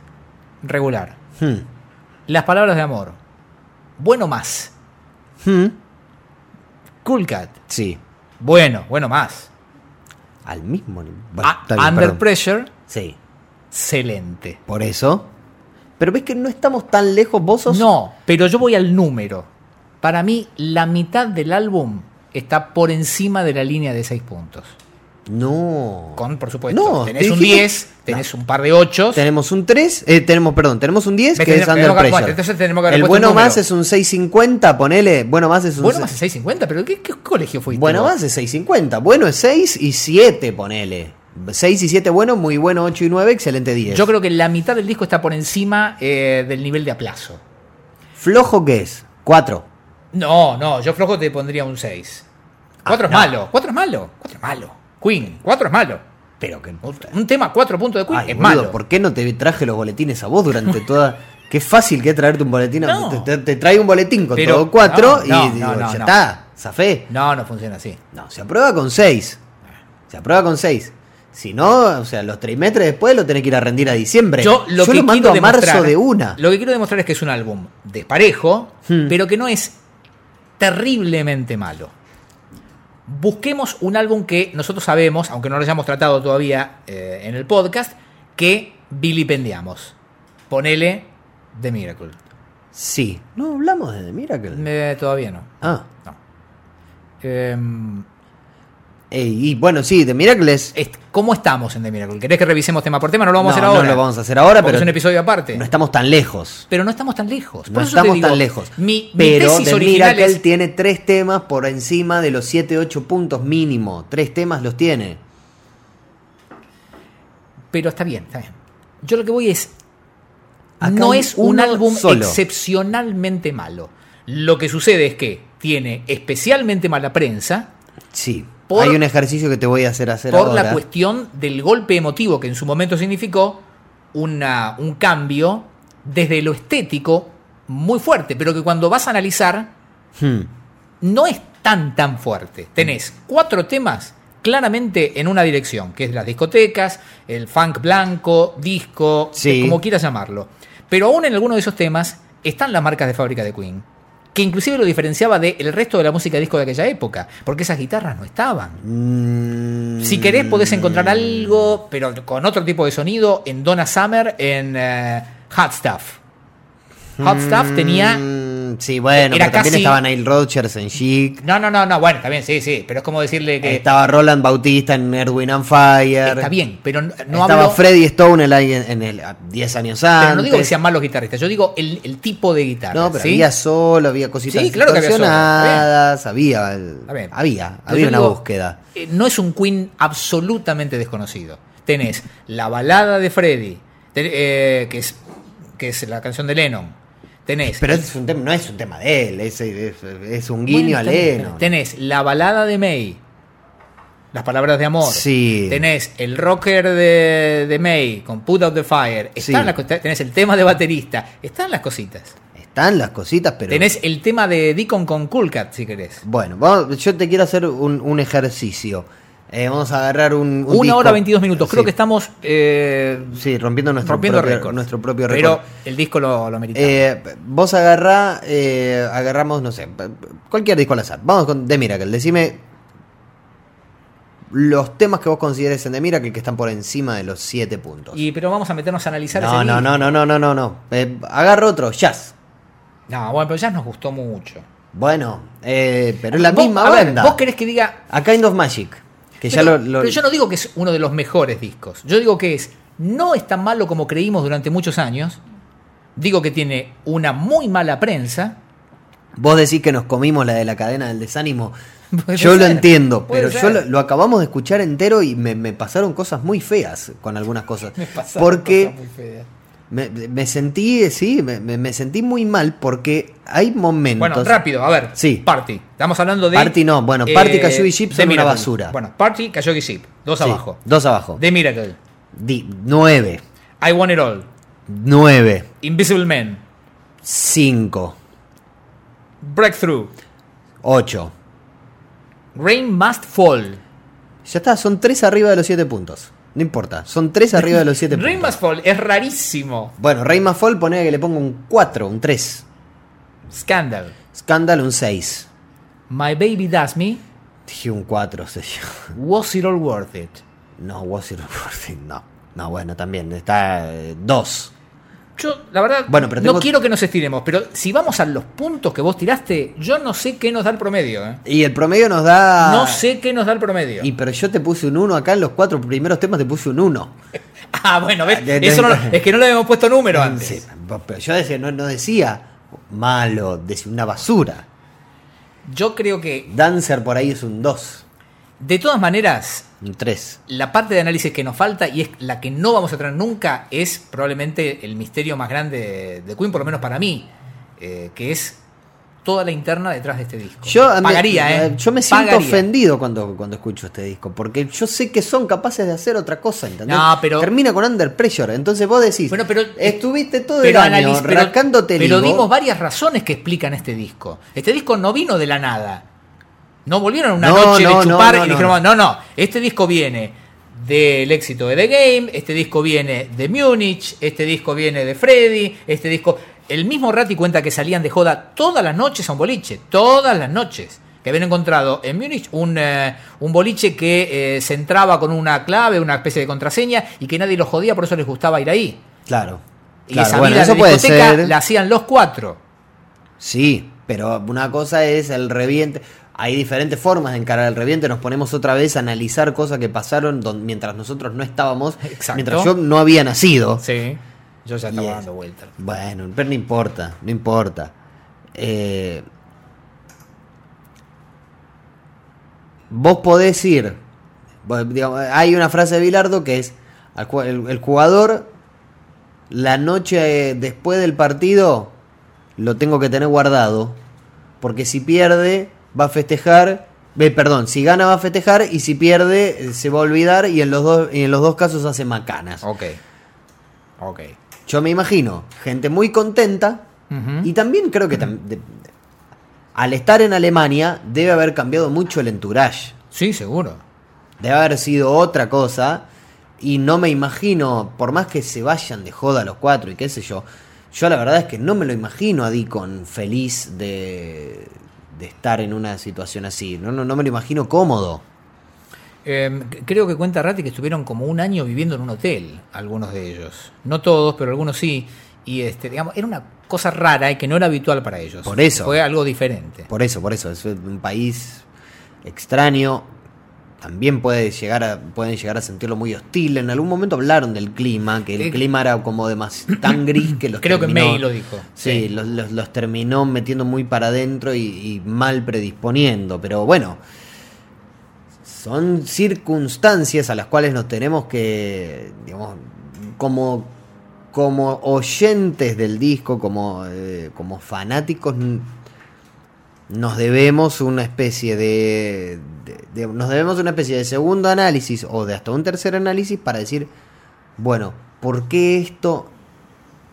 [SPEAKER 1] Regular.
[SPEAKER 2] hmm,
[SPEAKER 1] Las palabras de amor. Bueno más.
[SPEAKER 2] hmm,
[SPEAKER 1] Cool cat.
[SPEAKER 2] Sí,
[SPEAKER 1] Bueno, bueno más.
[SPEAKER 2] al mismo nivel.
[SPEAKER 1] A- Under pressure.
[SPEAKER 2] Sí,
[SPEAKER 1] Excelente.
[SPEAKER 2] por eso. Pero ves que no estamos tan lejos, vos sos...
[SPEAKER 1] No, pero yo voy al número. Para mí, la mitad del álbum está por encima de la línea de seis puntos.
[SPEAKER 2] No.
[SPEAKER 1] Con, por supuesto,
[SPEAKER 2] No,
[SPEAKER 1] tenés
[SPEAKER 2] te
[SPEAKER 1] un
[SPEAKER 2] dije-
[SPEAKER 1] 10, tenés un par de 8.
[SPEAKER 2] Tenemos un 3, eh, tenemos, perdón, tenemos un 10
[SPEAKER 1] Me
[SPEAKER 2] que es
[SPEAKER 1] tenemos-
[SPEAKER 2] Under
[SPEAKER 1] tenemos que- bueno,
[SPEAKER 2] Pressure.
[SPEAKER 1] entonces tenemos que haber
[SPEAKER 2] el
[SPEAKER 1] puesto
[SPEAKER 2] bueno
[SPEAKER 1] un número.
[SPEAKER 2] más es un 650, ponele. Bueno más es un
[SPEAKER 1] Bueno,
[SPEAKER 2] se-
[SPEAKER 1] más de 6.50, pero ¿qué, qué colegio fuiste?
[SPEAKER 2] bueno
[SPEAKER 1] vos?
[SPEAKER 2] más es 650. Bueno es 6 y 7, ponele. 6 y 7 bueno, muy bueno 8 y 9, excelente 10.
[SPEAKER 1] Yo creo que la mitad del disco está por encima eh, del nivel de aplazo.
[SPEAKER 2] flojo que es 4.
[SPEAKER 1] No, no, yo flojo te pondría un 6. 4
[SPEAKER 2] Ah,
[SPEAKER 1] es malo, 4 es malo, 4 es malo. Queen, 4 es malo.
[SPEAKER 2] Pero que
[SPEAKER 1] Un, un tema 4 puntos de Queen
[SPEAKER 2] Ay,
[SPEAKER 1] es
[SPEAKER 2] boludo,
[SPEAKER 1] malo.
[SPEAKER 2] ¿por qué no te traje los boletines a vos durante toda Qué fácil que es traerte un boletín. a-
[SPEAKER 1] No.
[SPEAKER 2] Te, te- te trae un boletín con
[SPEAKER 1] Pero-
[SPEAKER 2] todo 4
[SPEAKER 1] no,
[SPEAKER 2] y
[SPEAKER 1] no,
[SPEAKER 2] digo,
[SPEAKER 1] no, no,
[SPEAKER 2] ya
[SPEAKER 1] no.
[SPEAKER 2] está, zafé.
[SPEAKER 1] No, no funciona así.
[SPEAKER 2] No, se aprueba con 6. Se aprueba con 6. Si no, o sea, los trimestres después lo tenés que ir a rendir a diciembre.
[SPEAKER 1] Yo lo que
[SPEAKER 2] mando
[SPEAKER 1] quiero
[SPEAKER 2] a marzo
[SPEAKER 1] demostrar-
[SPEAKER 2] de una.
[SPEAKER 1] Lo que quiero demostrar es que es un álbum desparejo,
[SPEAKER 2] Hmm.
[SPEAKER 1] pero que no es terriblemente malo. Busquemos un álbum que nosotros sabemos, aunque no lo hayamos tratado todavía eh, en el podcast, que vilipendiamos. Ponele The Miracle.
[SPEAKER 2] Sí. No hablamos de The Miracle.
[SPEAKER 1] Eh, todavía no.
[SPEAKER 2] Ah.
[SPEAKER 1] no. Em,
[SPEAKER 2] Ey, y bueno, sí, The Miracle es.
[SPEAKER 1] est- ¿Cómo estamos en The Miracle? ¿Querés que revisemos tema por tema? No lo vamos a
[SPEAKER 2] no,
[SPEAKER 1] hacer
[SPEAKER 2] no
[SPEAKER 1] ahora.
[SPEAKER 2] lo vamos a hacer ahora,
[SPEAKER 1] porque
[SPEAKER 2] pero
[SPEAKER 1] es un episodio aparte.
[SPEAKER 2] no estamos tan lejos.
[SPEAKER 1] pero no estamos tan lejos. Pues Por
[SPEAKER 2] No
[SPEAKER 1] eso te
[SPEAKER 2] estamos
[SPEAKER 1] digo,
[SPEAKER 2] tan lejos.
[SPEAKER 1] Mi, mi
[SPEAKER 2] pero
[SPEAKER 1] tesis
[SPEAKER 2] The
[SPEAKER 1] original
[SPEAKER 2] Miracle
[SPEAKER 1] es-
[SPEAKER 2] tiene tres temas por encima de los 7-8 puntos mínimo. Tres temas los tiene.
[SPEAKER 1] Pero está bien, está bien. Yo lo que voy es.
[SPEAKER 2] Acá
[SPEAKER 1] no
[SPEAKER 2] hay
[SPEAKER 1] es un
[SPEAKER 2] uno
[SPEAKER 1] álbum
[SPEAKER 2] solo.
[SPEAKER 1] excepcionalmente malo. Lo que sucede es que tiene especialmente mala prensa
[SPEAKER 2] Sí.
[SPEAKER 1] Por-
[SPEAKER 2] Hay un ejercicio que te voy a hacer hacer
[SPEAKER 1] por
[SPEAKER 2] ahora.
[SPEAKER 1] la cuestión del golpe emotivo que en su momento significó una- un cambio desde lo estético muy fuerte, pero que cuando vas a analizar
[SPEAKER 2] Hmm.
[SPEAKER 1] no es tan tan fuerte.
[SPEAKER 2] Mm.
[SPEAKER 1] Tenés cuatro temas claramente en una dirección, que es las discotecas, el funk blanco, disco,
[SPEAKER 2] Sí.
[SPEAKER 1] eh, como quieras llamarlo. Pero aún en alguno de esos temas están las marcas de fábrica de Queen, que inclusive lo diferenciaba del resto de la música disco de aquella época, porque esas guitarras no estaban.
[SPEAKER 2] Mm.
[SPEAKER 1] Si querés podés encontrar algo, pero con otro tipo de sonido, en Donna Summer, en eh, Hot Stuff. Hot Stuff tenía
[SPEAKER 2] Mm, Hmm. Sí, bueno,
[SPEAKER 1] era
[SPEAKER 2] pero también
[SPEAKER 1] casi-
[SPEAKER 2] estaba Neil Rodgers en Chic.
[SPEAKER 1] No, no, no, no, bueno, también sí, sí, pero es como decirle que
[SPEAKER 2] Estaba Roland Bautista en Erwin and Fire.
[SPEAKER 1] Eh, está bien, pero no, no
[SPEAKER 2] estaba
[SPEAKER 1] hablo-
[SPEAKER 2] Freddy Stone en el- en el a- 10 años antes.
[SPEAKER 1] pero no digo que sean malos guitarristas, yo digo el, el tipo de guitarra.
[SPEAKER 2] No, pero
[SPEAKER 1] ¿sí?
[SPEAKER 2] había solo, había cositas
[SPEAKER 1] Sí, claro que había solo,
[SPEAKER 2] distorsionadas, había, el-
[SPEAKER 1] Está bien.
[SPEAKER 2] había,
[SPEAKER 1] Pero
[SPEAKER 2] había
[SPEAKER 1] yo
[SPEAKER 2] una
[SPEAKER 1] digo,
[SPEAKER 2] búsqueda.
[SPEAKER 1] eh, no es un Queen absolutamente desconocido. Tenés la balada de Freddy, te- eh, que, es, que es la canción de Lennon. Tenés.
[SPEAKER 2] Pero es un tema, no es un tema de él, es, es- es un
[SPEAKER 1] Bueno,
[SPEAKER 2] guiño a
[SPEAKER 1] está bien,
[SPEAKER 2] Lennon.
[SPEAKER 1] Tenés la balada de May. Las palabras de amor.
[SPEAKER 2] Sí.
[SPEAKER 1] Tenés el rocker de, de May con Put Out the Fire. Están
[SPEAKER 2] Sí.
[SPEAKER 1] las co- tenés el tema de baterista. Están las cositas.
[SPEAKER 2] Están las cositas, pero.
[SPEAKER 1] Tenés el tema de Deacon con Cool Cat, si querés.
[SPEAKER 2] Bueno, vamos- yo te quiero hacer un, un ejercicio. Eh, vamos a agarrar un. un
[SPEAKER 1] Una
[SPEAKER 2] disco.
[SPEAKER 1] hora 22 minutos. Creo
[SPEAKER 2] Sí,
[SPEAKER 1] que estamos eh,
[SPEAKER 2] Sí, rompiendo nuestro
[SPEAKER 1] rompiendo
[SPEAKER 2] propio,
[SPEAKER 1] récords.
[SPEAKER 2] nuestro propio récord.
[SPEAKER 1] Pero el disco lo, lo meritaba.
[SPEAKER 2] Eh, vos agarrá, eh, agarramos, no sé, p- p- cualquier disco al azar. Vamos con The Miracle. Decime los temas que vos consideres en The Miracle que están por encima de los 7 puntos.
[SPEAKER 1] y, pero vamos a meternos a analizar
[SPEAKER 2] No,
[SPEAKER 1] ese
[SPEAKER 2] no,
[SPEAKER 1] disco.
[SPEAKER 2] no, no, no, no, no, no. Eh, agarro otro, jazz.
[SPEAKER 1] No, bueno, pero ya nos gustó mucho.
[SPEAKER 2] Bueno, eh, pero es la
[SPEAKER 1] Vos-
[SPEAKER 2] misma
[SPEAKER 1] a ver,
[SPEAKER 2] banda.
[SPEAKER 1] vos querés que diga
[SPEAKER 2] A Kind of Magic. Que ya
[SPEAKER 1] pero,
[SPEAKER 2] lo. lo-
[SPEAKER 1] pero yo no digo que es uno de los mejores discos. Yo digo que es no es tan malo como creímos durante muchos años. Digo que tiene una muy mala prensa.
[SPEAKER 2] Vos decís que nos comimos la de la cadena del desánimo.
[SPEAKER 1] Puede
[SPEAKER 2] Yo lo
[SPEAKER 1] ser,
[SPEAKER 2] entiendo,
[SPEAKER 1] puede
[SPEAKER 2] pero
[SPEAKER 1] ser.
[SPEAKER 2] yo lo, lo acabamos de escuchar entero y me, me pasaron cosas muy feas con algunas cosas. porque me, me sentí, eh, sí, me, me- me sentí muy mal porque hay momentos.
[SPEAKER 1] Bueno, rápido, a ver.
[SPEAKER 2] Sí.
[SPEAKER 1] Party. Estamos hablando de. eh,
[SPEAKER 2] Party no, bueno, Party, Kashoggi Ship
[SPEAKER 1] de
[SPEAKER 2] son una
[SPEAKER 1] Miracle.
[SPEAKER 2] basura.
[SPEAKER 1] Bueno, Party, Kashoggi Ship. Dos
[SPEAKER 2] Sí,
[SPEAKER 1] abajo.
[SPEAKER 2] Dos abajo.
[SPEAKER 1] The Miracle.
[SPEAKER 2] Di- nueve.
[SPEAKER 1] I Want It All.
[SPEAKER 2] Nueve.
[SPEAKER 1] Invisible Man.
[SPEAKER 2] Cinco.
[SPEAKER 1] Breakthrough.
[SPEAKER 2] Ocho.
[SPEAKER 1] Rain Must Fall.
[SPEAKER 2] Ya está, son tres arriba de los siete puntos. No importa, son tres arriba de los siete
[SPEAKER 1] Rain
[SPEAKER 2] puntos.
[SPEAKER 1] Must Fall es rarísimo.
[SPEAKER 2] Bueno, Rey Más Fall pone que le pongo un 4, un 3.
[SPEAKER 1] Scandal.
[SPEAKER 2] Scandal un 6.
[SPEAKER 1] My Baby Does Me.
[SPEAKER 2] Dije un 4, sé yo.
[SPEAKER 1] Was It All Worth It.
[SPEAKER 2] eh, No, Was It Worth It, no. No, bueno, también está 2.
[SPEAKER 1] Yo, la verdad,
[SPEAKER 2] Bueno, pero tengo-
[SPEAKER 1] no quiero que nos estiremos, pero si vamos a los puntos que vos tiraste, yo no sé qué nos da el promedio. ¿eh?
[SPEAKER 2] Y el promedio nos da.
[SPEAKER 1] No sé qué nos da el promedio.
[SPEAKER 2] Ah. Y pero yo te puse un 1 acá en los cuatro primeros temas, te puse un 1.
[SPEAKER 1] Ah, bueno, ¿ves?
[SPEAKER 2] Ah, de- de-
[SPEAKER 1] Eso no lo- es que no le habíamos puesto número antes.
[SPEAKER 2] Sí, pero yo decía, no, no decía malo, decía una basura.
[SPEAKER 1] Yo creo que,
[SPEAKER 2] Dancer por ahí es un 2,
[SPEAKER 1] de todas maneras,
[SPEAKER 2] un 3.
[SPEAKER 1] la parte de análisis que nos falta y es la que no vamos a tener nunca es probablemente el misterio más grande de Queen, por lo menos para mí, eh, que es toda la interna detrás de este disco.
[SPEAKER 2] Yo a mí-
[SPEAKER 1] pagaría, ¿eh?
[SPEAKER 2] Yo me siento
[SPEAKER 1] Pagaría.
[SPEAKER 2] ofendido cuando, cuando escucho este disco, porque yo sé que son capaces de hacer otra cosa, ¿entendés?
[SPEAKER 1] No, pero-
[SPEAKER 2] Termina con Under Pressure, entonces vos decís,
[SPEAKER 1] Bueno, pero- eh,
[SPEAKER 2] estuviste todo
[SPEAKER 1] Pero,
[SPEAKER 2] el año
[SPEAKER 1] analiz- pero-
[SPEAKER 2] rascándote el
[SPEAKER 1] pero
[SPEAKER 2] higo".
[SPEAKER 1] dimos varias razones que explican este disco. Este disco no vino de la nada. No volvieron una
[SPEAKER 2] No,
[SPEAKER 1] noche
[SPEAKER 2] no,
[SPEAKER 1] de
[SPEAKER 2] no,
[SPEAKER 1] chupar
[SPEAKER 2] no,
[SPEAKER 1] y
[SPEAKER 2] no,
[SPEAKER 1] dijeron, no. no, este disco viene del éxito de The Game, este disco viene de Múnich, este disco viene de Freddy, este disco... El mismo Ratti cuenta que salían de joda todas las noches a un boliche, todas las noches. Que habían encontrado en Múnich un, eh, un boliche que eh, se entraba con una clave, una especie de contraseña, y que nadie los jodía, por eso les gustaba ir ahí.
[SPEAKER 2] Claro.
[SPEAKER 1] Y
[SPEAKER 2] claro,
[SPEAKER 1] esa
[SPEAKER 2] bueno,
[SPEAKER 1] vida
[SPEAKER 2] eso
[SPEAKER 1] de
[SPEAKER 2] puede
[SPEAKER 1] discoteca
[SPEAKER 2] ser.
[SPEAKER 1] la hacían los cuatro.
[SPEAKER 2] Sí, pero una cosa es el reviente. Hay diferentes formas de encarar el reviente. Nos ponemos otra vez a analizar cosas que pasaron don- mientras nosotros no estábamos,
[SPEAKER 1] Exacto.
[SPEAKER 2] mientras yo no había nacido.
[SPEAKER 1] Sí. Yo ya estaba
[SPEAKER 2] Yes.
[SPEAKER 1] dando vueltas.
[SPEAKER 2] Bueno, pero no importa, no importa. Eh, vos podés ir. vos, digamos, hay una frase de Bilardo que es: al ju- el, el jugador, la noche eh, después del partido, lo tengo que tener guardado. Porque si pierde, va a festejar. ve, perdón, si gana va a festejar y si pierde eh, se va a olvidar y en los dos, y en los dos casos hace macanas.
[SPEAKER 1] Ok. Ok.
[SPEAKER 2] Yo me imagino gente muy contenta
[SPEAKER 1] Ujú.
[SPEAKER 2] y también creo que tam- de- al estar en Alemania debe haber cambiado mucho el entourage.
[SPEAKER 1] Sí, seguro.
[SPEAKER 2] Debe haber sido otra cosa y no me imagino, por más que se vayan de joda los cuatro y qué sé yo, yo la verdad es que no me lo imagino a Deacon feliz de, de estar en una situación así. No, no, no me lo imagino cómodo.
[SPEAKER 1] Eh, c- creo que cuenta Ratti que estuvieron como un año viviendo en un hotel, algunos de ellos. No todos, pero algunos sí. Y este, digamos, era una cosa rara y que no era habitual para ellos.
[SPEAKER 2] Por eso.
[SPEAKER 1] Fue algo diferente.
[SPEAKER 2] Por eso, por eso, es un país extraño. También puede llegar a, pueden llegar a sentirlo muy hostil. En algún momento hablaron del clima, que el
[SPEAKER 1] Eh,
[SPEAKER 2] clima era como de más tan gris que los
[SPEAKER 1] Creo que
[SPEAKER 2] terminó-
[SPEAKER 1] May lo dijo.
[SPEAKER 2] Sí, Los, los- los terminó metiendo muy para adentro y, y mal predisponiendo. Pero bueno, son circunstancias a las cuales nos tenemos que, digamos, como, como oyentes del disco, como, eh, como fanáticos, n- nos debemos una especie de, de- de- Nos debemos una especie de segundo análisis o de hasta un tercer análisis para decir, bueno, ¿por qué esto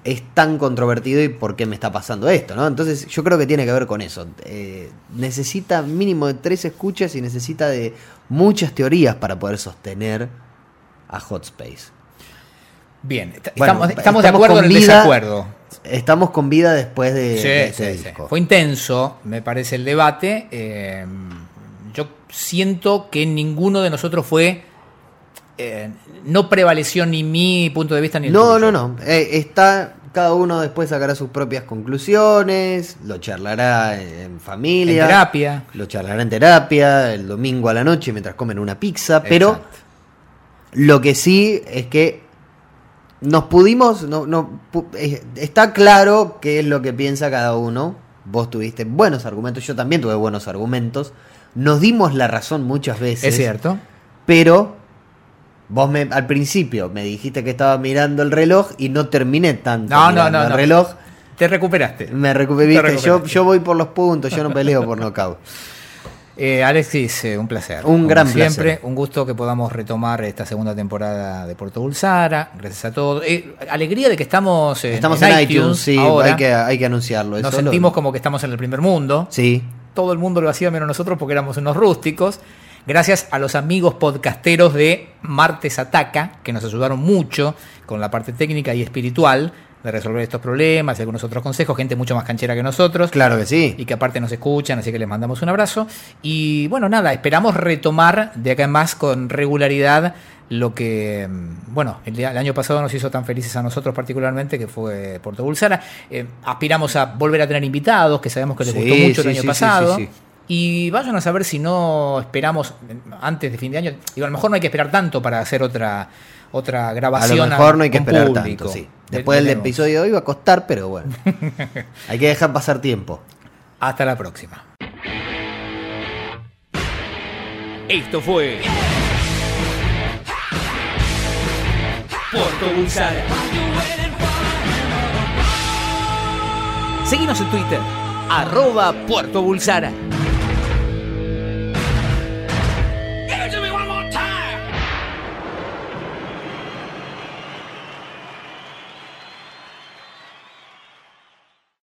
[SPEAKER 2] es tan controvertido y por qué me está pasando esto, ¿no? Entonces yo creo que tiene que ver con eso. Eh, necesita mínimo de tres escuchas y necesita de muchas teorías para poder sostener a Hot Space.
[SPEAKER 1] Bien, est-
[SPEAKER 2] Bueno,
[SPEAKER 1] estamos, estamos de
[SPEAKER 2] estamos
[SPEAKER 1] acuerdo
[SPEAKER 2] con
[SPEAKER 1] en el
[SPEAKER 2] vida-
[SPEAKER 1] desacuerdo.
[SPEAKER 2] Estamos con vida después de,
[SPEAKER 1] Sí,
[SPEAKER 2] de
[SPEAKER 1] sí,
[SPEAKER 2] este
[SPEAKER 1] sí.
[SPEAKER 2] disco.
[SPEAKER 1] Fue intenso, me parece, el debate. Eh, yo siento que ninguno de nosotros fue. eh, no prevaleció ni mi punto de vista ni el
[SPEAKER 2] No,
[SPEAKER 1] tuyo.
[SPEAKER 2] no, no. Eh, está. Cada uno después sacará sus propias conclusiones, lo charlará en
[SPEAKER 1] En
[SPEAKER 2] familia,
[SPEAKER 1] terapia.
[SPEAKER 2] lo charlará en terapia, el domingo a la noche mientras comen una pizza, pero
[SPEAKER 1] Exacto.
[SPEAKER 2] Lo que sí es que nos pudimos, no, no, pu- eh, está claro qué es lo que piensa cada uno. Vos tuviste buenos argumentos, yo también tuve buenos argumentos. Nos dimos la razón muchas veces.
[SPEAKER 1] Es cierto.
[SPEAKER 2] Pero vos me, al principio me dijiste que estaba mirando el reloj y no terminé tanto
[SPEAKER 1] No, no,
[SPEAKER 2] mirando
[SPEAKER 1] no,
[SPEAKER 2] el
[SPEAKER 1] no.
[SPEAKER 2] reloj.
[SPEAKER 1] Te recuperaste.
[SPEAKER 2] Me recuperé, yo,
[SPEAKER 1] recuperaste.
[SPEAKER 2] yo voy por los puntos, yo no peleo por nocaut.
[SPEAKER 1] Eh, Alexis, eh, un placer.
[SPEAKER 2] Un gran
[SPEAKER 1] siempre,
[SPEAKER 2] placer.
[SPEAKER 1] un gusto que podamos retomar esta segunda temporada de Puerto Bulsara. Gracias a todos. Eh, alegría de que estamos, eh,
[SPEAKER 2] Estamos
[SPEAKER 1] en,
[SPEAKER 2] en iTunes, sí,
[SPEAKER 1] ahora.
[SPEAKER 2] hay que, hay que anunciarlo.
[SPEAKER 1] Nos
[SPEAKER 2] eso lo-
[SPEAKER 1] sentimos como que estamos en el primer mundo.
[SPEAKER 2] Sí,
[SPEAKER 1] todo el mundo lo hacía menos nosotros porque éramos unos rústicos. Gracias a los amigos podcasteros de Martes Ataca, que nos ayudaron mucho con la parte técnica y espiritual de resolver estos problemas y algunos otros consejos, gente mucho más canchera que nosotros
[SPEAKER 2] claro que sí.
[SPEAKER 1] y que aparte nos escuchan, así que les mandamos un abrazo. Y bueno, nada, esperamos retomar de acá en más con regularidad lo que, mm, bueno, el, el, año pasado nos hizo tan felices a nosotros particularmente, que fue Puerto Bulsara. Eh, aspiramos a volver a tener invitados, que sabemos que les sí, gustó mucho sí, el año sí, pasado. Y vayan a saber si no esperamos antes de fin de año. Digo, a lo mejor no hay que esperar tanto para hacer otra otra grabación.
[SPEAKER 2] A lo mejor no hay que esperar público. tanto, sí. Después del de, de episodio de hoy va a costar, pero bueno. hay que dejar pasar tiempo.
[SPEAKER 1] Hasta la próxima.
[SPEAKER 3] Esto fue. Puerto Bulsara. Seguimos en Twitter, arroba Puerto Bulsara.